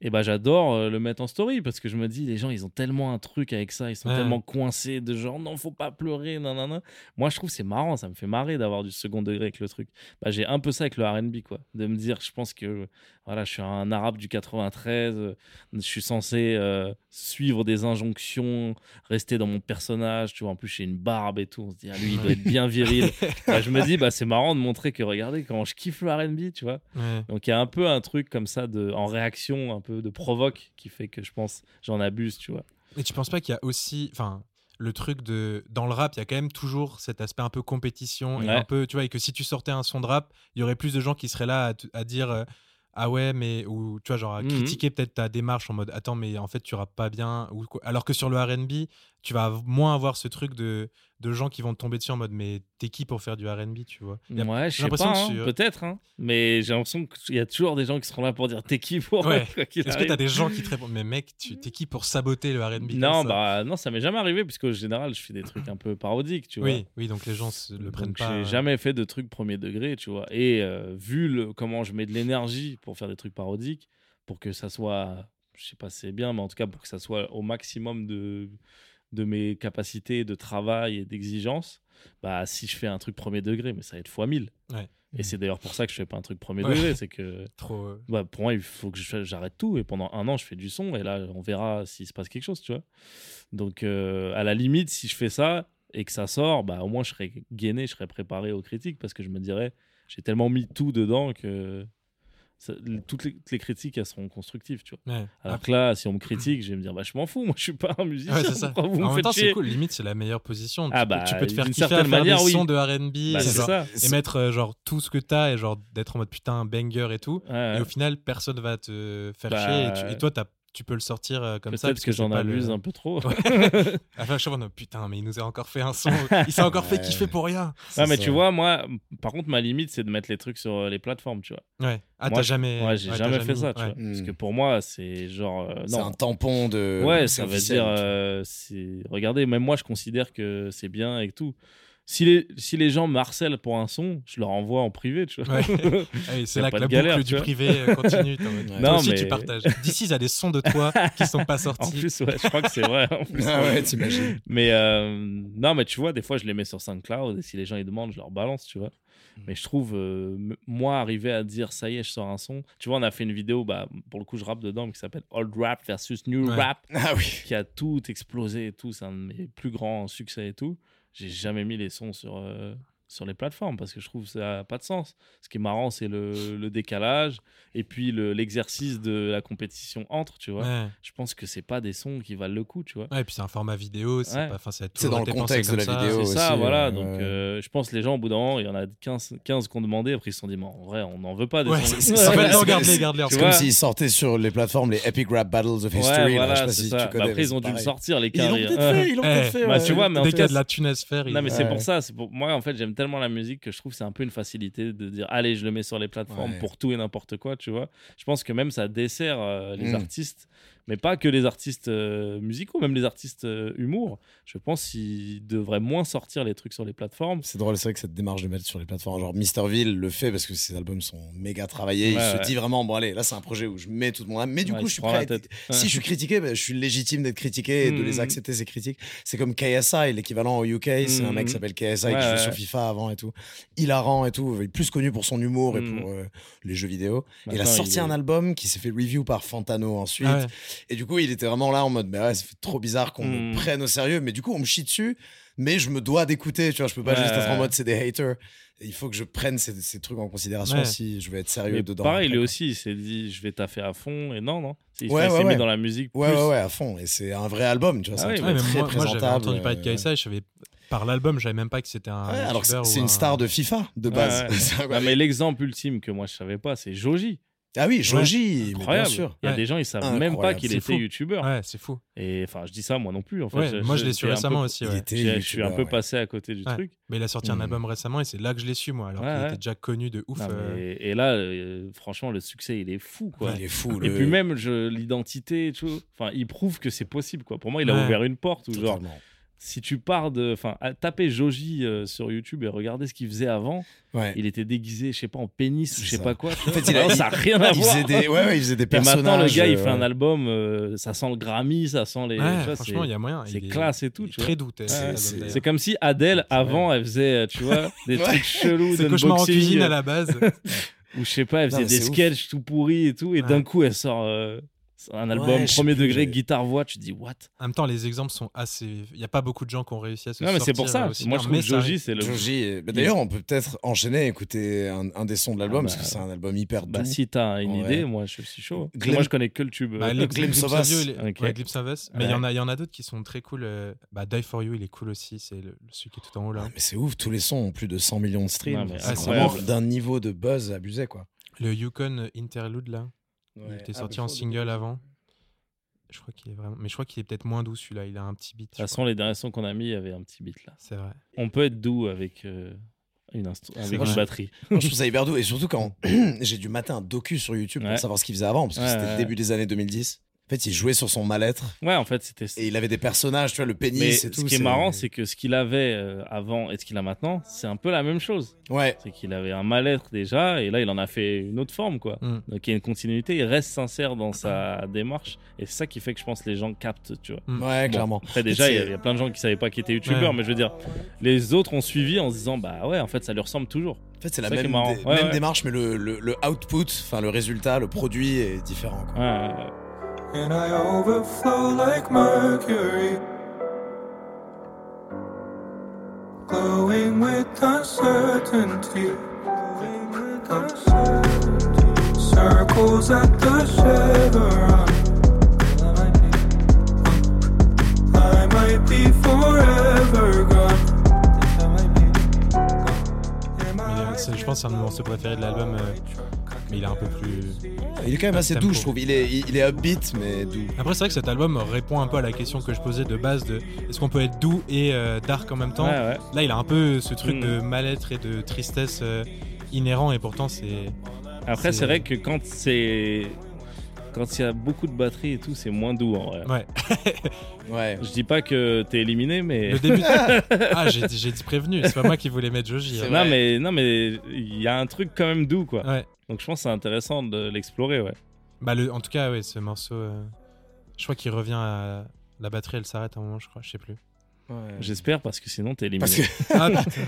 [SPEAKER 4] Et ben j'adore euh, le mettre en story parce que je me dis, les gens, ils ont tellement un truc avec ça, ils sont
[SPEAKER 2] Ouais.
[SPEAKER 4] tellement coincés de genre, non, faut pas pleurer, nanana. Moi, je trouve que c'est marrant, ça me fait marrer d'avoir du second degré avec le truc. Bah, j'ai un peu ça avec le RB, quoi. De me dire, je pense que voilà, je suis un arabe du 93, euh, je suis censé euh, suivre des injonctions, rester dans mon personnage, tu vois, en plus j'ai une barbe et tout, on se dit, ah, lui il doit être bien viril. Bah, je me dis, bah, c'est marrant de montrer que regardez comment je kiffe le RB, tu vois.
[SPEAKER 2] Ouais.
[SPEAKER 4] Donc il y a un peu un truc comme ça de, en réaction, un peu de provoque qui fait que je pense j'en abuse, tu vois.
[SPEAKER 2] Et tu penses pas qu'il y a aussi, enfin, le truc de dans le rap, il y a quand même toujours cet aspect un peu compétition et
[SPEAKER 4] Ouais.
[SPEAKER 2] un peu, tu vois, et que si tu sortais un son de rap, il y aurait plus de gens qui seraient là à, t- à dire euh, ah ouais, mais ou tu vois, genre à
[SPEAKER 4] Mhm.
[SPEAKER 2] critiquer peut-être ta démarche en mode attends, mais en fait tu rappes pas bien ou quoi. Alors que sur le R&B, tu vas av- moins avoir ce truc de de gens qui vont te tomber dessus en mode mais t'es qui pour faire du R&B, tu vois Il y a-
[SPEAKER 4] Ouais,
[SPEAKER 2] j'ai
[SPEAKER 4] je sais
[SPEAKER 2] l'impression
[SPEAKER 4] pas,
[SPEAKER 2] que euh,
[SPEAKER 4] hein,
[SPEAKER 2] sur-
[SPEAKER 4] peut-être, hein. mais j'ai l'impression qu'il y a toujours des gens qui seront là pour dire t'es qui pour
[SPEAKER 2] Ouais.
[SPEAKER 4] [laughs] quoi qu'il
[SPEAKER 2] Est-ce que
[SPEAKER 4] arrive.
[SPEAKER 2] t'as des gens qui te répondent mais mec, tu t'es qui pour saboter le R&B comme
[SPEAKER 4] Non,
[SPEAKER 2] ça
[SPEAKER 4] bah, non, ça m'est jamais arrivé, puisqu'au général, je fais des trucs un peu parodiques, tu vois.
[SPEAKER 2] oui, oui, donc les gens se le prennent
[SPEAKER 4] Donc,
[SPEAKER 2] pas. euh,
[SPEAKER 4] J'ai jamais fait de trucs premier degré, tu vois. Et euh, vu le, comment je mets de l'énergie pour faire des trucs parodiques, pour que ça soit, je sais pas si c'est bien, mais en tout cas pour que ça soit au maximum de, de mes capacités de travail et d'exigence, bah si je fais un truc premier degré, mais ça va être fois 1000.
[SPEAKER 2] Ouais.
[SPEAKER 4] Et c'est d'ailleurs pour ça que je fais pas un truc premier
[SPEAKER 2] Ouais. [laughs]
[SPEAKER 4] degré, c'est que
[SPEAKER 2] trop. euh,
[SPEAKER 4] bah, pour moi, il faut que je- j'arrête tout. Et pendant un an, je fais du son. Et là, on verra s'il se passe quelque chose, tu vois. Donc, euh, à la limite, si je fais ça et que ça sort, bah, au moins, je serai gainé, je serai préparé aux critiques parce que je me dirais, j'ai tellement mis tout dedans que ça- toutes les, toutes les critiques, elles seront constructives, tu vois.
[SPEAKER 2] ouais.
[SPEAKER 4] Alors que là, si on me critique, je vais me dire, bah, je m'en fous, moi, je suis pas un musicien.
[SPEAKER 2] Ouais, c'est ça.
[SPEAKER 4] pourquoi vous me
[SPEAKER 2] en même
[SPEAKER 4] faites
[SPEAKER 2] temps,
[SPEAKER 4] chier
[SPEAKER 2] c'est cool. Limite, c'est la meilleure position. Tu
[SPEAKER 4] Ah
[SPEAKER 2] peux-
[SPEAKER 4] bah,
[SPEAKER 2] tu peux te faire
[SPEAKER 4] d'une
[SPEAKER 2] kiffer à
[SPEAKER 4] certaine
[SPEAKER 2] faire
[SPEAKER 4] manière,
[SPEAKER 2] des
[SPEAKER 4] oui.
[SPEAKER 2] sons de R&B
[SPEAKER 4] Bah,
[SPEAKER 2] et,
[SPEAKER 4] c'est
[SPEAKER 2] genre-
[SPEAKER 4] ça.
[SPEAKER 2] et mettre euh, genre tout ce que t'as et genre d'être en mode putain banger et tout.
[SPEAKER 4] Ouais, ouais.
[SPEAKER 2] Et au final, personne va te faire
[SPEAKER 4] Bah,
[SPEAKER 2] chier. Et, tu, et toi, t'as- tu peux le sortir euh, comme ça.
[SPEAKER 4] Peut-être que j'en abuse
[SPEAKER 2] un
[SPEAKER 4] un peu trop. [laughs]
[SPEAKER 2] À chaque fois, on est, putain, mais il nous a encore fait un son. Il s'est encore
[SPEAKER 4] [laughs]
[SPEAKER 2] fait
[SPEAKER 3] Ouais.
[SPEAKER 2] kiffer pour rien.
[SPEAKER 4] Ouais, mais
[SPEAKER 3] C'est
[SPEAKER 4] tu
[SPEAKER 3] ça.
[SPEAKER 4] vois, moi, par contre, ma limite, c'est de mettre les trucs sur euh, les plateformes, tu vois.
[SPEAKER 2] Ouais. Ah,
[SPEAKER 4] Moi,
[SPEAKER 2] t'as
[SPEAKER 4] je-
[SPEAKER 2] jamais.
[SPEAKER 4] Ouais, j'ai
[SPEAKER 2] ouais, t'as
[SPEAKER 4] jamais fait ça, tu
[SPEAKER 2] ouais.
[SPEAKER 4] vois. Parce
[SPEAKER 3] Hmm.
[SPEAKER 4] que pour moi, c'est genre. euh,
[SPEAKER 3] C'est
[SPEAKER 4] non.
[SPEAKER 3] un tampon de.
[SPEAKER 4] ouais,
[SPEAKER 3] de
[SPEAKER 4] ça veut
[SPEAKER 3] serviciel,
[SPEAKER 4] dire.
[SPEAKER 3] tu vois.
[SPEAKER 4] euh, c'est- Regardez, même moi, je considère que c'est bien et que tout. Si les, si les gens marcellent pour un son, je leur envoie en privé, tu vois.
[SPEAKER 2] Ouais. [laughs] Allez, c'est
[SPEAKER 4] Y a
[SPEAKER 2] là que
[SPEAKER 4] pas
[SPEAKER 2] la
[SPEAKER 4] de galère,
[SPEAKER 2] boucle
[SPEAKER 4] tu
[SPEAKER 2] du
[SPEAKER 4] vois.
[SPEAKER 2] privé euh, continue. t'en
[SPEAKER 4] [laughs]
[SPEAKER 2] mode,
[SPEAKER 3] Ouais.
[SPEAKER 2] Toi
[SPEAKER 4] Non,
[SPEAKER 2] aussi,
[SPEAKER 4] mais-
[SPEAKER 2] tu partages. D'ici, il y a des sons de
[SPEAKER 4] [laughs]
[SPEAKER 2] toi qui sont pas
[SPEAKER 4] [laughs] en
[SPEAKER 2] sortis.
[SPEAKER 4] plus, ouais, je crois que c'est vrai.
[SPEAKER 3] [laughs]
[SPEAKER 4] en plus.
[SPEAKER 3] Ah ouais, t'imagines.
[SPEAKER 4] Mais euh, non, mais tu vois, des fois, je les mets sur SoundCloud et si les gens ils demandent, je leur balance, tu vois.
[SPEAKER 3] Hmm.
[SPEAKER 4] Mais je trouve, euh, m- moi, arriver à dire ça y est, je sors un son. Tu vois, on a fait une vidéo, bah, pour le coup, je rappe dedans, mais qui s'appelle Old Rap versus New
[SPEAKER 2] Ouais.
[SPEAKER 4] Rap,
[SPEAKER 3] Ah oui.
[SPEAKER 4] qui a tout explosé et tout. C'est un de mes plus grands succès et tout. J'ai jamais mis les sons sur, euh, sur les plateformes parce que je trouve que ça n'a pas de sens. Ce qui est marrant, c'est le, le décalage et puis le- l'exercice de la compétition entre, tu vois.
[SPEAKER 2] Ouais.
[SPEAKER 4] Je pense que c'est pas des sons qui valent le coup, tu vois.
[SPEAKER 2] Ouais, et puis c'est un format vidéo. C'est
[SPEAKER 4] Ouais.
[SPEAKER 2] pas- enfin, ça a
[SPEAKER 3] C'est
[SPEAKER 2] toujours
[SPEAKER 3] dans le
[SPEAKER 2] été pensé
[SPEAKER 3] contexte de
[SPEAKER 2] comme
[SPEAKER 3] la
[SPEAKER 2] ça.
[SPEAKER 3] vidéo.
[SPEAKER 4] C'est ça,
[SPEAKER 3] aussi,
[SPEAKER 4] voilà.
[SPEAKER 3] euh,
[SPEAKER 4] donc,
[SPEAKER 3] ouais.
[SPEAKER 4] euh, je pense que les gens, au bout d'un moment, il y en a 15, 15 qu'on demandait. Après, ils se sont dit, mais en vrai, on n'en veut pas. Des
[SPEAKER 2] Ouais,
[SPEAKER 4] sons.
[SPEAKER 2] c'est-
[SPEAKER 4] [laughs]
[SPEAKER 2] c'est- en fait, non,
[SPEAKER 3] c'est-
[SPEAKER 2] garde-les, garde-les. en
[SPEAKER 4] tu
[SPEAKER 3] C'est
[SPEAKER 2] fait.
[SPEAKER 4] vois.
[SPEAKER 3] comme s'ils sortaient sur les plateformes, les Epic Rap Battles of
[SPEAKER 4] Ouais,
[SPEAKER 3] History. là,
[SPEAKER 4] voilà,
[SPEAKER 3] je sais pas
[SPEAKER 4] c'est
[SPEAKER 3] si
[SPEAKER 4] ça.
[SPEAKER 3] tu connais.
[SPEAKER 4] Bah
[SPEAKER 3] mais
[SPEAKER 4] après, ils
[SPEAKER 3] c'est
[SPEAKER 4] ont dû le
[SPEAKER 3] pareil.
[SPEAKER 4] sortir, les
[SPEAKER 3] Ils l'ont
[SPEAKER 4] carrés.
[SPEAKER 3] peut-être
[SPEAKER 4] [laughs] Ouais.
[SPEAKER 3] fait, ils l'ont
[SPEAKER 2] Eh,
[SPEAKER 3] peut-être fait.
[SPEAKER 4] bah,
[SPEAKER 3] ouais.
[SPEAKER 4] tu vois, mais en
[SPEAKER 2] Des
[SPEAKER 4] tout
[SPEAKER 2] cas
[SPEAKER 4] cas,
[SPEAKER 2] de la Tunis Fair. il-
[SPEAKER 4] Non, mais c'est
[SPEAKER 3] Ouais.
[SPEAKER 4] pour ça. C'est pour... Moi, en fait, j'aime tellement la musique que je trouve que c'est un peu une facilité de dire allez, je le mets sur les plateformes
[SPEAKER 3] Ouais.
[SPEAKER 4] pour tout et n'importe quoi, tu vois. Je pense que même ça dessert euh, les
[SPEAKER 3] Mm.
[SPEAKER 4] artistes, mais pas que les artistes euh, musicaux, même les artistes euh, humour. Je pense qu'ils devraient moins sortir les trucs sur les plateformes.
[SPEAKER 3] [laughs] C'est drôle, c'est vrai que cette démarche de mettre sur les plateformes, genre Misterville le fait parce que ses albums sont méga travaillés.
[SPEAKER 4] Ouais,
[SPEAKER 3] il
[SPEAKER 4] ouais.
[SPEAKER 3] se dit vraiment, bon allez, là c'est un projet où je mets toute mon âme, mais du
[SPEAKER 4] Ouais,
[SPEAKER 3] coup
[SPEAKER 4] il
[SPEAKER 3] je
[SPEAKER 4] se
[SPEAKER 3] suis
[SPEAKER 4] prend
[SPEAKER 3] prêt.
[SPEAKER 4] la
[SPEAKER 3] à être-
[SPEAKER 4] tête. Ouais.
[SPEAKER 3] Si je suis critiqué, ben, je suis légitime d'être critiqué et de
[SPEAKER 4] Mhm.
[SPEAKER 3] les accepter ces critiques. C'est comme KSI, l'équivalent au UK, c'est un
[SPEAKER 4] Mhm.
[SPEAKER 3] mec qui s'appelle KSI
[SPEAKER 4] Ouais,
[SPEAKER 3] qui jouait
[SPEAKER 4] ouais.
[SPEAKER 3] sur FIFA avant et tout. Hilarant et tout, il est plus connu pour son humour et
[SPEAKER 4] Mhm.
[SPEAKER 3] pour euh, les jeux vidéo. Et il a
[SPEAKER 4] Maintenant,
[SPEAKER 3] sorti
[SPEAKER 4] est-
[SPEAKER 3] un album qui s'est fait review par Fantano ensuite.
[SPEAKER 2] Ah ouais.
[SPEAKER 3] Et du coup, il était vraiment là en mode, mais ouais, ça fait trop bizarre qu'on
[SPEAKER 4] Mm.
[SPEAKER 3] me prenne au sérieux. Mais du coup, on me chie dessus, mais je me dois d'écouter. Tu vois, je peux pas
[SPEAKER 4] Ouais.
[SPEAKER 3] juste être en mode, c'est des haters. Et il faut que je prenne ces, ces trucs en considération
[SPEAKER 2] Ouais.
[SPEAKER 3] si je veux être sérieux
[SPEAKER 4] Mais
[SPEAKER 3] dedans.
[SPEAKER 4] pareil,
[SPEAKER 3] après,
[SPEAKER 4] lui
[SPEAKER 3] quoi.
[SPEAKER 4] aussi, il s'est dit je vais taffer à fond. Et non, non. Il s'est-
[SPEAKER 3] Ouais,
[SPEAKER 4] il s'est
[SPEAKER 3] ouais,
[SPEAKER 4] mis
[SPEAKER 3] ouais.
[SPEAKER 4] dans la musique.
[SPEAKER 3] Ouais,
[SPEAKER 4] plus.
[SPEAKER 3] ouais, ouais, à fond. Et c'est un vrai album, tu vois.
[SPEAKER 4] Ah
[SPEAKER 3] c'est un
[SPEAKER 4] oui,
[SPEAKER 3] truc
[SPEAKER 2] Ouais, mais
[SPEAKER 3] très
[SPEAKER 2] moi, moi, j'avais
[SPEAKER 3] présentable.
[SPEAKER 2] entendu parler de
[SPEAKER 3] euh,
[SPEAKER 2] KSI, je savais par l'album, je savais même pas que c'était un.
[SPEAKER 3] ouais, alors que c'est
[SPEAKER 2] youtubeur
[SPEAKER 3] c'est
[SPEAKER 2] ou
[SPEAKER 3] une
[SPEAKER 2] un-
[SPEAKER 3] star de FIFA de
[SPEAKER 4] Ouais,
[SPEAKER 3] base. [laughs]
[SPEAKER 4] ouais. Ah
[SPEAKER 3] C'est
[SPEAKER 4] Non,
[SPEAKER 3] vrai.
[SPEAKER 4] mais l'exemple ultime que moi je savais pas, c'est Joji.
[SPEAKER 3] Ah oui, Joji, mais bien
[SPEAKER 4] Incroyable.
[SPEAKER 3] sûr.
[SPEAKER 4] Il y a
[SPEAKER 2] Ouais.
[SPEAKER 4] des gens, ils savent même pas
[SPEAKER 3] Incroyable.
[SPEAKER 4] qu'il
[SPEAKER 2] C'est
[SPEAKER 4] était
[SPEAKER 2] fou.
[SPEAKER 4] youtubeur.
[SPEAKER 2] Ouais, c'est fou.
[SPEAKER 4] Et enfin, je dis ça moi non plus. Enfin,
[SPEAKER 2] Ouais, moi, je l'ai su
[SPEAKER 4] j'étais un
[SPEAKER 2] récemment
[SPEAKER 4] peu-
[SPEAKER 2] aussi.
[SPEAKER 3] Il
[SPEAKER 2] ouais.
[SPEAKER 3] était
[SPEAKER 4] j'ai- Je suis un
[SPEAKER 3] youtubeur,
[SPEAKER 4] peu
[SPEAKER 3] hein, ouais.
[SPEAKER 4] passé à côté du
[SPEAKER 2] Ouais.
[SPEAKER 4] truc.
[SPEAKER 2] Mais il a sorti un
[SPEAKER 3] Hmm.
[SPEAKER 2] album récemment et c'est là que je l'ai su, moi, alors
[SPEAKER 4] Ouais,
[SPEAKER 2] qu'il
[SPEAKER 4] ouais.
[SPEAKER 2] était déjà connu de ouf.
[SPEAKER 4] Non,
[SPEAKER 2] euh,
[SPEAKER 4] mais- Et là, euh, franchement, le succès, il est fou. Quoi.
[SPEAKER 3] Il est fou.
[SPEAKER 4] Et
[SPEAKER 3] le-
[SPEAKER 4] puis même je- l'identité, et tout. Enfin, il prouve que c'est possible. Quoi. Pour moi, il a
[SPEAKER 2] Ouais.
[SPEAKER 4] ouvert une porte. Où, genre,
[SPEAKER 3] Totalement.
[SPEAKER 4] si tu pars de, enfin, à- taper Joji euh, sur YouTube et regarder ce qu'il faisait avant,
[SPEAKER 3] Ouais.
[SPEAKER 4] il était déguisé, je sais pas, en pénis ou je
[SPEAKER 3] C'est
[SPEAKER 4] sais
[SPEAKER 3] ça.
[SPEAKER 4] pas quoi. En
[SPEAKER 3] fait, il a-
[SPEAKER 4] ça a rien à
[SPEAKER 3] Il
[SPEAKER 4] voir.
[SPEAKER 3] faisait des, ouais, ouais, il faisait des
[SPEAKER 4] Et
[SPEAKER 3] personnages.
[SPEAKER 4] maintenant, le gars, il fait
[SPEAKER 3] euh,
[SPEAKER 4] un album, euh, ça sent le Grammy, ça sent
[SPEAKER 2] ouais,
[SPEAKER 4] les. tu vois,
[SPEAKER 2] franchement,
[SPEAKER 4] c'est-
[SPEAKER 2] il y a moyen.
[SPEAKER 4] c'est
[SPEAKER 2] il est-
[SPEAKER 4] classe et tout.
[SPEAKER 2] il est
[SPEAKER 4] tu vois.
[SPEAKER 2] très doute.
[SPEAKER 4] Ouais,
[SPEAKER 3] c'est-
[SPEAKER 4] C'est comme si Adèle, avant, elle faisait, euh, tu vois, des
[SPEAKER 3] Ouais.
[SPEAKER 4] trucs chelous
[SPEAKER 2] C'est cauchemar en
[SPEAKER 4] d'unboxing,
[SPEAKER 2] cuisine
[SPEAKER 4] euh,
[SPEAKER 2] à la base.
[SPEAKER 4] [laughs] Ou je sais pas, elle
[SPEAKER 3] Non,
[SPEAKER 4] faisait
[SPEAKER 3] mais
[SPEAKER 4] des
[SPEAKER 3] c'est ouf.
[SPEAKER 4] sketchs tout pourris et tout, et d'un
[SPEAKER 2] Ouais.
[SPEAKER 4] coup, elle sort euh, un album
[SPEAKER 3] Ouais, je sais
[SPEAKER 4] premier
[SPEAKER 3] plus,
[SPEAKER 4] degré,
[SPEAKER 3] j'avais-
[SPEAKER 4] guitare-voix, tu te dis, what
[SPEAKER 2] En même temps, les exemples sont assez. Il n'y a pas beaucoup de gens qui ont réussi à se
[SPEAKER 4] Non, mais c'est pour
[SPEAKER 2] sortir,
[SPEAKER 4] ça.
[SPEAKER 2] euh, aussi bien,
[SPEAKER 4] Moi, je trouve que
[SPEAKER 2] mais ça
[SPEAKER 4] Joji, c'est le.
[SPEAKER 3] Joji est- mais euh, bah, D'ailleurs, on peut peut-être enchaîner, écouter un, un des sons de l'album,
[SPEAKER 4] Ah bah,
[SPEAKER 3] parce que c'est un album hyper doux.
[SPEAKER 4] Bah, si t'as une
[SPEAKER 3] Ouais.
[SPEAKER 4] idée, moi, je suis chaud. Parce que
[SPEAKER 3] Glenn-
[SPEAKER 4] Moi, je connais que le tube. euh,
[SPEAKER 2] Bah, Glimpse-
[SPEAKER 3] Glimpse
[SPEAKER 2] Glimpse
[SPEAKER 3] of
[SPEAKER 2] of
[SPEAKER 3] Us.
[SPEAKER 2] You, il est-
[SPEAKER 4] Ok.
[SPEAKER 2] ouais, Glimpse of Us. Mais il y en
[SPEAKER 4] Ouais.
[SPEAKER 2] a, il y en a d'autres qui sont très cool. euh, bah, Die for You, il est cool aussi. C'est le- celui qui est tout en haut là.
[SPEAKER 3] Ah, mais c'est ouf, tous les sons ont plus de 100 millions de streams.
[SPEAKER 4] Non, mais
[SPEAKER 3] c'est
[SPEAKER 2] incroyable.
[SPEAKER 3] vraiment d'un niveau de buzz abusé, quoi.
[SPEAKER 2] Le Yukon Interlude là, il
[SPEAKER 4] Ah,
[SPEAKER 3] Ah,
[SPEAKER 2] était sorti en single avant. Je crois qu'il est vraiment. Mais je crois qu'il est peut-être moins doux celui-là. Il a un petit beat. je
[SPEAKER 4] De toute
[SPEAKER 2] crois.
[SPEAKER 4] façon, les derniers sons qu'on a mis, il y avait un petit beat là.
[SPEAKER 2] C'est vrai.
[SPEAKER 4] On peut être doux avec. euh, Une, instru-
[SPEAKER 2] C'est
[SPEAKER 4] avec
[SPEAKER 2] vrai.
[SPEAKER 4] une batterie.
[SPEAKER 3] Moi, je trouve ça hyper doux. Et surtout quand [clears throat] j'ai dû mater un docu sur YouTube
[SPEAKER 4] Ouais.
[SPEAKER 3] pour savoir ce qu'il faisait avant, parce que
[SPEAKER 4] Ouais,
[SPEAKER 3] c'était
[SPEAKER 4] ouais.
[SPEAKER 3] le début des années 2010. En fait, il jouait sur son mal-être
[SPEAKER 4] Ouais, en fait, c'était.
[SPEAKER 3] et il avait des personnages, tu vois, le pénis
[SPEAKER 4] Mais
[SPEAKER 3] et tout.
[SPEAKER 4] ce qui est marrant, c'est que ce qu'il avait euh, avant et ce qu'il a maintenant, c'est un peu la même chose.
[SPEAKER 3] Ouais,
[SPEAKER 4] C'est qu'il avait un mal-être déjà, et là, il en a fait une autre forme, quoi.
[SPEAKER 2] Mm. Ah.
[SPEAKER 4] Donc, il y a une continuité, il reste sincère dans sa démarche, et c'est ça qui fait que je pense que les gens captent, tu vois.
[SPEAKER 3] ouais,
[SPEAKER 4] Bon,
[SPEAKER 3] clairement.
[SPEAKER 4] Après, déjà, il y a-
[SPEAKER 3] C'est-
[SPEAKER 4] il y, a plein de gens qui savaient pas qui étaient youtubeurs,
[SPEAKER 2] Ouais.
[SPEAKER 4] mais je veux dire, les autres ont suivi en se disant, bah ouais, en fait, ça lui ressemble toujours.
[SPEAKER 3] En fait, c'est la
[SPEAKER 4] ça qui est
[SPEAKER 3] même,
[SPEAKER 4] marrant.
[SPEAKER 3] dé-
[SPEAKER 4] Ouais,
[SPEAKER 3] même
[SPEAKER 4] ouais.
[SPEAKER 3] démarche, mais le, le- le output, enfin le résultat, le produit est différent. Quoi.
[SPEAKER 4] Ouais, ouais, ouais.
[SPEAKER 9] And I overflow like mercury. Glowing with uncertainty. Circles at the chevron. I might be forever gone.
[SPEAKER 2] Mais, euh, c'est- je pense que c'est un de mes morceaux préférés de l'album, euh, mais il est un peu plus.
[SPEAKER 3] Il est quand même assez
[SPEAKER 2] Tempo.
[SPEAKER 3] doux, je trouve. Il est, il, il est upbeat, mais doux.
[SPEAKER 2] Après, c'est vrai que cet album répond un peu à la question que je posais de base de est-ce qu'on peut être doux et euh, dark en même temps
[SPEAKER 4] Ouais, ouais.
[SPEAKER 2] Là, il a un peu ce truc
[SPEAKER 4] Mm.
[SPEAKER 2] de mal-être et de tristesse euh, inhérent, et pourtant, c'est.
[SPEAKER 4] Après,
[SPEAKER 2] C'est-
[SPEAKER 4] c'est vrai que quand c'est Quand il y a beaucoup de batterie et tout, c'est moins doux en vrai.
[SPEAKER 2] Ouais.
[SPEAKER 3] Ouais.
[SPEAKER 4] Je dis pas que t'es éliminé, mais.
[SPEAKER 2] Le début.
[SPEAKER 3] [laughs]
[SPEAKER 2] ah, j'ai dit, j'ai dit prévenu. C'est pas moi qui voulais mettre Joji. hein.
[SPEAKER 4] Non, mais non, mais il y a un truc quand même doux, quoi.
[SPEAKER 2] Ouais.
[SPEAKER 4] Donc je pense que c'est intéressant de l'explorer, ouais.
[SPEAKER 2] Bah, le, en tout cas, ouais, ce morceau. euh, je crois qu'il revient à. La batterie, elle s'arrête à un moment, je crois. Je
[SPEAKER 3] [laughs]
[SPEAKER 2] sais plus.
[SPEAKER 4] J'espère parce que sinon t'es éliminé.
[SPEAKER 3] Parce que
[SPEAKER 2] Ah putain.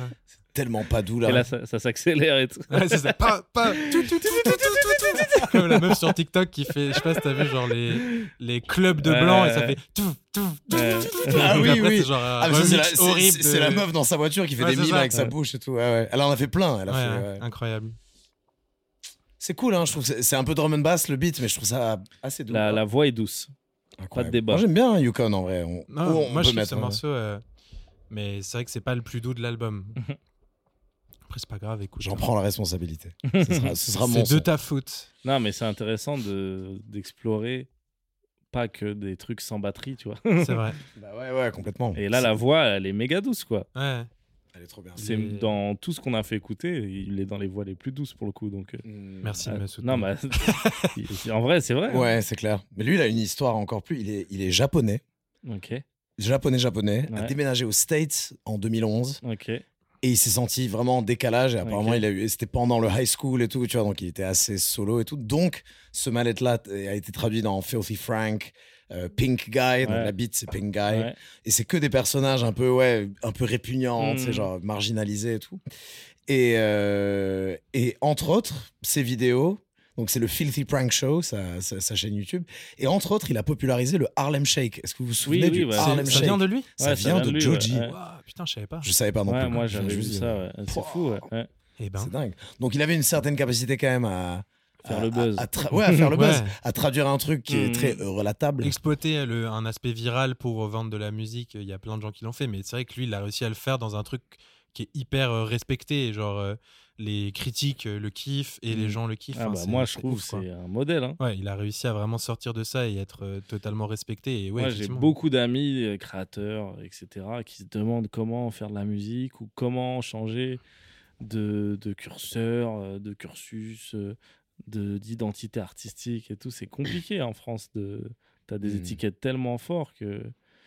[SPEAKER 3] tellement pas doux
[SPEAKER 4] Et là,
[SPEAKER 3] là.
[SPEAKER 4] ça, ça s'accélère et tout.
[SPEAKER 2] Ouais, c'est ça. Pas, pas, tout, tout, tout, tout, tout, tout, tout, tout. Comme la meuf sur TikTok qui fait, je sais pas si t'as vu, genre les, les clubs de blanc et ça fait tout, tout, tout,
[SPEAKER 4] Ouais.
[SPEAKER 2] tout, tout, tout.
[SPEAKER 3] Ah
[SPEAKER 2] Donc
[SPEAKER 3] oui,
[SPEAKER 2] après,
[SPEAKER 3] oui.
[SPEAKER 2] c'est genre un
[SPEAKER 3] Ah, mais ça, c'est la,
[SPEAKER 2] remix
[SPEAKER 3] c'est-
[SPEAKER 2] horrible
[SPEAKER 3] c'est- c'est
[SPEAKER 2] de-
[SPEAKER 3] la meuf dans sa voiture qui fait
[SPEAKER 2] Ouais,
[SPEAKER 3] des
[SPEAKER 2] c'est
[SPEAKER 3] mimes
[SPEAKER 2] ça.
[SPEAKER 3] avec sa
[SPEAKER 2] Ouais.
[SPEAKER 3] bouche et tout. Ouais, ouais. Elle en a fait plein. Elle a
[SPEAKER 2] Ouais,
[SPEAKER 3] fait,
[SPEAKER 2] ouais,
[SPEAKER 3] ouais.
[SPEAKER 2] Incroyable.
[SPEAKER 3] C'est cool, hein, je trouve. que c'est- C'est un peu drum and bass le beat, mais je trouve ça assez doux.
[SPEAKER 4] La,
[SPEAKER 3] quoi.
[SPEAKER 4] la voix est douce. pas de
[SPEAKER 3] Incroyable.
[SPEAKER 4] débat.
[SPEAKER 3] Moi, j'aime bien Yukon en vrai. On,
[SPEAKER 2] Non,
[SPEAKER 3] ou on
[SPEAKER 2] moi je
[SPEAKER 3] peut
[SPEAKER 2] kiffe
[SPEAKER 3] mettre.
[SPEAKER 2] ce
[SPEAKER 3] hein.
[SPEAKER 2] morceau, euh, mais c'est vrai que c'est pas le plus doux de l'album. Après, c'est pas grave, écoute.
[SPEAKER 3] Mhm. J'en prends
[SPEAKER 2] [laughs]
[SPEAKER 3] la responsabilité. ce sera, ce sera mon
[SPEAKER 2] C'est de
[SPEAKER 3] son.
[SPEAKER 2] ta faute.
[SPEAKER 4] Non, mais c'est intéressant de d'explorer pas que des trucs sans
[SPEAKER 3] [laughs]
[SPEAKER 4] batterie, tu vois.
[SPEAKER 2] C'est
[SPEAKER 4] [laughs]
[SPEAKER 2] vrai.
[SPEAKER 3] Bah ouais, ouais, complètement.
[SPEAKER 4] Et là, la voix, elle est méga douce, quoi.
[SPEAKER 2] Ouais.
[SPEAKER 3] Elle est trop bien.
[SPEAKER 4] C'est
[SPEAKER 2] est-
[SPEAKER 4] dans tout ce qu'on a fait écouter, il est dans les voix les plus douces pour le coup. Donc, euh,
[SPEAKER 2] Merci de
[SPEAKER 4] euh,
[SPEAKER 2] me soutenir.
[SPEAKER 4] non, mais [laughs] il- en vrai, c'est vrai.
[SPEAKER 3] Mm.
[SPEAKER 4] hein.
[SPEAKER 3] Ouais, c'est clair. Mais lui, il a une histoire encore plus. Il est, il est japonais.
[SPEAKER 4] Ok,
[SPEAKER 3] Japonais, japonais. A
[SPEAKER 4] Ouais.
[SPEAKER 3] déménagé aux States en 2011.
[SPEAKER 4] ok.
[SPEAKER 3] Et il s'est senti vraiment en décalage. Et apparemment,
[SPEAKER 4] Ok.
[SPEAKER 3] il a eu. et C'était pendant le high school et tout, tu vois. Donc, il était assez solo et tout. Donc, ce mallet-là t- euh, a été traduit dans Filthy Frank, euh, Pink Guy. Donc,
[SPEAKER 4] Ouais.
[SPEAKER 3] la beat, c'est Pink Guy.
[SPEAKER 4] Ouais.
[SPEAKER 3] Et c'est que des personnages un peu, ouais, un peu répugnants,
[SPEAKER 4] Mm.
[SPEAKER 3] tu sais, genre marginalisés et tout. Et, euh, et entre autres, ses vidéos. Donc, c'est le Filthy Prank Show, sa, sa- sa chaîne YouTube. Et entre autres, il a popularisé le Harlem Shake. Est-ce que vous vous souvenez
[SPEAKER 4] oui,
[SPEAKER 3] du
[SPEAKER 4] bah,
[SPEAKER 3] Harlem
[SPEAKER 2] Ça
[SPEAKER 3] Shake
[SPEAKER 2] vient de lui
[SPEAKER 3] Ça
[SPEAKER 4] Ouais,
[SPEAKER 3] vient de
[SPEAKER 4] lui,
[SPEAKER 3] Joji.
[SPEAKER 4] ouais, ouais.
[SPEAKER 2] Ouah, Putain, je savais pas.
[SPEAKER 3] Je savais pas non
[SPEAKER 4] Ouais,
[SPEAKER 3] plus. hein.
[SPEAKER 4] moi
[SPEAKER 3] Je
[SPEAKER 4] j'avais vu
[SPEAKER 3] juste dit,
[SPEAKER 4] ça, ouais. c'est
[SPEAKER 3] Pouah.
[SPEAKER 4] fou. ouais, ouais.
[SPEAKER 2] Eh ben.
[SPEAKER 3] C'est dingue. Donc, il avait une certaine capacité quand même à
[SPEAKER 4] Faire
[SPEAKER 3] à-
[SPEAKER 4] le buzz.
[SPEAKER 3] à- à tra- ouais, à faire le
[SPEAKER 2] [laughs] Ouais.
[SPEAKER 3] buzz, à traduire un truc qui
[SPEAKER 4] Mm.
[SPEAKER 3] est très euh, relatable.
[SPEAKER 2] Exploiter le- un aspect viral pour vendre de la musique, il y a plein de gens qui l'ont fait, mais c'est vrai que lui, il a réussi à le faire dans un truc qui est hyper euh, respecté. Genre, euh, les critiques euh, le kiffent et les
[SPEAKER 4] Mm.
[SPEAKER 2] gens le kiffent.
[SPEAKER 4] Ah,
[SPEAKER 2] Enfin,
[SPEAKER 4] bah,
[SPEAKER 2] c'est-
[SPEAKER 4] moi je
[SPEAKER 2] c'est
[SPEAKER 4] trouve
[SPEAKER 2] ouf, quoi.
[SPEAKER 4] c'est un modèle. hein.
[SPEAKER 2] Ouais, il a réussi à vraiment sortir de ça et être euh, totalement respecté. Et ouais,
[SPEAKER 4] Moi, j'ai
[SPEAKER 2] effectivement.
[SPEAKER 4] beaucoup d'amis euh, créateurs, etc., qui se demandent comment faire de la musique ou comment changer de, de curseur, euh, de cursus, euh, de- d'identité artistique et tout. C'est compliqué en France. De... Tu as des
[SPEAKER 2] Hmm.
[SPEAKER 3] Mm.
[SPEAKER 4] étiquettes tellement fortes que.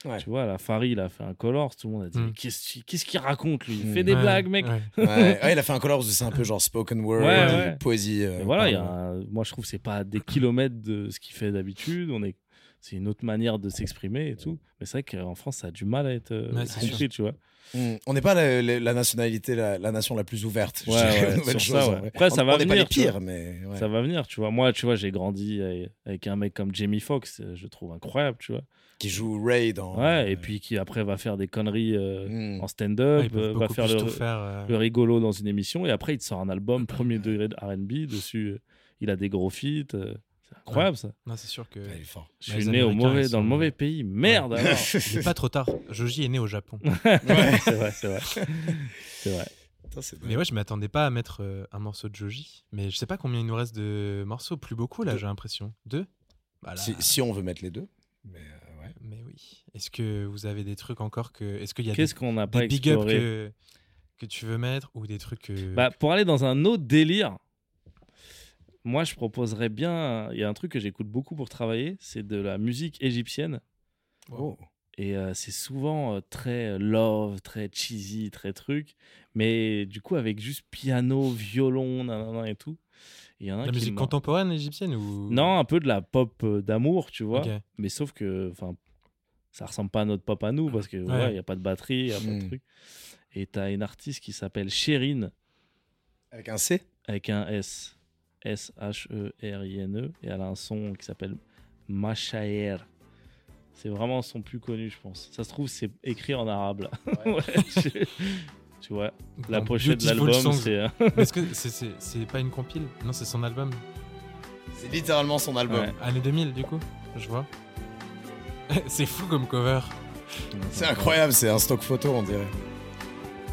[SPEAKER 3] Ouais.
[SPEAKER 4] Tu vois, la Farid, il a fait un color, tout le monde a dit
[SPEAKER 2] Mm.
[SPEAKER 4] Mais Qu'est-ce qu'il qu'est-ce qu'il raconte, lui Il
[SPEAKER 3] Mm.
[SPEAKER 4] fait des
[SPEAKER 2] Hmm. Ouais,
[SPEAKER 4] blagues, mec
[SPEAKER 2] ouais.
[SPEAKER 3] Ouais. Ouais, il a fait un color, c'est un peu genre spoken word,
[SPEAKER 4] Ouais, ouais.
[SPEAKER 3] euh, poésie. euh,
[SPEAKER 4] Et voilà, il y a
[SPEAKER 3] pardon.
[SPEAKER 4] un- moi je trouve que c'est pas à des kilomètres de ce qu'il fait d'habitude. On est, c'est une autre manière de s'exprimer et tout. Mais c'est vrai qu'en France, ça a du mal à être euh,
[SPEAKER 2] Ouais, c'est
[SPEAKER 4] compris, tu vois.
[SPEAKER 3] Mm. On n'est pas la, la- la nationalité, la, la nation la plus ouverte.
[SPEAKER 4] Ouais,
[SPEAKER 3] je dirais, [laughs]
[SPEAKER 4] ouais,
[SPEAKER 3] aux nouvelles
[SPEAKER 4] sur ça,
[SPEAKER 3] choses, en
[SPEAKER 4] ouais.
[SPEAKER 3] vrai.
[SPEAKER 4] Après, ça
[SPEAKER 3] on,
[SPEAKER 4] va
[SPEAKER 3] on n'est pas les
[SPEAKER 4] venir, tu
[SPEAKER 3] pires, mais ouais.
[SPEAKER 4] Ça va venir, tu vois. Moi, tu vois, j'ai grandi avec- avec un mec comme Jamie Foxx, euh, je le trouve incroyable, tu vois.
[SPEAKER 3] qui joue Ray dans.
[SPEAKER 4] Ouais, et puis qui après va faire des conneries euh,
[SPEAKER 3] Mm.
[SPEAKER 4] en
[SPEAKER 2] Ouais,
[SPEAKER 4] stand-up,
[SPEAKER 2] ils peuvent
[SPEAKER 4] euh, va
[SPEAKER 2] beaucoup
[SPEAKER 4] faire
[SPEAKER 2] plus
[SPEAKER 4] le,
[SPEAKER 2] tout faire. euh.
[SPEAKER 4] le rigolo dans une émission, et après il te sort un album premier degré de R&B dessus. euh, Il a des gros feats, euh, c'est incroyable ça.
[SPEAKER 2] Non, c'est sûr que.
[SPEAKER 3] Ouais, il est fort.
[SPEAKER 4] Je
[SPEAKER 2] Mais
[SPEAKER 4] suis
[SPEAKER 2] les
[SPEAKER 4] né au
[SPEAKER 2] Américains,
[SPEAKER 4] mauvais,
[SPEAKER 2] ils
[SPEAKER 4] dans le
[SPEAKER 2] sont-
[SPEAKER 4] mauvais pays. Merde
[SPEAKER 2] [laughs]
[SPEAKER 4] alors.
[SPEAKER 3] [laughs]
[SPEAKER 2] Il est pas trop tard. Joji est né au Japon.
[SPEAKER 4] [laughs] c'est vrai, c'est vrai. C'est vrai.
[SPEAKER 3] Putain, c'est dingue.
[SPEAKER 2] Mais ouais, je m'attendais pas à mettre euh, un morceau de Joji. Mais je sais pas combien il nous reste de morceaux. Plus beaucoup, là,
[SPEAKER 3] Deux.
[SPEAKER 2] j'ai l'impression. Deux Voilà.
[SPEAKER 3] si, si on veut mettre les deux. Mais euh, ouais.
[SPEAKER 2] Mais oui. Est-ce que vous avez des trucs encore que. Est-ce qu'il y a des,
[SPEAKER 4] Qu'est-ce qu'on n'a
[SPEAKER 2] des
[SPEAKER 4] pas
[SPEAKER 2] big up
[SPEAKER 4] exploré
[SPEAKER 2] que, que tu veux mettre ou des trucs. que-
[SPEAKER 4] Bah, pour aller dans un autre délire, moi je proposerais bien. Il y a un truc que j'écoute beaucoup pour travailler, c'est de la musique égyptienne.
[SPEAKER 3] Oh.
[SPEAKER 4] Et euh, c'est souvent euh, très love, très cheesy, très truc. Mais du coup, avec juste piano, violon, nanana et tout. Il y en a un
[SPEAKER 2] la
[SPEAKER 4] qui
[SPEAKER 2] musique
[SPEAKER 4] m'a-
[SPEAKER 2] contemporaine égyptienne ou.
[SPEAKER 4] Non, un peu de la pop euh, d'amour, tu vois.
[SPEAKER 2] Ok.
[SPEAKER 4] Mais sauf que, enfin, ça ressemble pas à notre pop à nous parce que, ouais, il
[SPEAKER 2] Ouais.
[SPEAKER 4] n'y a pas de batterie, il a pas de
[SPEAKER 3] Mm.
[SPEAKER 4] truc. Et t'as une artiste qui s'appelle Sherine
[SPEAKER 3] Avec un C
[SPEAKER 4] avec un S. E S-H-E-R-I-N-E. et elle a un son qui s'appelle Machaer. C'est vraiment son plus connu, je pense. Ça se trouve, c'est écrit en arabe. là. [laughs] Ouais, je- tu vois, la
[SPEAKER 2] Dans
[SPEAKER 4] pochette de
[SPEAKER 2] Beautiful
[SPEAKER 4] l'album,
[SPEAKER 2] Songs.
[SPEAKER 4] c'est. euh,
[SPEAKER 2] Mais [laughs] Est-ce que c'est- c'est c'est pas une compile Non, c'est son album.
[SPEAKER 3] C'est littéralement son album.
[SPEAKER 4] Ouais.
[SPEAKER 2] Année 2000, du coup, je vois. [laughs] c'est fou comme cover.
[SPEAKER 3] C'est incroyable, c'est un stock photo, on dirait.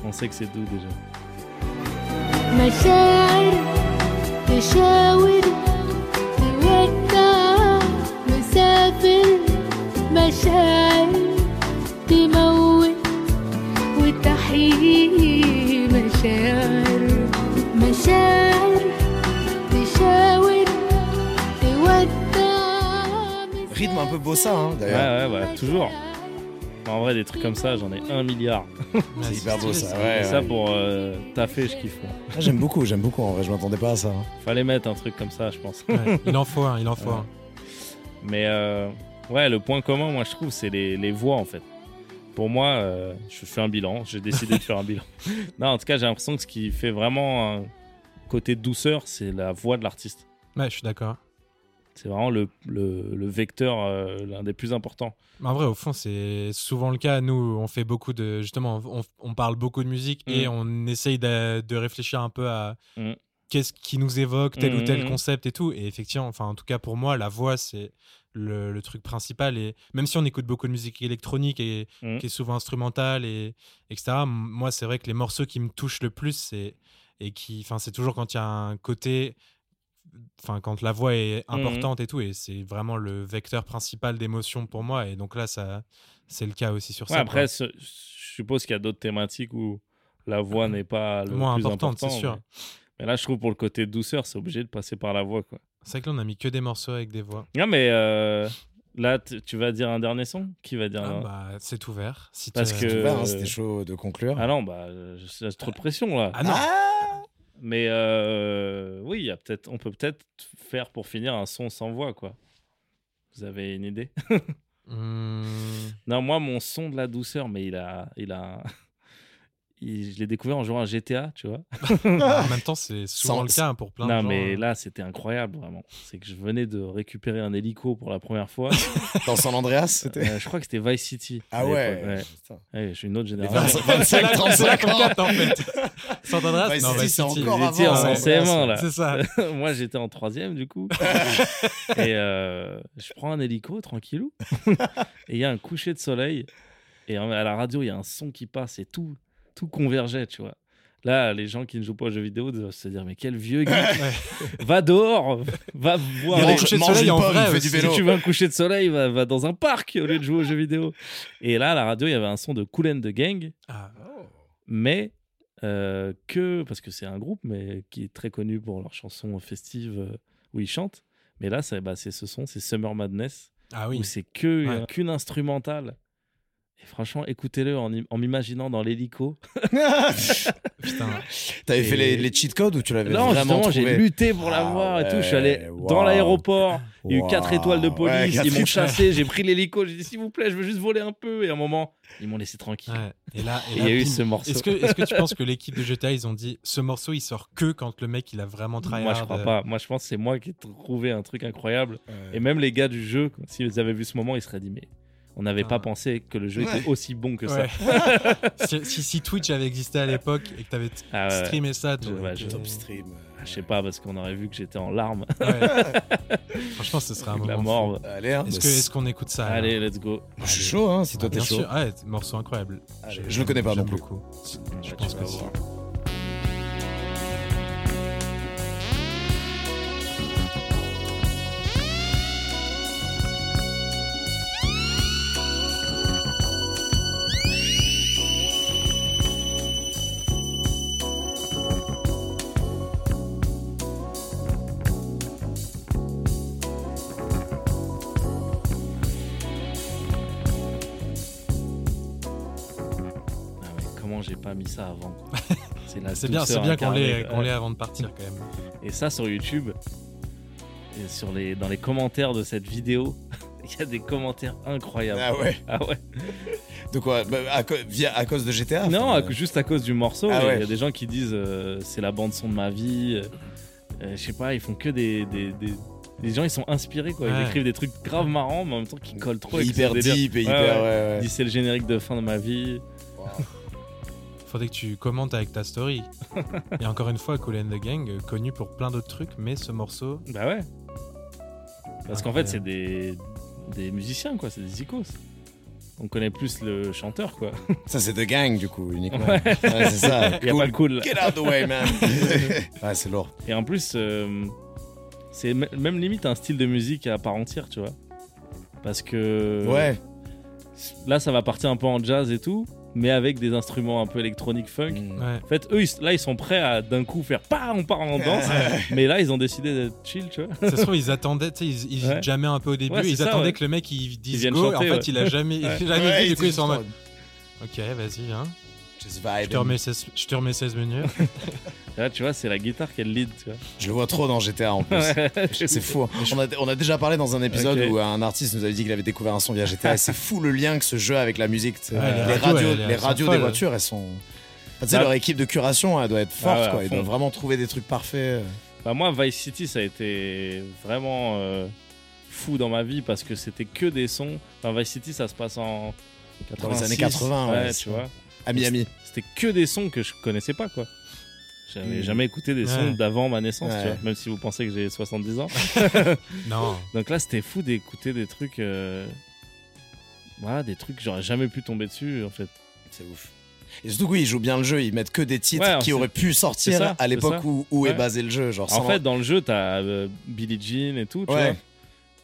[SPEAKER 4] On sait que c'est doux déjà.
[SPEAKER 8] مشاعر تشاور تودع مسافر مشاعر تموت وتحيي مشاعر مشاعر تشاور تودع
[SPEAKER 3] rythme un peu bossa, hein,
[SPEAKER 4] Ouais,
[SPEAKER 3] d'ailleurs.
[SPEAKER 4] ouais, ouais, toujours. Enfin, en vrai, des trucs comme ça, j'en ai un milliard.
[SPEAKER 3] C'est hyper beau ça.
[SPEAKER 4] Et
[SPEAKER 3] Ouais,
[SPEAKER 4] ça,
[SPEAKER 3] ouais.
[SPEAKER 4] pour euh, taffer, je kiffe. moi.
[SPEAKER 3] Ah, j'aime beaucoup, j'aime beaucoup en vrai, je m'attendais pas à ça. hein.
[SPEAKER 4] Fallait mettre un truc comme ça, je pense.
[SPEAKER 2] Ouais, il en faut un, il en faut un.
[SPEAKER 4] Mais euh, ouais, le point commun, moi, je trouve, c'est les, les voix, en fait. Pour moi, euh, je fais un bilan. J'ai décidé de faire un bilan. [laughs] Non, en tout cas, j'ai l'impression que ce qui fait vraiment un côté douceur, c'est la voix de l'artiste.
[SPEAKER 2] Ouais, je suis d'accord.
[SPEAKER 4] C'est vraiment le, le- le vecteur, euh, l'un des plus importants.
[SPEAKER 2] Mais en vrai, au fond, c'est souvent le cas. Nous, on fait beaucoup de. Justement, on, on parle beaucoup de musique et
[SPEAKER 4] Mm.
[SPEAKER 2] on essaye de, de réfléchir un peu à
[SPEAKER 4] Mm.
[SPEAKER 2] qu'est-ce qui nous évoque tel ou
[SPEAKER 4] Mm,
[SPEAKER 2] tel
[SPEAKER 4] mm, mm.
[SPEAKER 2] concept et tout. Et effectivement, enfin, en tout cas, pour moi, la voix, c'est le, le truc principal. Et même si on écoute beaucoup de musique électronique et
[SPEAKER 4] Mm.
[SPEAKER 2] qui est souvent instrumentale, et, etc., m- moi, c'est vrai que les morceaux qui me touchent le plus, c'est. Et qui, enfin, c'est toujours quand il y a un côté, enfin quand la voix est
[SPEAKER 4] Mhm.
[SPEAKER 2] importante et tout et c'est vraiment le vecteur principal d'émotion pour moi et donc là ça c'est le cas aussi sur
[SPEAKER 4] Ouais,
[SPEAKER 2] ça
[SPEAKER 4] après,
[SPEAKER 2] quoi.
[SPEAKER 4] ce- je suppose qu'il y a d'autres thématiques où la voix n'est pas le
[SPEAKER 2] Euh, Moins
[SPEAKER 4] plus
[SPEAKER 2] importante, c'est
[SPEAKER 4] important,
[SPEAKER 2] sûr.
[SPEAKER 4] Mais, mais là, je trouve pour le côté douceur, c'est obligé de passer par la voix. Quoi.
[SPEAKER 2] c'est vrai que là on a mis que des morceaux avec des voix
[SPEAKER 4] Non, mais euh, là, tu tu vas dire un dernier son Qui va dire
[SPEAKER 2] Ah,
[SPEAKER 4] un-
[SPEAKER 2] bah c'est ouvert si
[SPEAKER 4] Parce
[SPEAKER 2] t'as-
[SPEAKER 4] que-
[SPEAKER 3] Tu vois, hein,
[SPEAKER 4] Euh,
[SPEAKER 3] C'était chaud de conclure.
[SPEAKER 4] Ah non, bah, euh, j'ai trop de pression là.
[SPEAKER 2] ah non
[SPEAKER 4] Mais euh, oui, il y a peut-être, on peut peut-être faire pour finir un son sans voix, quoi. Vous avez une idée [laughs]
[SPEAKER 3] [laughs]
[SPEAKER 2] Mmh.
[SPEAKER 4] Non, moi, mon son de la douceur, mais il a, il a, il- je l'ai découvert en jouant à GTA, tu vois.
[SPEAKER 2] en même temps c'est souvent
[SPEAKER 3] Sans-
[SPEAKER 2] le cas hein, pour plein de
[SPEAKER 4] non,
[SPEAKER 2] gens
[SPEAKER 4] mais
[SPEAKER 2] hein.
[SPEAKER 4] là, c'était incroyable, vraiment. C'est que je venais de récupérer un hélico pour la
[SPEAKER 2] [laughs]
[SPEAKER 4] première fois.
[SPEAKER 3] Dans San
[SPEAKER 4] [laughs]
[SPEAKER 3] Andreas, c'était.
[SPEAKER 4] Euh, je crois que c'était Vice City. à
[SPEAKER 3] Ah ouais.
[SPEAKER 4] l'époque.
[SPEAKER 3] putain.
[SPEAKER 4] Ouais, je suis une autre
[SPEAKER 3] Les
[SPEAKER 4] génération.
[SPEAKER 3] 25,
[SPEAKER 2] c'est
[SPEAKER 3] 25, [laughs]
[SPEAKER 2] là c'est là
[SPEAKER 3] 35
[SPEAKER 2] qu'on
[SPEAKER 3] ans.
[SPEAKER 2] capte en
[SPEAKER 3] [laughs]
[SPEAKER 2] fait Saint-André
[SPEAKER 3] Vice
[SPEAKER 2] non bah,
[SPEAKER 3] City,
[SPEAKER 2] Vice
[SPEAKER 3] c'est
[SPEAKER 2] City.
[SPEAKER 3] encore
[SPEAKER 4] Ils étaient
[SPEAKER 3] avant,
[SPEAKER 4] en
[SPEAKER 3] ouais.
[SPEAKER 4] CM1 là.
[SPEAKER 2] c'est
[SPEAKER 4] [laughs]
[SPEAKER 2] ça
[SPEAKER 4] Moi, j'étais en troisième,
[SPEAKER 2] [laughs]
[SPEAKER 4] du coup. et euh, je prends un
[SPEAKER 2] [laughs]
[SPEAKER 4] hélico, tranquillou. et il y a un coucher de soleil. Et en- à la radio, il y a un son qui passe et tout, tout convergeait, tu vois. Là, les gens qui ne jouent pas aux jeux vidéo doivent se dire, mais quel
[SPEAKER 2] [laughs]
[SPEAKER 4] vieux gars Va dehors Va voir...
[SPEAKER 2] Il y a des
[SPEAKER 4] les-
[SPEAKER 3] mange,
[SPEAKER 2] couchers de
[SPEAKER 3] mange
[SPEAKER 2] soleil
[SPEAKER 3] une
[SPEAKER 2] en
[SPEAKER 3] pomme,
[SPEAKER 2] vrai
[SPEAKER 3] il fait
[SPEAKER 2] aussi.
[SPEAKER 3] du
[SPEAKER 4] Si
[SPEAKER 3] vélo.
[SPEAKER 4] tu veux un coucher de soleil, va, va dans un parc au lieu de jouer aux jeux vidéo. Et là, à la radio, il y avait un son de Cool de Gang,
[SPEAKER 2] Ah,
[SPEAKER 4] mais euh, que parce que c'est un groupe mais qui est très connu pour leurs chansons festives euh, où ils chantent mais là c'est bah, c'est ce son c'est Summer Madness
[SPEAKER 2] ah
[SPEAKER 4] où
[SPEAKER 2] oui
[SPEAKER 4] c'est que euh,
[SPEAKER 2] Ouais.
[SPEAKER 4] qu'une instrumentale et franchement écoutez-le en, im- en m'imaginant dans l'hélico
[SPEAKER 3] Ah,
[SPEAKER 2] putain
[SPEAKER 3] [laughs] T'avais fait les,
[SPEAKER 4] Et-
[SPEAKER 3] les cheat codes ou tu l'avais
[SPEAKER 4] non
[SPEAKER 3] vraiment
[SPEAKER 4] justement
[SPEAKER 3] trouvé
[SPEAKER 4] j'ai lutté pour la
[SPEAKER 3] Ah
[SPEAKER 4] voir et tout je suis
[SPEAKER 3] ouais,
[SPEAKER 4] allé dans
[SPEAKER 3] waouh.
[SPEAKER 4] l'aéroport il y a eu
[SPEAKER 3] Waouh.
[SPEAKER 4] 4 étoiles de police
[SPEAKER 3] Ouais, quatre
[SPEAKER 4] ils m'ont
[SPEAKER 3] étoiles.
[SPEAKER 4] chassé j'ai pris l'hélico j'ai dit s'il vous plaît je veux juste voler un peu et à un moment ils m'ont laissé tranquille
[SPEAKER 2] Ouais. et là et
[SPEAKER 4] et il
[SPEAKER 2] là,
[SPEAKER 4] y a eu
[SPEAKER 2] bim.
[SPEAKER 4] ce morceau
[SPEAKER 2] Est-ce que, est-ce que tu penses que l'équipe de GTA, ils ont dit ce morceau il sort que quand le mec il a vraiment euh, travaillé
[SPEAKER 4] moi je crois
[SPEAKER 3] euh.
[SPEAKER 4] pas moi je pense que c'est moi qui ai trouvé un truc incroyable
[SPEAKER 3] Ouais.
[SPEAKER 4] Et même les gars du jeu, s'ils avaient vu ce moment, ils seraient dit mais on n'avait
[SPEAKER 2] Ah.
[SPEAKER 4] pas pensé que le jeu était aussi bon que ça.
[SPEAKER 2] [laughs] si, si- si Twitch avait existé à l'époque et que t'avais t-
[SPEAKER 4] Ah ouais.
[SPEAKER 2] streamé ça, t'aurais
[SPEAKER 4] Ouais,
[SPEAKER 2] été-
[SPEAKER 4] je-
[SPEAKER 3] Top stream.
[SPEAKER 4] Je sais pas parce qu'on aurait vu que j'étais en larmes.
[SPEAKER 2] Ouais. [laughs] Franchement, ce serait un
[SPEAKER 4] avec
[SPEAKER 2] moment.
[SPEAKER 4] [laughs] la
[SPEAKER 2] fou. Ah.
[SPEAKER 4] mort.
[SPEAKER 3] Allez, hein,
[SPEAKER 2] Est-ce,
[SPEAKER 3] bah,
[SPEAKER 2] que, est-ce qu'on écoute ça alors
[SPEAKER 4] Allez, let's go.
[SPEAKER 3] je suis chaud, hein, si toi
[SPEAKER 2] Ah,
[SPEAKER 3] t'es
[SPEAKER 2] Bien
[SPEAKER 3] chaud.
[SPEAKER 2] sûr, ah, ouais, morceau incroyable.
[SPEAKER 3] Allez,
[SPEAKER 2] J'aime-
[SPEAKER 3] je le connais pas non
[SPEAKER 2] j'aime
[SPEAKER 3] plus.
[SPEAKER 2] beaucoup. Je
[SPEAKER 4] Ouais,
[SPEAKER 2] pense
[SPEAKER 4] tu vas
[SPEAKER 2] que
[SPEAKER 4] voir. Ah, mais comment j'ai pas mis ça avant
[SPEAKER 2] [laughs]
[SPEAKER 4] quoi. C'est la
[SPEAKER 2] c'est bien, c'est
[SPEAKER 4] douceur
[SPEAKER 2] bien qu'on l'ait,
[SPEAKER 4] incarnée,
[SPEAKER 2] qu'on
[SPEAKER 4] ouais.
[SPEAKER 2] l'ait avant de partir quand même.
[SPEAKER 4] Et ça sur YouTube, et sur les, dans les commentaires de cette vidéo, [laughs] il y a des commentaires incroyables.
[SPEAKER 3] Ah ouais.
[SPEAKER 4] Ah ouais.
[SPEAKER 3] De quoi Bah, à, co- via- à cause de GTA
[SPEAKER 4] non,
[SPEAKER 3] Ah, enfin,
[SPEAKER 4] à- juste à cause du morceau.
[SPEAKER 3] Ah
[SPEAKER 4] il y
[SPEAKER 3] ouais.
[SPEAKER 4] a des gens qui disent euh, c'est la bande son de ma vie. euh, euh, je sais pas, ils font que des, des, des- des gens ils sont inspirés quoi. Ils
[SPEAKER 2] Ouais.
[SPEAKER 4] écrivent des trucs grave marrants, mais en même temps qui collent trop.
[SPEAKER 3] euh,
[SPEAKER 4] avec ce
[SPEAKER 3] hyper
[SPEAKER 4] délire.
[SPEAKER 3] deep et
[SPEAKER 4] Ouais,
[SPEAKER 3] hyper.
[SPEAKER 4] ouais.
[SPEAKER 3] ouais,
[SPEAKER 4] Ils
[SPEAKER 3] ouais.
[SPEAKER 4] disent c'est le générique de fin de ma vie.
[SPEAKER 2] Faudrait que tu commentes avec ta
[SPEAKER 3] [laughs]
[SPEAKER 2] story. et encore une fois, Cool and the Gang, euh, connu pour plein d'autres trucs, mais ce morceau,
[SPEAKER 4] Bah ouais. Parce qu'en fait
[SPEAKER 2] Incroyable.
[SPEAKER 4] c'est des, des musiciens quoi, c'est des icos. On connaît plus le chanteur quoi.
[SPEAKER 3] Ça, c'est The Gang, du coup, uniquement.
[SPEAKER 4] Ouais.
[SPEAKER 3] Ouais, c'est
[SPEAKER 4] [laughs]
[SPEAKER 3] ça.
[SPEAKER 4] Il y a pas le cool.
[SPEAKER 3] Get out the way, man. [laughs] ouais, c'est lourd.
[SPEAKER 4] Et en plus, euh, c'est m- même limite un style de musique à part entière, tu vois. Parce que
[SPEAKER 3] Ouais.
[SPEAKER 4] là, ça va partir un peu en jazz et tout, mais avec des instruments un peu électroniques funk.
[SPEAKER 3] Mm.
[SPEAKER 2] Ouais.
[SPEAKER 4] En fait, eux, ils- là, ils sont prêts à d'un coup faire pas, on part en danse. mais là, ils ont décidé d'être chill, tu vois.
[SPEAKER 2] Ça se trouve, ils attendaient, tu sais, ils, ils
[SPEAKER 4] Ouais.
[SPEAKER 2] jammaient un peu au début,
[SPEAKER 4] Ouais, c'est
[SPEAKER 2] ils
[SPEAKER 4] ça,
[SPEAKER 2] attendaient
[SPEAKER 4] ouais.
[SPEAKER 2] que le mec il dise
[SPEAKER 4] viennent
[SPEAKER 2] go,
[SPEAKER 4] chanter,
[SPEAKER 2] en fait
[SPEAKER 4] ouais.
[SPEAKER 2] il a jamais, [laughs] il a
[SPEAKER 4] Ouais.
[SPEAKER 2] jamais
[SPEAKER 3] Ouais,
[SPEAKER 2] vu, du coup
[SPEAKER 3] it's
[SPEAKER 2] ils sont en mode
[SPEAKER 3] just
[SPEAKER 2] Ok, vas-y, viens,
[SPEAKER 3] on. Just
[SPEAKER 2] je te,
[SPEAKER 3] vibing.
[SPEAKER 2] remets 16, je te remets 16
[SPEAKER 4] [laughs]
[SPEAKER 2] menus.
[SPEAKER 4] Là, tu vois, c'est la guitare qui est le lead, tu vois.
[SPEAKER 3] Je le vois trop dans GTA
[SPEAKER 4] [laughs]
[SPEAKER 3] en plus. C'est fou. hein. On a, on a déjà parlé dans un épisode
[SPEAKER 4] Ok.
[SPEAKER 3] où un artiste nous avait dit qu'il avait découvert un son via GTA. c'est fou le lien que ce jeu a avec la musique. tu sais.
[SPEAKER 2] Ouais, les
[SPEAKER 3] les
[SPEAKER 2] radios,
[SPEAKER 3] radios,
[SPEAKER 2] elles- elles
[SPEAKER 3] les
[SPEAKER 2] sont
[SPEAKER 3] radios
[SPEAKER 2] folles.
[SPEAKER 3] des voitures, elles sont. Enfin, tu sais,
[SPEAKER 4] Bah-
[SPEAKER 3] leur équipe de curation, elle doit être forte.
[SPEAKER 4] Ah ouais, à
[SPEAKER 3] quoi. Ils
[SPEAKER 4] fond.
[SPEAKER 3] doivent vraiment trouver des trucs parfaits. euh,
[SPEAKER 4] Bah, moi, Vice City, ça a été vraiment euh, fou dans ma vie parce que c'était que des sons. Enfin, Vice City, ça se passe en.
[SPEAKER 3] Dans les années 80, ouais,
[SPEAKER 4] tu
[SPEAKER 3] c'est-
[SPEAKER 4] vois.
[SPEAKER 3] À Miami.
[SPEAKER 4] C'était que des sons que je connaissais pas, quoi. J'avais
[SPEAKER 3] Mm.
[SPEAKER 4] jamais écouté des sons
[SPEAKER 2] Ouais.
[SPEAKER 4] d'avant ma naissance, tu
[SPEAKER 3] Ouais.
[SPEAKER 4] vois. Même si vous pensez que j'ai 70 ans.
[SPEAKER 2] non,
[SPEAKER 4] Donc là, c'était fou d'écouter des trucs. euh, Voilà, des trucs que j'aurais jamais pu tomber dessus, en fait.
[SPEAKER 3] C'est ouf. Et surtout, oui, ils jouent bien le jeu. Ils mettent que des titres
[SPEAKER 4] Ouais,
[SPEAKER 3] qui
[SPEAKER 4] c'est-
[SPEAKER 3] auraient pu
[SPEAKER 4] c'est
[SPEAKER 3] sortir
[SPEAKER 4] ça,
[SPEAKER 3] à
[SPEAKER 4] c'est
[SPEAKER 3] l'époque
[SPEAKER 4] ça.
[SPEAKER 3] où, où est
[SPEAKER 4] Ouais.
[SPEAKER 3] basé le jeu. Genre,
[SPEAKER 4] En
[SPEAKER 3] sans-
[SPEAKER 4] fait, dans le jeu, t'as as Billie Jean et tout, tu
[SPEAKER 3] Ouais.
[SPEAKER 4] vois.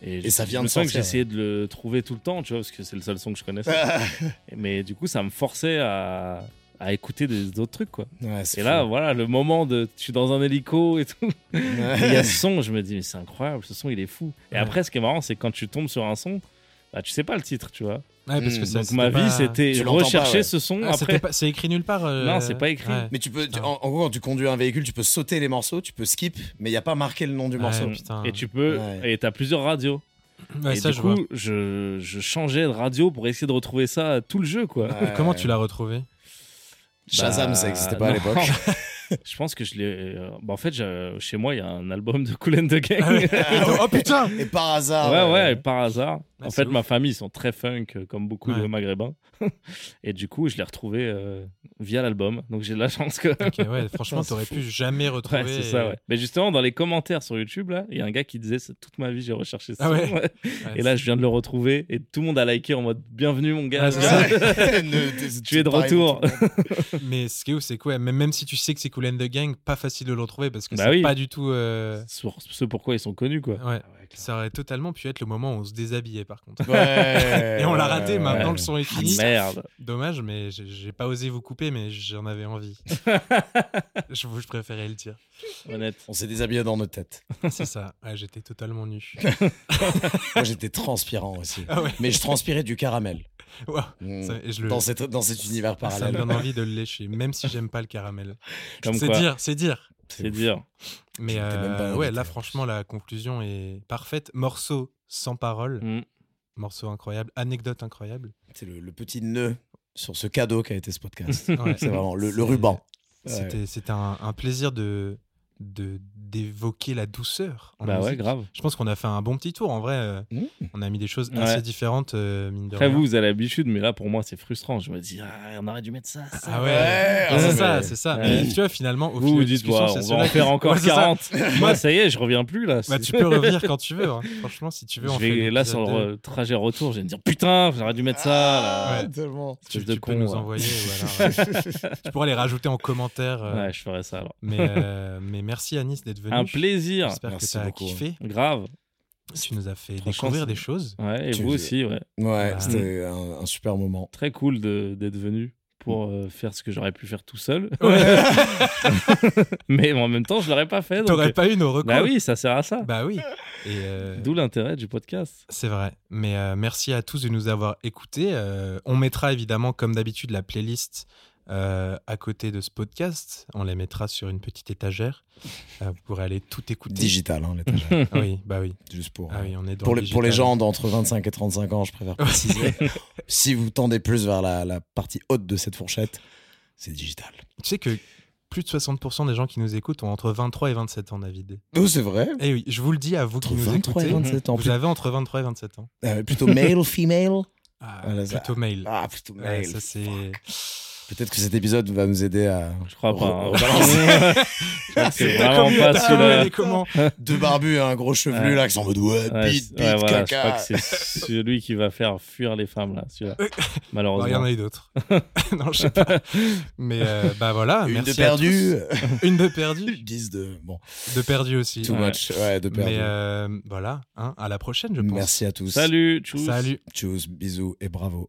[SPEAKER 3] Et ça vient de
[SPEAKER 4] ça que
[SPEAKER 3] sortir,
[SPEAKER 4] j'essayais de le trouver tout le temps, tu vois, parce que c'est le seul son que je connaissais. Mais du coup, ça me forçait à, à écouter des autres trucs, quoi.
[SPEAKER 3] [laughs] Ouais, c'est
[SPEAKER 4] Et
[SPEAKER 3] fou.
[SPEAKER 4] là, voilà, le moment de. Je suis dans un hélico
[SPEAKER 3] [laughs]
[SPEAKER 4] et tout. Et Il y
[SPEAKER 3] Ouais.
[SPEAKER 4] a ce son, je me dis, mais c'est incroyable, ce son, il est fou. Et
[SPEAKER 2] Ouais.
[SPEAKER 4] après, ce qui est marrant, c'est quand tu tombes sur un son, bah, tu sais pas le titre, tu vois.
[SPEAKER 2] Ouais, parce que
[SPEAKER 3] Mm,
[SPEAKER 2] ça,
[SPEAKER 4] Hmm, Donc ma
[SPEAKER 2] pas-
[SPEAKER 4] vie, c'était
[SPEAKER 3] Tu l'entends pas,
[SPEAKER 4] rechercher
[SPEAKER 3] ouais.
[SPEAKER 4] ce son
[SPEAKER 2] Ah, c'était
[SPEAKER 4] après.
[SPEAKER 2] pas- C'est écrit nulle part. euh,
[SPEAKER 4] Non, c'est pas écrit.
[SPEAKER 2] ouais.
[SPEAKER 3] Mais tu peux, tu-
[SPEAKER 4] Ah.
[SPEAKER 2] Putain.
[SPEAKER 3] en, en gros, quand tu conduis un véhicule, tu peux sauter les morceaux, tu peux skip, mais il n'y a pas marqué le nom du
[SPEAKER 2] Ouais.
[SPEAKER 4] [laughs]
[SPEAKER 3] morceau.
[SPEAKER 2] Oh, putain.
[SPEAKER 4] Et tu peux.
[SPEAKER 3] Ouais.
[SPEAKER 4] Et t'as plusieurs radios.
[SPEAKER 2] Ouais,
[SPEAKER 4] et
[SPEAKER 2] ça,
[SPEAKER 4] du
[SPEAKER 2] je
[SPEAKER 4] coup,
[SPEAKER 2] vois.
[SPEAKER 4] je, je changeais de radio pour essayer de retrouver ça tout le jeu, quoi.
[SPEAKER 3] Ouais.
[SPEAKER 2] Comment tu l'as retrouvé
[SPEAKER 3] Euh, Shazam,
[SPEAKER 4] Bah,
[SPEAKER 3] ça n'existait pas à
[SPEAKER 4] non.
[SPEAKER 3] l'époque.
[SPEAKER 4] [laughs] je pense que je l'ai. euh, bah, en fait, j'ai- chez moi, il y a un album de Cool and the
[SPEAKER 2] Ah
[SPEAKER 4] Gang. [laughs]
[SPEAKER 2] ouais.
[SPEAKER 4] ouais,
[SPEAKER 2] Oh putain
[SPEAKER 3] [laughs] Et par hasard.
[SPEAKER 4] ouais,
[SPEAKER 3] euh,
[SPEAKER 4] [laughs] et par hasard.
[SPEAKER 2] Ah,
[SPEAKER 4] en
[SPEAKER 2] c'est
[SPEAKER 4] fait,
[SPEAKER 2] ouf.
[SPEAKER 4] ma famille, ils sont très funk, euh, comme beaucoup de
[SPEAKER 2] Ouais.
[SPEAKER 4] maghrébins. [laughs] et du coup, je l'ai retrouvé euh, via l'album. Donc, j'ai de la chance que. [laughs]
[SPEAKER 2] Ok, ouais, franchement,
[SPEAKER 4] Putain,
[SPEAKER 2] t'aurais
[SPEAKER 4] c'est
[SPEAKER 2] pu jamais retrouver.
[SPEAKER 4] Ouais, c'est ça, ouais. Mais justement, dans les commentaires sur YouTube, là, il y a un gars qui disait c'est Toute ma vie, j'ai recherché ça.
[SPEAKER 2] Ah
[SPEAKER 4] [laughs]
[SPEAKER 2] ouais. Ouais,
[SPEAKER 4] Et là, je viens de le retrouver et tout le monde a liké en mode Bienvenue, mon gars.
[SPEAKER 2] Ah, c'est ça.
[SPEAKER 3] [laughs] Ne-
[SPEAKER 4] Tu es de
[SPEAKER 3] pareil,
[SPEAKER 4] retour.
[SPEAKER 3] tout le
[SPEAKER 4] [laughs]
[SPEAKER 3] monde.
[SPEAKER 2] Mais ce qui est ouf, c'est quoi même, même si tu sais que c'est Cool and the Gang, pas facile de le retrouver parce que
[SPEAKER 4] Bah
[SPEAKER 2] c'est
[SPEAKER 4] oui.
[SPEAKER 2] pas du tout. euh,
[SPEAKER 4] [laughs] Sur ce pourquoi ils sont connus, quoi.
[SPEAKER 2] Ah Ouais, ça aurait totalement pu être le moment où on se déshabillait par contre.
[SPEAKER 3] Ouais,
[SPEAKER 2] Et on l'a
[SPEAKER 3] ouais,
[SPEAKER 2] raté,
[SPEAKER 3] ouais,
[SPEAKER 2] maintenant
[SPEAKER 3] ouais.
[SPEAKER 2] le son est fini.
[SPEAKER 4] Merde.
[SPEAKER 2] Dommage, mais j'ai- j'ai pas osé vous couper, mais j'en avais
[SPEAKER 3] [laughs]
[SPEAKER 2] envie. je, vous- je préférais le dire.
[SPEAKER 4] Honnête.
[SPEAKER 3] On s'est déshabillé dans nos têtes.
[SPEAKER 2] C'est ça, Ouais, j'étais totalement nu.
[SPEAKER 3] [laughs] Moi, j'étais transpirant aussi.
[SPEAKER 2] Ah ouais,
[SPEAKER 3] Mais je transpirais du caramel.
[SPEAKER 2] Wow.
[SPEAKER 3] Mm.
[SPEAKER 2] Ça- et je le-
[SPEAKER 3] Dans, cet, dans cet univers
[SPEAKER 2] ça me
[SPEAKER 3] parallèle.
[SPEAKER 2] donne envie
[SPEAKER 3] [laughs]
[SPEAKER 2] de le lécher, même si j'aime pas le caramel.
[SPEAKER 4] Comme
[SPEAKER 2] C'est
[SPEAKER 4] quoi.
[SPEAKER 2] dire, c'est dire.
[SPEAKER 4] C'est dire.
[SPEAKER 2] Mais
[SPEAKER 3] J'étais
[SPEAKER 2] euh,
[SPEAKER 3] même pas
[SPEAKER 2] ouais,
[SPEAKER 3] invité, en
[SPEAKER 2] là
[SPEAKER 3] plus.
[SPEAKER 2] franchement, la conclusion est parfaite. Morceau sans parole,
[SPEAKER 4] Mm.
[SPEAKER 2] morceau incroyable, anecdote
[SPEAKER 3] [laughs]
[SPEAKER 2] incroyable.
[SPEAKER 3] C'est le, le petit nœud sur ce cadeau qu'a été ce
[SPEAKER 4] [laughs]
[SPEAKER 3] podcast.
[SPEAKER 2] Ouais.
[SPEAKER 3] C'est vraiment le, le
[SPEAKER 2] C'est-
[SPEAKER 3] ruban.
[SPEAKER 2] C'était c'était un, un plaisir de de- d'évoquer la douceur. En
[SPEAKER 4] Bah ouais,
[SPEAKER 2] musique.
[SPEAKER 4] grave.
[SPEAKER 2] Je pense qu'on a fait un bon petit tour. En vrai, euh,
[SPEAKER 3] Mmh.
[SPEAKER 2] on a mis des choses
[SPEAKER 4] Ouais.
[SPEAKER 2] assez différentes, euh, mine de
[SPEAKER 4] Après,
[SPEAKER 2] rien.
[SPEAKER 4] vous, vous avez l'habitude, mais là, pour moi, c'est frustrant. Je me dis, ah, on aurait dû mettre ça. ça.
[SPEAKER 2] Ah ouais,
[SPEAKER 3] Ouais,
[SPEAKER 2] Ah, c'est
[SPEAKER 4] ouais.
[SPEAKER 2] ça, c'est ça.
[SPEAKER 4] Ouais.
[SPEAKER 2] Mais tu vois, finalement, au
[SPEAKER 4] Vous,
[SPEAKER 2] fil
[SPEAKER 4] vous
[SPEAKER 2] de
[SPEAKER 4] dites,
[SPEAKER 2] discussion,
[SPEAKER 4] Ouah,
[SPEAKER 2] c'est
[SPEAKER 4] on va
[SPEAKER 2] ceux-là
[SPEAKER 4] en
[SPEAKER 2] qui-
[SPEAKER 4] faire encore
[SPEAKER 2] Ouais, c'est ça. [laughs]
[SPEAKER 4] 40. Moi, ça y est, je reviens plus là.
[SPEAKER 2] Bah,
[SPEAKER 4] C'est- [laughs]
[SPEAKER 2] tu peux revenir quand tu veux. hein. Franchement, si tu veux, on
[SPEAKER 4] je
[SPEAKER 2] fait
[SPEAKER 4] vais, là, sur
[SPEAKER 2] l'épisode
[SPEAKER 4] le
[SPEAKER 2] deux.
[SPEAKER 4] re- trajet retour, je vais me dire, putain, j'aurais dû mettre ça. là.
[SPEAKER 3] Ah,
[SPEAKER 2] Ouais.
[SPEAKER 3] tellement.
[SPEAKER 2] Tu,
[SPEAKER 4] espèce de
[SPEAKER 2] tu peux
[SPEAKER 4] con,
[SPEAKER 2] nous
[SPEAKER 4] ouais.
[SPEAKER 2] envoyer. ou alors,
[SPEAKER 4] [laughs]
[SPEAKER 2] euh, tu pourras les rajouter en commentaire. euh,
[SPEAKER 4] Ouais, je ferais ça alors.
[SPEAKER 2] mais, euh, mais merci, Anis, d'être venu.
[SPEAKER 4] Un plaisir.
[SPEAKER 2] J'espère que
[SPEAKER 3] Merci
[SPEAKER 2] tu as
[SPEAKER 3] beaucoup.
[SPEAKER 2] kiffé.
[SPEAKER 4] Grave.
[SPEAKER 2] Tu nous as fait
[SPEAKER 4] Franchement,
[SPEAKER 2] découvrir
[SPEAKER 4] c'est-
[SPEAKER 2] des choses.
[SPEAKER 4] Ouais, et
[SPEAKER 3] Tu
[SPEAKER 4] vous
[SPEAKER 3] veux-
[SPEAKER 4] aussi, ouais.
[SPEAKER 3] Ouais,
[SPEAKER 2] Bah,
[SPEAKER 3] c'était un, un super moment.
[SPEAKER 4] Très cool de- d'être venu pour euh, faire ce que j'aurais pu faire tout seul. [laughs] mais en même temps, je l'aurais pas fait.
[SPEAKER 2] [laughs]
[SPEAKER 4] donc-
[SPEAKER 2] T'aurais pas eu nos recours.
[SPEAKER 4] Bah oui, ça sert à ça.
[SPEAKER 2] Bah oui. Et euh,
[SPEAKER 4] D'où l'intérêt du podcast.
[SPEAKER 2] C'est vrai, mais euh, merci à tous de nous avoir écoutés. Euh, on mettra évidemment, comme d'habitude, la playlist euh, à côté de ce podcast. On la mettra sur une petite étagère. Euh, vous pourrez aller tout écouter.
[SPEAKER 3] Digital, hein, l'étagère.
[SPEAKER 2] [laughs] Ah oui, bah oui.
[SPEAKER 3] Juste pour. euh,
[SPEAKER 2] Ah oui, on est dans
[SPEAKER 3] pour,
[SPEAKER 2] le
[SPEAKER 3] les, pour les
[SPEAKER 2] digital.
[SPEAKER 3] gens d'entre 25 et 35 ans,
[SPEAKER 2] [laughs]
[SPEAKER 3] je préfère préciser. si vous tendez plus vers la, la partie haute de cette fourchette, c'est digital.
[SPEAKER 2] Tu sais que plus de 60% des gens qui nous écoutent ont entre 23 et 27 ans, David.
[SPEAKER 3] Oh, c'est vrai.
[SPEAKER 2] Eh oui, je vous le dis à vous qui
[SPEAKER 3] Entre
[SPEAKER 2] nous
[SPEAKER 3] 23 et
[SPEAKER 2] écoutez.
[SPEAKER 3] 27 ans.
[SPEAKER 2] Vous avez entre 23 et 27 ans.
[SPEAKER 3] Euh, plutôt
[SPEAKER 2] [laughs]
[SPEAKER 3] male, female
[SPEAKER 2] Ah,
[SPEAKER 3] Ah, là, ça-
[SPEAKER 2] plutôt mail.
[SPEAKER 3] Ah, plutôt
[SPEAKER 2] Ouais,
[SPEAKER 3] male.
[SPEAKER 2] ça, c'est.
[SPEAKER 3] Peut-être que cet épisode va nous aider à.
[SPEAKER 4] Je crois pas. hein.
[SPEAKER 3] Re-
[SPEAKER 4] [laughs]
[SPEAKER 3] [laughs]
[SPEAKER 4] Je crois que c'est vraiment
[SPEAKER 2] T'as
[SPEAKER 4] pas
[SPEAKER 2] comment-
[SPEAKER 4] celui-là.
[SPEAKER 2] t'as comment-
[SPEAKER 3] Deux barbus et un gros chevelu
[SPEAKER 4] Ouais.
[SPEAKER 3] là qui sont en mode ouais,
[SPEAKER 4] Ouais,
[SPEAKER 3] bite,
[SPEAKER 4] c'est-
[SPEAKER 3] bite,
[SPEAKER 4] ouais, voilà, je crois
[SPEAKER 3] caca.
[SPEAKER 4] que c'est celui qui va faire fuir les femmes là, celui-là.
[SPEAKER 2] Bah, Il y en
[SPEAKER 4] Malheureusement.
[SPEAKER 2] a eu d'autres. [laughs] non, je sais pas. Mais euh, bah voilà.
[SPEAKER 3] Une
[SPEAKER 2] merci
[SPEAKER 3] de
[SPEAKER 2] à
[SPEAKER 3] perdu,
[SPEAKER 2] tous. Une de
[SPEAKER 3] [laughs]
[SPEAKER 2] perdue.
[SPEAKER 3] 10 de. Bon,
[SPEAKER 2] De perdue aussi.
[SPEAKER 3] too
[SPEAKER 4] Ouais.
[SPEAKER 3] much. Ouais, de perdu.
[SPEAKER 2] Mais euh, voilà, hein, à la prochaine, je pense.
[SPEAKER 3] Merci à tous.
[SPEAKER 4] Salut, tchuss.
[SPEAKER 2] Salut.
[SPEAKER 3] Tchuss, bisous et bravo.